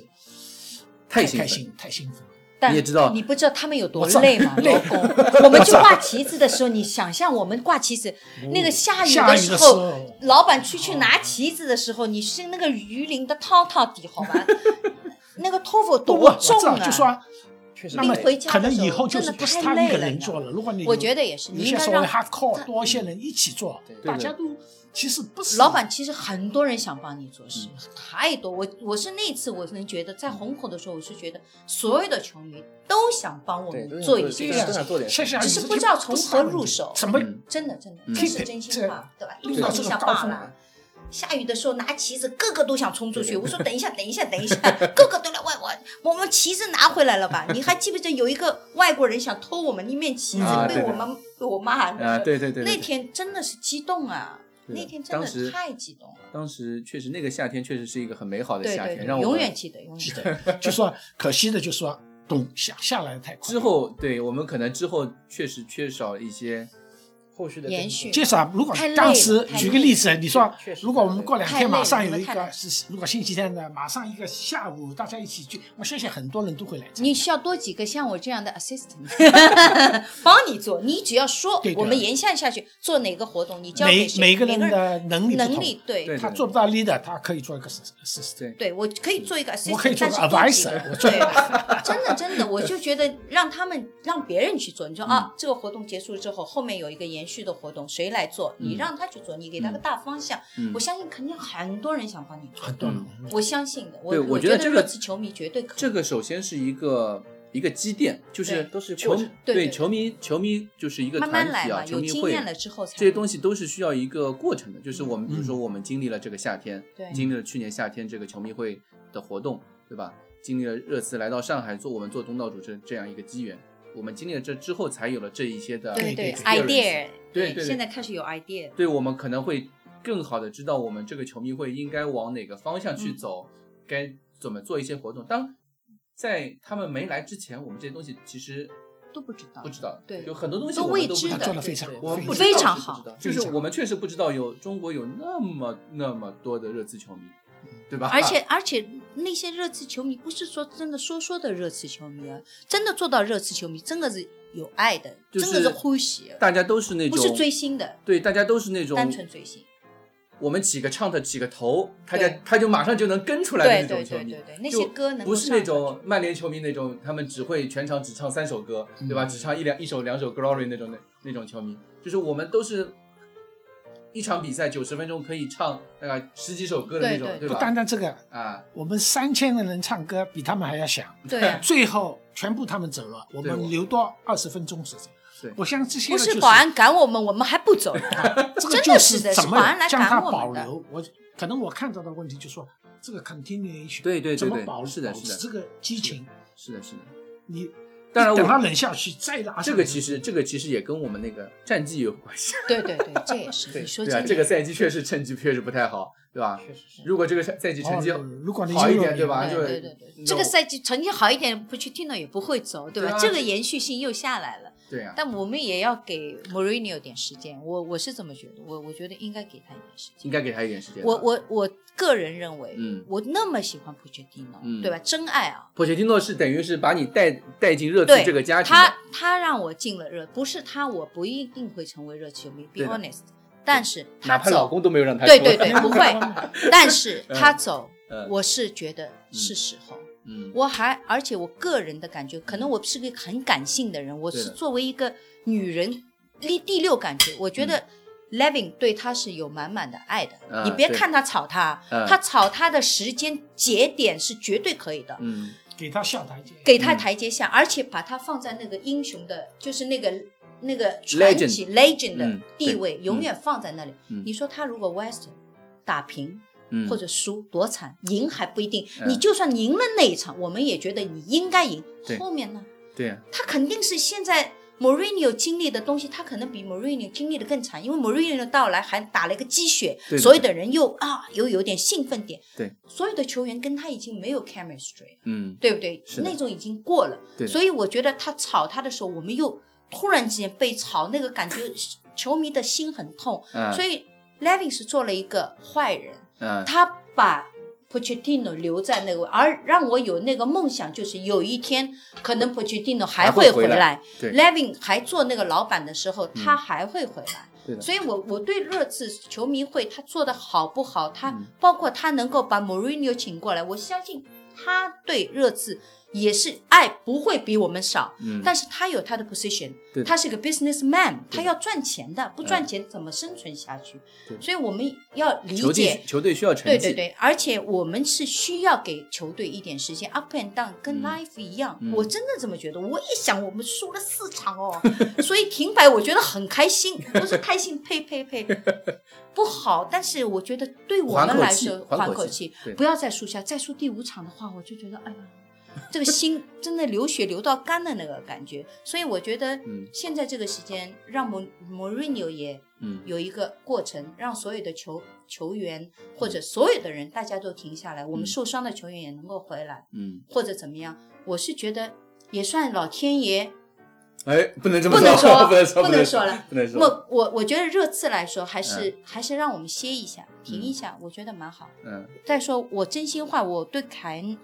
S2: 太兴
S4: 开
S2: 奋，
S4: 心，太兴奋了。
S3: 但
S2: 你也知道
S3: 你不知道他们有多
S4: 我知道
S3: 累吗？
S4: 累
S3: 老公，我们去挂旗子的时候，你想象我们挂旗子，那个下雨
S4: 哦下雨
S3: 时
S4: 的时候
S3: 老板出去拿旗子的时候，你是那个鱼鳞的滔滔底，好吧？那个托付
S4: 不不，
S3: 多
S4: 我知
S3: 重
S4: 道，
S3: 啊！
S4: 就说啊
S5: 确实
S4: 那
S5: 是
S4: 么
S5: 累
S3: 拎回家
S4: 可能
S3: 的时候
S4: 以后就是
S3: 真的
S4: 不是
S3: 太
S4: 他们一个
S3: 累了
S4: 人
S3: 你知
S4: 做
S3: 道
S4: 了，如果你
S3: 我觉得也是，
S4: 有
S3: 你应
S4: 些
S3: 该
S4: 所谓
S3: 让嗯
S4: hardcore 多一些人一起做
S5: 对，
S4: 大家都其实不是
S3: 老板其实很多人想帮你做事，太多。我我是那次我能觉得，在虹口的时候，我是觉得所有的球迷都想帮我
S5: 对都
S3: 们
S5: 想
S3: 做一些
S5: 这
S4: 对
S5: 个
S4: 呀
S3: 事情，
S5: 都想做点事
S4: 下下
S3: 只是不知道从何入手
S4: 怎么
S2: 嗯
S3: 真的真的，
S2: 嗯
S3: 这是真心话，对吧？
S4: 对
S3: 路上一下罢
S4: 这个高
S3: 了。下雨的时候拿旗子，个个都想冲出去。
S5: 对对
S3: 我说等一下，等一下，等一下，个个都来问我，我们旗子拿回来了吧？你还记不记得有一个外国人想偷我们一面旗子
S2: 啊，
S3: 被
S2: 对
S3: 我
S2: 对
S3: 们被我骂的。
S2: 啊，对对对，对
S3: 那
S2: 对
S3: 天真的是激动啊！
S2: 对的
S3: 那天真
S2: 当时
S3: 的太激动了，
S2: 当时确实那个夏天确实是一个很美好的
S3: 对
S2: 夏
S3: 对
S2: 天，
S3: 对，
S2: 让我
S3: 永
S2: 们
S3: 远记得，永远记得。
S4: 就说可惜的，就说懂下下来得太快。
S2: 之后对我们可能之后确实缺少一些，
S5: 后续的
S3: 延
S5: 更
S3: 续
S4: 介绍，啊如果
S3: 太累了
S4: 当时
S3: 太累
S4: 举个例子，你说
S5: 确实
S4: 如果我们过两天马上有一
S3: 太累
S4: 个
S3: 了，
S4: 是如果星期天呢，马上一个下午大家一起去，我相信很多人都会来。
S3: 你需要多几个像我这样的 assistant，帮你做。你只要说
S4: 对，的
S3: 我们沿线下去做哪个活动，你交给
S4: 每
S3: 谁
S4: 每个
S3: 每
S4: 人
S3: 个
S4: 的能力不
S3: 能
S4: 同，
S3: 力，对
S2: 对
S4: 他做不到 leader，他可以做一个 assistant。
S2: 对
S3: 对我可以做一个 assistant，
S4: 我可以做个
S3: 但是多
S4: advisor，我
S3: 几个对，真的真的，我就觉得让他们让别人去做。
S4: 嗯
S3: 你说啊，这个活动结束之后，后面有一个延续的活动，谁来做？
S2: 嗯
S3: 你让他去做，你给他个大方向。
S2: 嗯
S3: 我，相信肯定很多人想帮你做
S4: 很，多人，
S3: 我相信的。我
S2: 对我
S3: 我
S2: 觉得
S3: 得
S2: 这个
S3: 热刺球迷绝对可以。
S2: 这个首先是一个一个积淀，就是
S3: 对
S5: 都是
S2: 球
S5: 过程
S3: 对对对
S2: 球迷球迷就是一个
S3: 慢慢
S2: 团
S3: 来
S2: 体啊，
S3: 嘛，
S2: 球
S3: 有
S2: 迷
S3: 经
S2: 会
S3: 验了之后才
S2: 这些东西都是需要一个过程的，就是我们比如
S4: 嗯
S2: 说我们经历了这个夏天，
S3: 对
S2: 经历了去年夏天这个球迷会的活动，对吧？经历了热刺来到上海做我们做东道主这这样一个机缘，我们经历了这之后才有了这一些的
S3: 对对
S2: experience
S3: idea，
S2: 对对对
S3: 现在开始有 idea，
S2: 对我们可能会更好的知道我们这个球迷会应该往哪个方向去走，该怎么做一些活动。当在他们没来之前，我们这些东西其实
S3: 都不知道，
S2: 不知道，
S3: 对
S2: 有很多东西
S3: 都
S2: 我们
S3: 未
S2: 都
S3: 知
S2: 不知
S3: 的，
S2: 道
S4: 他做得
S3: 对
S4: 非常
S3: 对
S2: 我们不知道
S3: 非
S2: 是
S3: 常
S2: 不知
S3: 好，
S2: 道就是我们确实不知道有中国有那么那么多的热刺球迷，对吧？
S3: 而且而且那些热刺球迷不是说真的说说的热刺球迷啊，真的做到热刺球迷，真的是有爱的，
S2: 就
S3: 真的
S2: 是
S3: 是欢喜，
S2: 大家都是那种
S3: 不是追星的，
S2: 对，大家都是那种
S3: 单纯追星。
S2: 我们起个唱的起个头，他就
S3: 对
S2: 他就马上就能跟出来
S3: 对
S2: 的那种
S3: 对
S2: 球
S3: 对
S2: 迷
S3: 对。对，那
S2: 就
S3: 些歌能够
S2: 不是
S3: 上上
S2: 那
S3: 去
S2: 种曼联球迷那种，他们只会全场只唱三首歌，对吧？
S4: 嗯
S2: 只唱一两一首两首 Glory 那种的那种球迷，就是我们都是一场比赛九十分钟可以唱大概十几首歌的那种，
S3: 对
S2: 对
S3: 对
S4: 不单
S2: 吧？
S4: 单这个，
S2: 啊，
S4: 我们三千个人唱歌比他们还要响，
S3: 对啊，
S4: 最后全部他们走了，我
S2: 对我
S4: 们留多二十分钟时间。
S2: 对
S4: 我相信这些
S3: 不
S4: 呢就是
S3: 保安赶我们，我们还不 走。
S4: 这个
S3: 真
S4: 就
S3: 的是的
S4: 怎
S3: 是
S4: 么
S3: 保安来
S4: 将
S3: 赶
S4: 它
S3: 我
S4: 保
S3: 们的
S4: 留。我可能我看到的问题就是说，这个 continuation
S2: 对对
S4: 怎
S2: 对
S4: 么
S2: 对
S4: 保，
S2: 是的，
S4: 保
S2: 是
S4: 持这
S2: 的，
S4: 个激情？
S2: 是的，是的。
S4: 你
S2: 当然
S4: 等它
S2: 我，
S4: 冷下去再拉上
S2: 这
S4: 去
S2: 个其实这个其实也跟我们那个战绩有关系，
S3: 对对对，这也是你说
S2: 对啊，
S3: 真
S2: 这个
S3: 的，
S2: 赛季确实成绩确实不太好，对吧？
S5: 确实是。
S2: 如果这个赛季成绩
S4: 哦如果你
S2: 好一点，
S4: 有
S2: 对吧？
S3: 对
S2: 就
S3: 对对对，这个赛季成绩好一点，Pochettino 也不会走，对
S2: 对
S3: 吧？
S2: 啊
S3: 这个延续性又下来了，
S2: 对啊呀，
S3: 但我们也要给 Mourinho 点时间。我我是这么觉得，我我觉得应该给他一点时间。
S2: 应该给他一点时间吧。
S3: 我我我个人认为，
S2: 嗯
S3: 我那么喜欢 Pochettino，、
S2: 嗯
S3: 对吧？真爱啊，
S2: 波切蒂诺是等于是把你带带进热刺
S3: 对
S2: 这个家庭的，
S3: 他他让我进了热，不是他，我不一定会成为热球迷，be
S2: 对的
S3: honest。但是他
S2: 哪怕老
S3: 走，
S2: 公都没有让他
S3: 对
S2: 说
S3: 对 对，不会。但是
S2: 嗯
S3: 他走，
S2: 嗯
S3: 我是觉得是时候。
S2: 嗯
S3: 我还而且我个人的感觉，可能我是个很感性的人，我
S2: 对
S3: 是
S2: 的
S3: 作为一个女人，第第六感觉，我觉得 Levin 对他是有满满的爱的。
S2: 嗯啊
S3: 你别
S2: 对
S3: 看他吵他，
S2: 嗯
S3: 他吵他的时间节点是绝对可以的。
S2: 嗯
S4: 给他下台阶。
S3: 给他
S2: 嗯
S3: 台阶下，而且把他放在那个英雄的，就是那个那个传奇 legend 的
S2: 嗯
S3: 地位，
S2: 对
S3: 永远放在那里。
S2: 嗯
S3: 你说他如果 West 打平
S2: 嗯，
S3: 或者输多惨，赢还不一定。
S2: 嗯
S3: 你就算赢了那一场，我们也觉得你应该赢
S2: 对。
S3: 后面呢，
S2: 对啊呀，
S3: 他肯定是现在 Mourinho 经历的东西，他可能比 Mourinho 经历的更惨，因为 Mourinho 的到来还打了一个鸡血
S2: 对，的
S3: 所有的人又啊又有点兴奋点，
S2: 对，
S3: 所有的球员跟他已经没有 chemistry 了。
S2: 嗯
S3: 对不对？
S2: 是的
S3: 那种已经过了，
S2: 对的
S3: 所以我觉得他炒他的时候，我们又突然之间被炒，那个感觉，球迷的心很痛。
S2: 啊
S3: 所以 Levin 是做了一个坏人，
S2: 嗯
S3: 他把 Pochettino 留在那个位，而让我有那个梦想，就是有一天可能 Pochettino 还
S2: 会回
S3: 回
S2: 来
S3: 来。
S2: 对嗯
S3: Levin 还做那个老板的时候，他还会回来。
S2: 对的
S3: 所以我，我对热刺球迷会他做的好不好，他、
S2: 嗯
S3: 包括他能够把 Mourinho 请过来，我相信他对热刺也是爱不会比我们少，
S2: 嗯，
S3: 但是他有他的 position，
S2: 对的
S3: 他是个 businessman，
S2: 对的
S3: 他要赚钱的，不赚钱怎么生存下去
S2: 对？的
S3: 所以我们要理
S2: 球
S3: 解
S2: 队球队需要成
S3: 对
S2: 绩，
S3: 对对，而且我们是需要给球队一点时间，up and down，跟
S2: 嗯
S3: life 一样，
S2: 嗯
S3: 我真的这么觉得。我一想，我们输了四场哦， 所以停摆，我觉得很开心，不是开心，呸呸呸，不好。但是我觉得对我
S2: 缓
S3: 们
S2: 口
S3: 来
S2: 气
S3: 说，
S2: 缓
S3: 缓
S2: 口
S3: 口
S2: 气
S3: 气
S2: 对，
S3: 不要再输下，再输第五场的话，我就觉得哎呀。这个心真的流血流到干的那个感觉，所以我觉得
S2: 嗯
S3: 现在这个时间让莫莫瑞纽也
S2: 嗯
S3: 有一个过程，让所有的球球员
S2: 嗯
S3: 或者所有的人，大家都停下来，我们受伤的球员也能够回来，
S2: 嗯，
S3: 或者怎么样？我是觉得也算老天爷
S2: 哎，不能这么
S3: 不能
S2: 说，
S3: 说
S2: 不能说，
S3: 不
S2: 能
S3: 能说了，
S2: 不能说，
S3: 我我我觉得热刺来说，还是、还是让我们歇一下，停一下，我觉得蛮好。
S2: 嗯
S3: 再说，我真心话，我对凯恩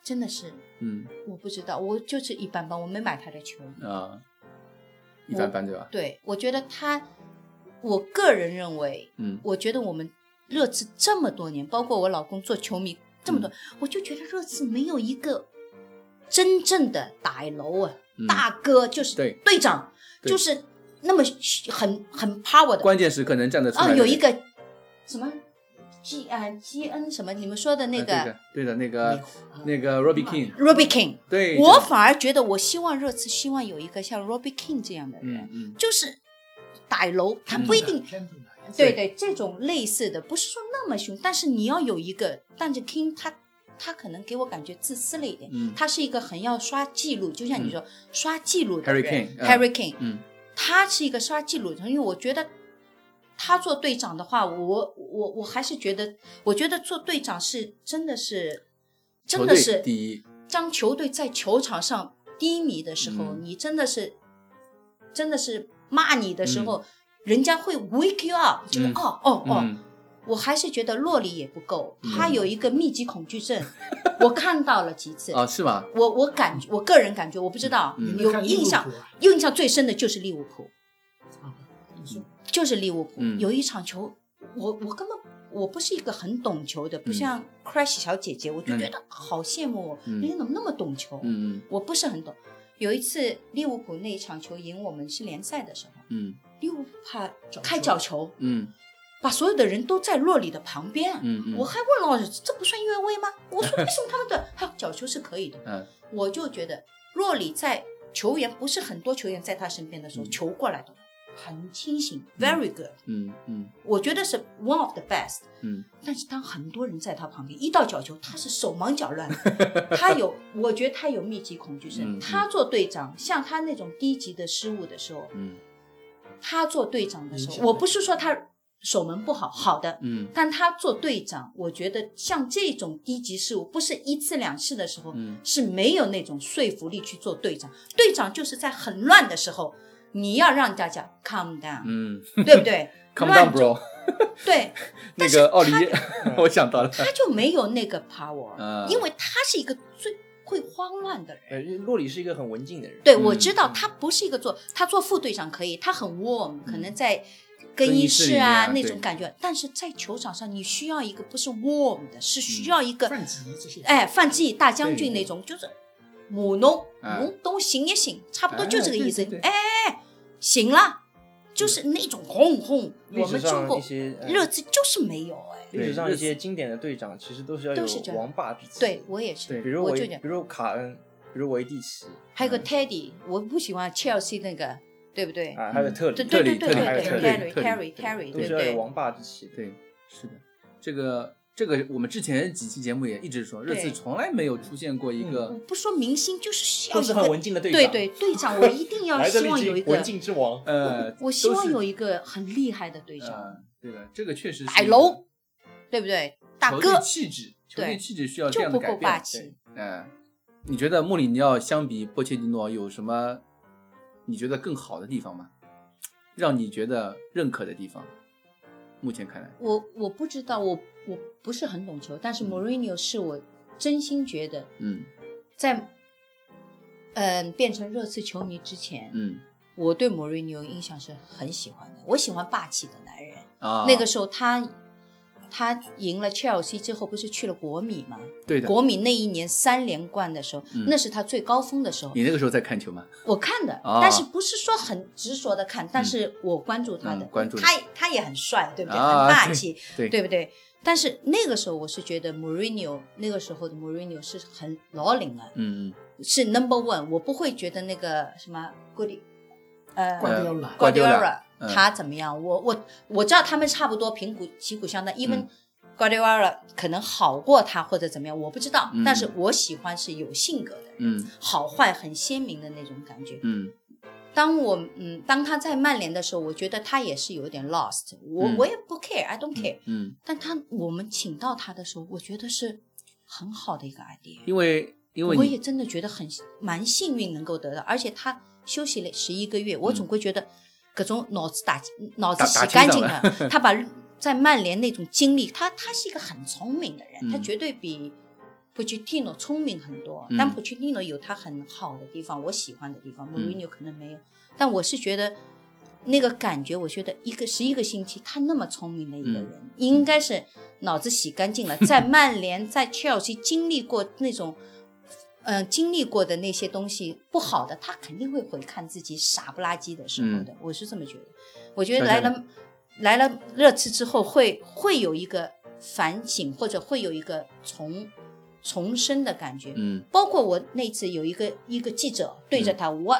S3: 真的是
S2: 嗯
S3: 我不知道，我就是一般般，我没买他的球。
S2: 啊，一般般对吧？
S3: 对，我觉得他，我个人认为，
S2: 嗯
S3: 我觉得我们热刺这么多年，包括我老公做球迷这
S2: 嗯
S3: 么多，我就觉得热刺没有一个真正的歹楼啊，
S2: 嗯，
S3: 大哥就是
S2: 对
S3: 队长，
S2: 对
S3: 就是那么很很 power 的
S2: 关键时刻能站得出来
S3: 啊，
S2: 的
S3: 有一
S2: 人
S3: 个什么 G 啊 G N 什么，你们说的那
S2: 啊
S3: 个
S2: 对的对的那个那个 Robbie King，
S3: Robbie King，
S2: 对，
S3: 我
S2: 这个
S3: 反而觉得我希望热刺希望有一个像 Robbie King 这样的人，
S2: 嗯嗯
S3: 就是歹楼，他不一定。
S4: 偏不难
S3: 对对，这种类似的不是说那么凶，但是你要有一个，但是 King 他他可能给我感觉自私了一点，
S2: 嗯
S3: 他是一个很要刷记录，就像
S2: 嗯
S3: 你说、刷记录的
S2: Harry
S3: 人
S2: Kane，嗯
S3: Harry King，、
S2: 嗯
S3: 他是一个刷记录的人，因为我觉得他做队长的话，我我我还是觉得，我觉得做队长是真的是真的
S2: 球队
S3: 是
S2: 哦第一，
S3: 当球队在球场上低迷的时候，
S2: 嗯
S3: 你真的是，真的是骂你的时候，人家会 wake you up，就是、
S2: 嗯
S3: 哦哦哦，
S2: 嗯
S3: 我还是觉得洛里也不够，
S2: 嗯
S3: 他有一个密集恐惧 症，我看到了几次，
S2: 啊是吗？
S3: 我我感觉我个人感觉我不知道、
S2: 嗯
S3: 有印象，，
S4: 啊
S3: 印象最深的就是利物浦，就是利物浦、
S2: 嗯
S3: 有一场球。我我根本我不是一个很懂球
S2: 嗯
S3: 的，不像 Crash 小姐姐，我就觉得好羡慕哦，
S2: 嗯
S3: 人家怎么那么懂球？
S2: 嗯
S3: 我不是很懂。有一次利物浦那一场球赢我们是联赛的时候，
S2: 嗯
S3: 利物浦怕
S4: 角球
S3: 开角球，
S2: 嗯
S3: 把所有的人都在洛里的旁边。
S2: 嗯嗯，
S3: 我还问了我这不算越位吗？我说为什么他们的还有角球是可以的？
S2: 嗯
S3: 我就觉得洛里在球员不是很多球员在他身边的时候，
S2: 嗯
S3: 球过来的很清醒，very good，、
S2: 嗯嗯
S3: 我觉得是 one of the best。
S2: 嗯
S3: 但是当很多人在他旁边，一到角球，他是手忙脚乱， 他有，我觉得他有密集恐惧症。
S2: 嗯嗯
S3: 他做队长，像他那种低级的失误的时候，
S2: 嗯
S3: 他做队长的时
S4: 影
S3: 候，
S4: 响
S3: 我不是说他守门不好，好的，
S2: 嗯
S3: 但他做队长，我觉得像这种低级事物，不是一次两次的时候，
S2: 嗯
S3: 是没有那种说服力去做队长。队长就是在很乱的时候，你要让大家 calm down，、
S2: 嗯
S3: 对不 对
S2: ，come
S3: 乱
S2: down bro，
S3: 对，
S2: 那个奥利， 我想到了，
S3: 他就没有那个 power，、
S2: 嗯
S3: 因为他是一个最会慌乱的人。
S5: 呃，因为洛里是一个很文静的人，
S3: 对，
S2: 嗯
S3: 我知道他不是一个做，他做副队长可以，他很 warm，可能在更
S2: 嗯更衣
S3: 衣
S2: 室
S3: 室啊
S2: 里面啊
S3: 那
S2: 对
S3: 种感觉，但是在球场上你需要一个不是 warm 的，是需要一个
S4: 范子怡这些，
S3: 哎，范志毅大将
S2: 嗯对
S3: 军
S2: 对
S3: 那种，就是母侬
S2: 啊
S3: 侬侬醒一醒，差不多就
S2: 哎
S3: 这个
S2: 对
S3: 意思
S2: 对对。嗯
S3: 哎，醒了，就是那种轰轰。
S5: 历
S3: 我
S5: 史
S3: 们中
S5: 上
S3: 国
S5: 一些呃
S2: 哎
S3: 热刺就是没有哎。
S5: 历
S2: 对
S5: 史上
S2: 热
S5: 一
S2: 刺
S5: 些经典的队长其实都是要有
S3: 都是这样
S5: 王霸之气，
S3: 对，我也
S2: 对
S3: 是，
S5: 比如
S3: 我
S5: 维，
S3: 就
S5: 比
S3: 讲，
S5: 如卡恩，比如维蒂奇
S3: 还
S2: 嗯
S3: 有个 Teddy，我不喜欢 Chelsea 那个，对不对？
S5: 啊，还有特里，
S3: 对
S2: 特
S3: 对
S2: 里
S3: 对
S2: 特
S3: 对
S2: 里
S3: 对
S5: 还有特
S3: 对对
S2: 里特
S3: ，Terry
S2: 里特
S3: Terry，
S5: 都
S3: 对
S5: 是要有
S3: 对
S5: 王霸之气的。
S2: 对，是的，这个这个我们之前几期节目也一直说，热刺
S3: 对嗯
S2: 从来没有出现过一
S3: 我
S2: 个
S3: 不说明星，就是要
S5: 都
S3: 一
S5: 是很文
S3: 个，
S5: 静的队
S3: 对
S5: 长，
S3: 对，队长，我一定 要
S5: 来自
S3: 希
S5: 利
S3: 望有一
S5: 津
S3: 个
S5: 文，静之王，
S2: 呃，
S3: 我希望有
S2: 一
S3: 一个很厉害的队长，
S2: 呃，对的，这个确实是
S3: 摆楼，对不对？大
S2: 球
S3: 哥
S2: 队，气质，球队
S3: 对
S2: 气质需要
S3: 就
S2: 这样的
S3: 不
S2: 改
S3: 够
S2: 变
S3: 霸。气。
S2: 嗯，你觉得穆里尼奥相比波切蒂诺有什么你觉得更好的地方吗？让你觉得认可的地方？目前看来，
S3: 我我不知道，我我不是很懂球，但是
S2: 嗯
S3: Mourinho 是我真心觉得
S2: 嗯
S3: 在，嗯、变成热刺球迷之前，
S2: 嗯
S3: 我对 Mourinho 印象是很喜欢的。我喜欢霸气的男人。
S2: 啊，
S3: 那个时候他他赢了 Chelsea 之后，不是去了国米吗？
S2: 对的，
S3: 国米那一年三连冠的时候，
S2: 嗯
S3: 那是他最高峰的时候。
S2: 你那个时候在看球吗？
S3: 我看的，
S2: 哦
S3: 但是不是说很执着的看，但是我关注他的，
S2: 嗯关注的
S3: 他他也很帅，对不对？
S2: 啊
S3: 很霸气，
S2: 对
S3: 对不对？但是那个时候我是觉得 Mourinho 那个时候的 Mourinho 是很老领了，
S2: 嗯，
S3: 是 number one，我不会觉得那个什么 Good，呃
S4: 挂掉了，
S2: 瓜迪奥拉
S3: Guardiola
S2: 嗯
S3: 他怎么样？我我我知道他们差不多平谷旗鼓相当，even
S2: 嗯
S3: Guardiola 可能好过他或者怎么样，我不知道
S2: 嗯。
S3: 但是我喜欢是有性格的人，
S2: 嗯
S3: 好坏很鲜明的那种感觉。
S2: 嗯
S3: 当我嗯，当他在曼联的时候，我觉得他也是有点 lost，我
S2: 嗯
S3: 我也不 care，I don't care。
S2: 嗯，
S3: 但他我们请到他的时候，我觉得是很好的一个 idea。
S2: 因为因为
S3: 我
S2: 你
S3: 也真的觉得很蛮幸运能够得到，而且他休息了十一个月，我总归觉得各种脑子打脑子洗干净
S2: 嗯打
S3: 了。 他把在曼联那种经历，他他是一个很聪明的人，
S2: 嗯
S3: 他绝对比普切蒂诺聪明很多。
S2: 嗯
S3: 但普切蒂诺有他很好的地方，我喜欢的地方，穆
S2: 嗯
S3: 里尼奥可能没有。但我是觉得那个感觉，我觉得一个十一个星期，他那么聪明的一个人，应该是脑子洗干净了。在曼联、在切尔西经历过那种，嗯、经历过的那些东西不好的，他肯定会回看自己傻不拉几的时候的。我是这么觉得。我觉得
S2: 大
S3: 来
S2: 家
S3: 了来了热刺之后会，会有一个反省，或者会有一个重重生的感觉。
S2: 嗯
S3: 包括我那次有一个一个记者对着他，我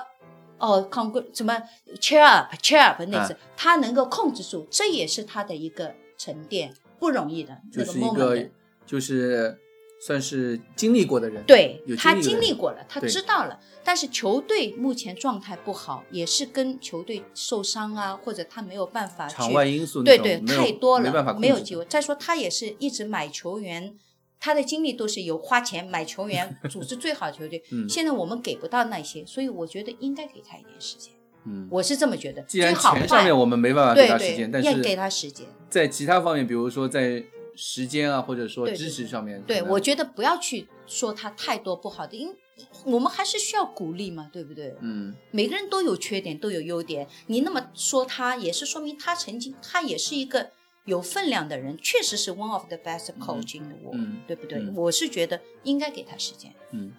S3: 哦抗过什么 cheer up cheer up 那
S2: 啊
S3: 次，他能够控制住，这也是他的一个沉淀，不容易的那
S2: 就是一
S3: moment
S2: 个。就是算是经历过的人，
S3: 对
S2: 有
S3: 他
S2: 经
S3: 经
S2: 历
S3: 历
S2: 过
S3: 过了，他
S2: 对
S3: 知道了。但是球队目前状态不好，也是跟球队受伤啊，或者他没有办法
S2: 的
S3: 去
S2: 场外因素那
S3: 对啊
S2: 种
S3: 对，
S2: 没有
S3: 太多了，
S2: 没办法控制
S3: 机会。再说他也是一直买球员，他的精力都是由花钱买球员， 组织最好的球队。
S2: 嗯
S3: 现在我们给不到那些，所以我觉得应该给他一点时间。
S2: 嗯，
S3: 我是这么觉得，
S2: 既然
S3: 最好
S2: 钱上
S3: 快
S2: 面我们没办法给
S3: 对
S2: 他
S3: 对
S2: 时间，但
S3: 要
S2: 是
S3: 给他时间。
S2: 在其他方面，比如说在时间啊，或者说
S3: 对对
S2: 支持上面，
S3: 对
S2: 可能
S3: 我觉得不要去说他太多不好的，因我们还是需要鼓励嘛，对不对？
S2: 嗯
S3: 每个人都有缺点，都有优点。你那么说他，也是说明他曾经他也是一个有分量的人，确实是 one of the best coach in the world，、
S2: 嗯
S3: 对不对？
S2: 嗯
S3: 我是觉得应该给他时间，
S2: 嗯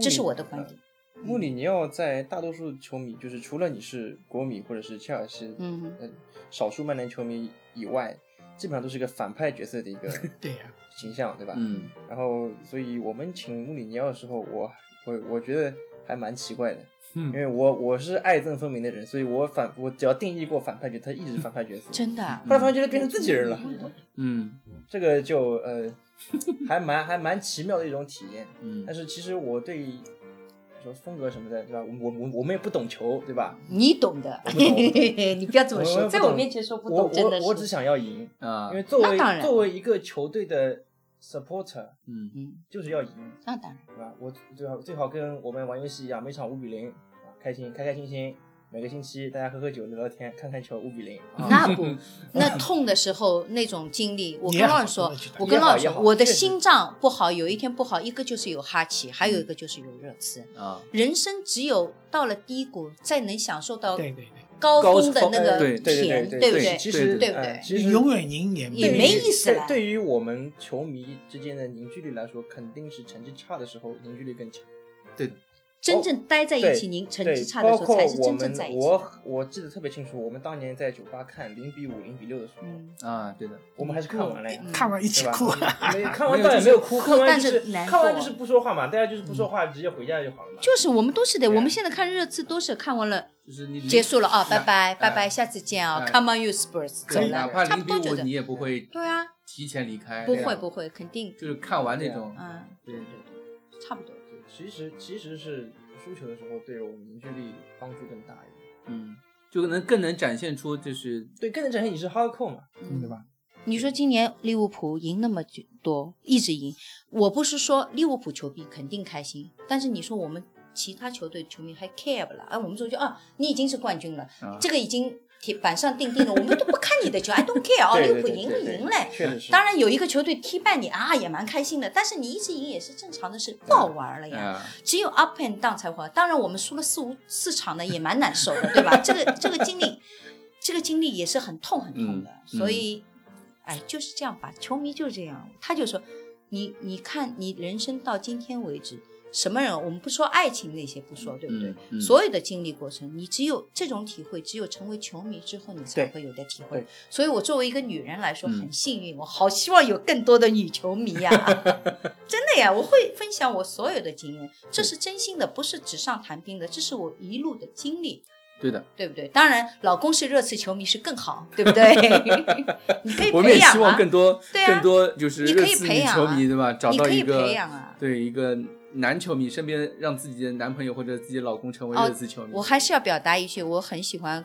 S3: 这是我的观点。
S5: 穆里尼奥在大多数球迷，就是除了你是国米或者是切尔西，
S3: 嗯，
S5: 呃，少数曼联球迷以外，基本上都是个反派角色的一个
S4: 对啊呀、
S5: 形象，对吧？
S2: 嗯
S5: 然后，所以我们请穆里尼奥的时候，我我我觉得还蛮奇怪的，因
S4: 嗯，
S5: 为我我是爱憎分明的人，所以我反我只要定义过反派角色，他一直是反派角色。
S3: 真的啊、
S5: 后来发现觉嗯得变成自己人了，
S2: 嗯
S5: 这个就呃，还蛮还蛮奇妙的一种体验。
S2: 嗯
S5: 但是其实我对说风格什么的，对吧？我我我们也不懂球，对吧？
S3: 你懂的，
S5: 我不懂
S3: 你不要这么
S5: 我
S3: 说，
S5: 不懂
S3: 在我面前说不
S5: 我
S3: 懂，真的
S5: 我
S3: 是。
S5: 我只想要赢，
S2: 啊
S5: 因为作
S3: 那
S5: 为
S3: 当然
S5: 作为一个球队的 supporter，
S2: 嗯
S3: 嗯，
S5: 就是要赢，
S3: 那 当然，
S5: 对吧？我最好最好跟我们玩游戏一样，每场五比零，啊，开心开开心心。每个星期大家喝喝酒聊聊天，看看球五比零。啊
S3: 那不，那痛的时候那种经历，我
S4: 你也
S3: 跟
S4: 好
S3: 老师说
S4: 我觉得，
S3: 我跟老师
S5: 也
S3: 说，
S5: 好也好
S3: 我的
S5: 确实
S3: 心脏不好，有一天不好，一个就是有哈气，还
S5: 嗯
S3: 有一个就是有热刺。
S2: 啊
S3: 人生只有到了低谷，才能享受到
S4: 对对对，
S3: 高
S2: 高
S3: 峰的
S2: 峰
S3: 那
S2: 哎
S3: 个
S2: 对
S3: 甜，
S5: 对
S3: 对
S5: 对
S3: 不
S5: 其
S3: 对？
S5: 实
S2: 对
S3: 不对
S5: 呃其实
S4: 永远赢也没
S3: 也
S4: 有
S3: 没
S4: 用
S3: 意思了
S5: 对。对于我们球迷之间的凝聚力来说，肯定是成绩差的时候凝聚力更强。
S3: 真正待在一起，
S5: 对
S3: 您成
S5: 对，
S3: 绩差的时
S5: 包
S3: 候
S5: 括
S3: 才是
S5: 我
S3: 真正
S5: 们
S3: 在一起。
S5: 我我记得特别清楚，我们当年在酒吧看零比五、零比六的时候，
S3: 嗯，
S2: 啊，对的，
S5: 我们还是看完了呀。
S4: 看完一
S5: 对
S4: 起
S5: 吧
S4: 哭啊。
S5: 没看完倒也没有哭，看完就
S3: 但
S5: 是
S3: 是难过嗯
S5: 看完就是不说话嘛，大家就是不说话，直接回家就好了嘛。
S3: 就是我们都是的。
S5: 对啊
S3: 我们现在看热刺都是看完了，
S2: 就是你
S3: 结束了啊，拜拜
S2: 哎
S3: 拜拜，下次见啊
S2: 哎
S3: ，Come on you Spurs，走
S2: 对，
S3: 了，
S2: 哪怕
S3: 差
S2: 零
S3: 不
S2: 比
S3: 多觉
S2: 五，
S3: 得
S2: 你也哎不会
S3: 对啊，
S2: 提前离开，
S3: 不
S2: 对
S3: 会
S2: 吧
S3: 不会，肯定，
S2: 就是看完那种，
S3: 嗯，
S2: 对
S3: 差不多。
S5: 其实其实是输球的时候，对我们凝聚力帮助更大一点。
S2: 嗯，就能更能展现出就是
S5: 对，更能展现你是 hardcore 嘛，
S3: 嗯
S5: 对吧？
S3: 你说今年利物浦赢那么久多，一直赢，我不是说利物浦球迷肯定开心，但是你说我们其他球队球迷还 care 不了？啊，我们说就啊，你已经是冠军了，
S2: 啊
S3: 这个已经铁板上钉钉了，我们都不看你的球，I don't care 哦，
S5: 对
S3: 利物
S5: 对
S3: 浦
S5: 对
S3: 赢
S5: 对
S3: 就
S5: 对
S3: 赢嘞。
S5: 确实是。
S3: 当然有一个球队踢败你啊，也蛮开心的，但是你一直赢也是正常的事，不好玩了呀。
S2: 啊，
S3: 只有 up and down 才好。当然，我们输了四五四场呢，也蛮难受的，对 吧？这个这个经历，这个经历也是很痛很痛的。
S2: 嗯
S3: 所以，哎，就是这样吧，球迷就是这样。他就说，你你看，你人生到今天为止，什么人？我们不说爱情那些，不说，对不对？
S2: 嗯嗯
S3: 所有的经历过程，你只有这种体会，只有成为球迷之后，你才
S5: 对
S3: 会有的体
S5: 对
S3: 会。所以我作为一个女人来说，
S2: 嗯
S3: 很幸运，我好希望有更多的女球迷呀、 真的呀，我会分享我所有的经验，这是真心的，不是纸上谈兵的，这是我一路的经历，
S2: 对的，
S3: 对不对？当然，老公是热刺球迷是更好，对不对？ 你可以
S2: 我们也
S3: 培养
S2: 希望
S3: 啊，
S2: 更多
S3: 对啊
S2: 更多就是
S3: 你可
S2: 热
S3: 以
S2: 刺
S3: 培
S2: 女
S3: 养
S2: 球
S3: 啊
S2: 迷对吧？找
S3: 你
S2: 到
S3: 可
S2: 一
S3: 以
S2: 个
S3: 培养啊。
S2: 对一个男球迷身边，让自己的男朋友或者自己老公成为
S3: 哦
S2: 热刺球迷
S3: 我，还是要表达一句，我很喜欢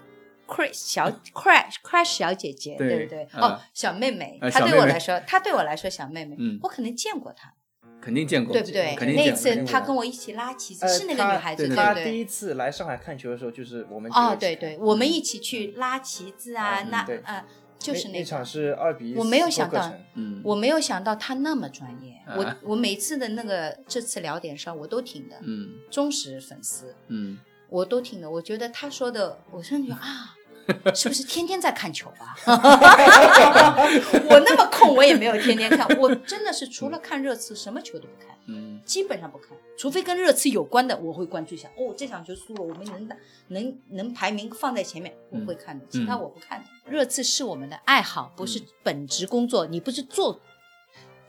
S3: Chris 小 Crash Crash 小姐姐，
S2: 嗯对
S3: 不对？
S2: 嗯
S3: 哦，小妹妹，
S2: 呃
S3: 她
S2: 小
S3: 对
S2: 妹
S3: 我
S2: 妹
S3: 来说，她对我来说小妹妹
S2: 嗯，
S3: 我可能见过她，
S2: 肯定见过，
S3: 对不对？
S2: 肯定
S3: 那一
S2: 见过，
S5: 肯
S3: 次
S5: 定见
S3: 她
S5: 过
S3: 跟我一起拉旗子，
S5: 呃
S3: 是那个
S5: 他
S3: 女孩子，
S2: 对
S3: 对
S5: 他
S3: 不
S5: 第
S3: 对？
S5: 一次来上海看球的时候，就是我们
S3: 哦，
S5: 几个
S3: 对
S5: 人
S3: 对，
S5: 去
S3: 我们一起
S2: 嗯
S3: 去拉旗子啊，
S5: 嗯
S3: 那
S5: 对
S3: 呃，就是
S5: 那
S3: 那
S5: 那场
S3: 个。
S5: 是二比
S3: 我没有
S5: 斯托克
S3: 想到
S5: 城
S2: 嗯，
S3: 我没有想到她那么专业，
S2: 啊
S3: 我我每次的那个这次聊点事儿我都听的，
S2: 嗯
S3: 忠实粉丝，
S2: 嗯
S3: 我都听的。我觉得他说的，我真的觉得啊，是不是天天在看球啊？ 我那么空，我也没有天天看，我真的是除了看热刺，什么球都不看，
S2: 嗯
S3: 基本上不看，除非跟热刺有关的，我会关注一下。哦，这场球输了，我们能打，能能排名放在前面，我
S2: 嗯
S3: 会看的，其他我不看的。热刺是我们的爱好，不是
S2: 嗯
S3: 本职工作，你不是做。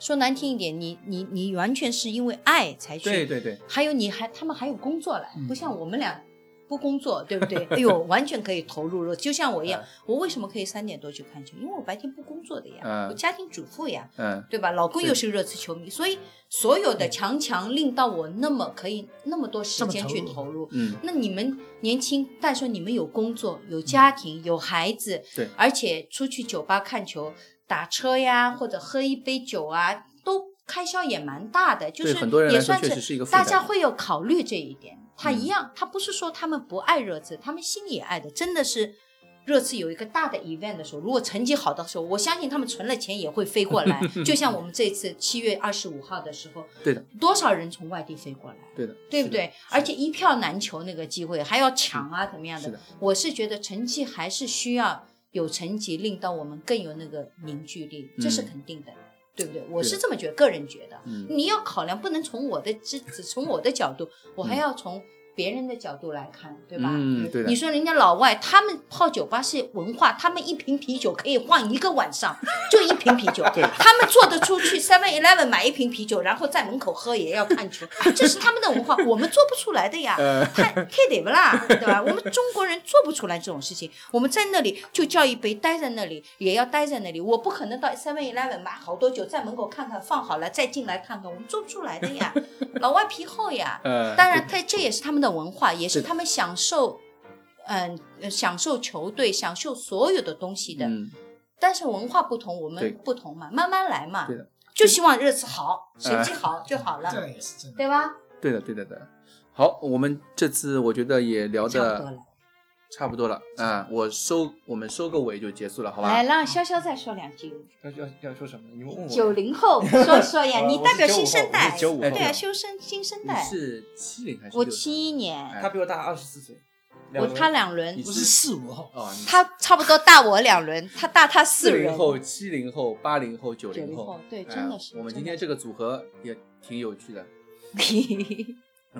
S3: 说难听一点，你你你完全是因为爱才去
S2: 对对对，
S3: 还有你还他们还有工作嘞，
S2: 嗯
S3: 不像我们俩不工作，对不对？哎呦，完全可以投入了，就像我一样
S2: 哎，
S3: 我为什么可以三点多去看球？因为我白天不工作的呀
S2: 嗯，
S3: 我家庭主妇呀，
S2: 嗯
S3: 对吧？老公
S2: 对
S3: 又是热刺球迷，所以所有的强强令到我那么可以那么多时间去
S4: 这么投
S3: 投入。
S2: 嗯
S3: 那你们年轻，但说你们有工作、有家庭、有孩子，
S2: 对
S3: 而且出去酒吧看球、打车呀，或者喝一杯酒啊，都开销也蛮大的，就
S2: 对
S3: 是
S2: 很多人来
S3: 也
S2: 说
S3: 算
S2: 确实是一个负
S3: 大
S2: 担
S3: 家会有考虑这一点。他
S2: 嗯
S3: 一样，他不是说他们不爱热刺，他们心里也爱的，真的是。热刺有一个大的 event 的时候，如果成绩好的时候，我相信他们存了钱也会飞过 来。就像我们这次七月二十五号的时候，
S2: 对的，
S3: 多少人从外地飞过来？
S2: 对的，
S3: 对
S2: 是
S3: 不
S2: 的？
S3: 对？而且一票难求那个机会，还要抢啊，怎么样
S2: 是
S3: 的
S2: 的？
S3: 我是觉得成绩还是需要有成绩，令到我们更有那个凝聚力，这是
S2: 嗯
S3: 肯定的，对不对？我
S2: 是
S3: 是这么觉个人觉得。
S2: 嗯
S3: 你要考量，不能从我的只只从我的角度，我还要从别人的角度来看，对吧？
S2: 嗯，对的
S3: 你，说人家老外，他们泡酒吧是文化，他们一瓶啤酒可以换一个晚 上，就一瓶啤酒。他们做得出去 Seven Eleven 买一瓶啤酒，然后在门口喝也要看球，这是他们的文 化，我们做不出来的呀。
S2: 呃，
S3: 看 K 得不啦，对吧？我们中国人做不出来这种事情，我们在那里就叫一杯，待在那里也要待在那里。我不可能到 Seven Eleven 买好多酒，在门口看看放好了再进来看看，我们做不出来的 呀。老外皮厚呀，
S2: 呃，
S3: 当然，他这也是他们的文化，也是
S2: 对
S3: 他们享受，嗯、呃享受球队、享受所有的东西的。
S2: 嗯，
S3: 但是文化不同，我
S2: 对
S3: 们不同嘛，慢慢来嘛。
S2: 对的
S3: 就希望热刺好，
S2: 哎
S3: 成绩好就好了，
S4: 这样也是真的。
S3: 对吧？
S2: 对的，对的，对的。好，我们这次我觉得也聊
S3: 差不多
S2: 的
S3: 了。
S2: 差不多了啊、我收我们收个尾就结束了，好吧？
S6: 来，让潇潇再说两句。
S5: 要要要说什么？你们问我。
S3: 九零后，说说呀，
S5: 呃
S3: 你
S5: 我
S3: 代
S5: 是
S3: 表
S5: 95
S3: 新
S5: 后
S3: 生
S5: 我
S3: 代，
S2: 后
S5: 是95
S3: 对啊，修身新生
S2: 你
S3: 代。
S2: 是七零还是
S3: 我
S2: 60
S3: 七一年，
S2: 哎
S5: 他比我大二十四岁，两
S3: 我
S5: 轮
S3: 他两轮
S2: 你，
S4: 我是四五后，
S2: 哦，你
S3: 他差不多大我两轮，他大他四
S2: 四
S3: 轮
S2: 零。后、七零后、八零后、九
S3: 90
S2: 后
S3: 后，对
S2: 哎
S3: 真的是
S2: 我们
S3: 真的
S2: 今天这个组合也挺有趣的，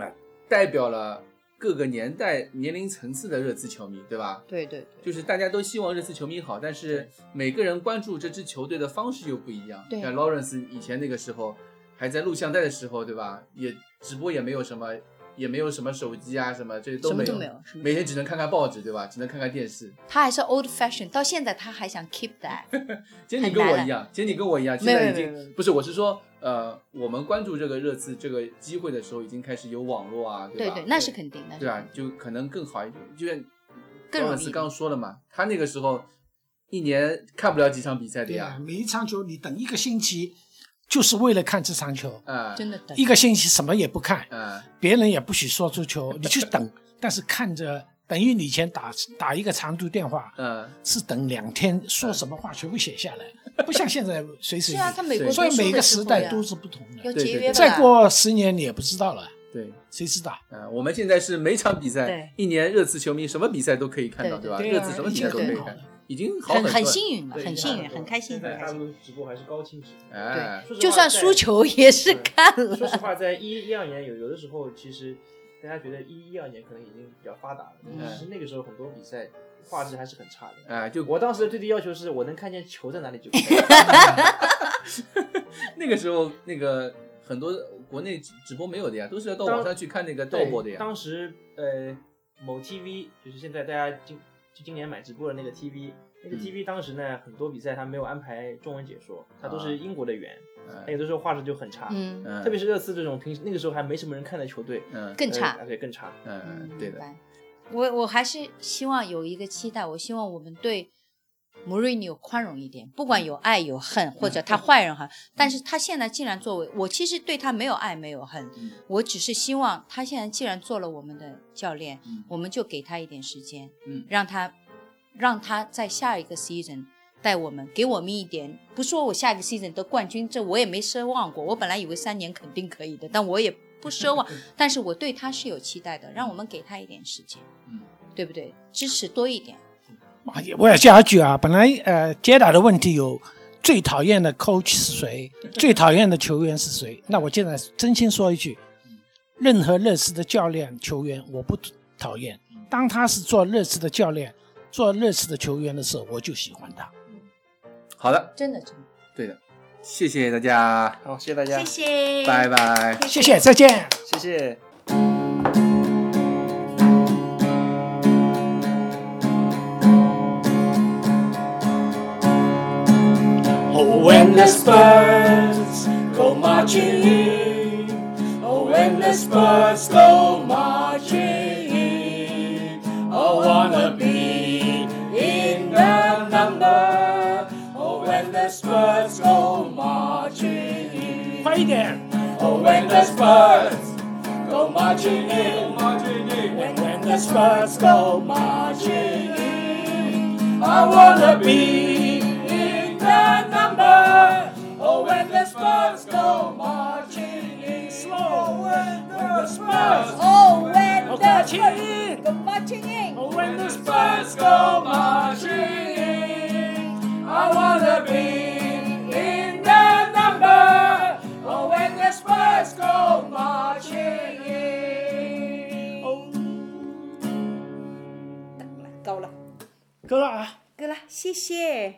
S2: 哎，代表了各个年代、年龄层次的热刺球迷，对吧？
S3: 对对
S2: 就是大家都希望热刺球迷好，但是每个人关注这支球队的方式又不一样。
S3: 对
S2: 像 Lawrence 以前那个时候还在录像带的时候，对吧？也直播也没有什么，也没有什么手机啊什么，这些
S3: 什
S2: 都
S3: 么
S2: 没
S3: 都
S2: 有，
S3: 没有，什么
S2: 每天只能看看报纸，对吧？只能看看电视。
S3: 他还是 old fashion，到现在他还想 keep that。
S2: 其实你
S3: 很
S2: 跟
S3: 难
S2: 我
S3: 了
S2: 一样，其实你跟我一样，现
S3: 没有
S2: 在已
S3: 没有
S2: 经
S3: 没有没
S2: 不是，我是说，呃，我们关注这个热刺这个机会的时候，已经开始有网络啊，
S3: 对
S2: 吧？
S3: 对，那是肯定的。
S2: 对啊，就可能更好一点。就像
S3: 更
S2: 高
S3: 容
S2: 尔
S3: 易
S2: 斯
S3: 一
S2: 刚说了嘛，他那个时候一年看不了几场比赛的
S4: 对啊，
S2: 呀，
S4: 每一场球你等一个星期，就是为了看这场球，
S2: 啊
S3: 真的等
S4: 一个星期什么也不看，
S2: 啊，
S4: 别人也不许说足球， 你去等，但是看着等于你以前打打一个长途电话，
S2: 嗯，
S4: 是等两天，说什么话全部写下来，不像现在随时
S3: 是啊，他
S4: 随
S3: 美
S4: 地，
S3: 国
S2: 对
S4: 所
S3: 读
S4: 以
S3: 书
S4: 每
S3: 的
S4: 个
S3: 时
S4: 时
S3: 候
S4: 代
S3: 呀
S4: 都是不同的。
S3: 要
S2: 对
S3: 节
S2: 对
S3: 约
S2: 对
S3: 吧
S4: 再过十年你也不知道了，
S2: 对。
S4: 谁知道？
S2: 啊，我们现在是每场比赛
S3: 对，
S2: 一年热刺球迷什么比赛都可以看到，
S3: 对
S2: 吧？
S4: 对
S2: 热
S4: 啊
S2: 刺什么比赛都可以看
S4: 已经很好，
S2: 已经好
S3: 很
S2: 多
S3: 很
S2: 了。
S3: 幸运了，
S5: 对
S3: 很
S5: 已经
S3: 幸
S5: 好
S3: 运，
S5: 多
S3: 很
S5: 了
S3: 开心，
S5: 现
S3: 很
S5: 在
S3: 开
S5: 大
S3: 心。
S5: 陆直播还是高清直播，
S2: 哎，
S5: 说实
S3: 就
S5: 话
S3: 算
S5: 在
S3: 输球也是
S5: 对
S3: 看了。
S5: 说实话，在一一二年有有的时候，其实大家觉得一一二年可能已经比较发达了，
S3: 嗯
S5: 但其实那个时候很多比赛画质还是很差的。
S2: 啊，就
S5: 我当时对自己要求是我能看见球在哪里 就可以。
S2: 那个时候那个很多国内直直播没有的呀，都是要到
S5: 当
S2: 网上去看那个盗
S5: 对，
S2: 播的呀。
S5: 当时呃，某 TV 就是现在大家今就今年买直播的那个 TV，那个
S2: 嗯
S5: TV 当时呢很多比赛它没有安排中文解说，它都
S2: 啊
S5: 是英国的源，
S2: 哎
S5: 那有的时候画质就很差。
S3: 嗯，
S2: 嗯，
S5: 特别是热刺这种平时那个时候还没什么人看的球队，
S2: 嗯
S3: 更差
S5: 呃，而且更差。
S2: 嗯，对
S3: 明
S2: 的，
S3: 白。我我还是希望有一个期待，我希望我们对穆瑞纽宽容一点，不管有爱有恨，或者他坏人哈，但是他现在既然作为我，其实对他没有爱没有恨
S2: 嗯，
S3: 我只是希望他现在既然做了我们的教练
S2: 嗯，
S3: 我们就给他一点时间，
S2: 嗯
S3: 让他让他在下一个 season。带我们，给我们一点，不说我下一个 season 得冠军，这我也没奢望过。我本来以为三年肯定可以的，但我也不奢 望。但是我对他是有期待的，让我们给他一点时间，
S2: 嗯，
S3: 对不对？支持多一点，
S4: 啊也我要加一句啊，本来呃接打的问题有最讨厌的 coach 是谁，最讨厌的球员是谁。那我现在真心说一句，任何热刺的教练、球员我不讨厌。当他是做热刺的教练、做热刺的球员的时候，我就喜欢他。
S2: 好的，
S3: 真的真的。
S2: 对的，谢谢大家，
S5: 好，谢谢大家，
S3: 谢
S2: 拜拜。
S4: 谢谢，再见。
S5: 谢谢。
S7: Oh, when the Spurs go marching in. Oh, when the Spurs go marching in. I wanna be in the number. Oh, when the Spurs go marching in.
S4: 快一点。
S7: Oh, when the Spurs go marching in, marching in. When, when the Spurs go marching in, I wanna be in the number. Oh, when the Spurs go marching in, slow. When the Spurs, oh, when the Spurs go marching in, oh, when the Spurs go marching in.
S8: 哦够了啊。
S4: 够了，谢谢。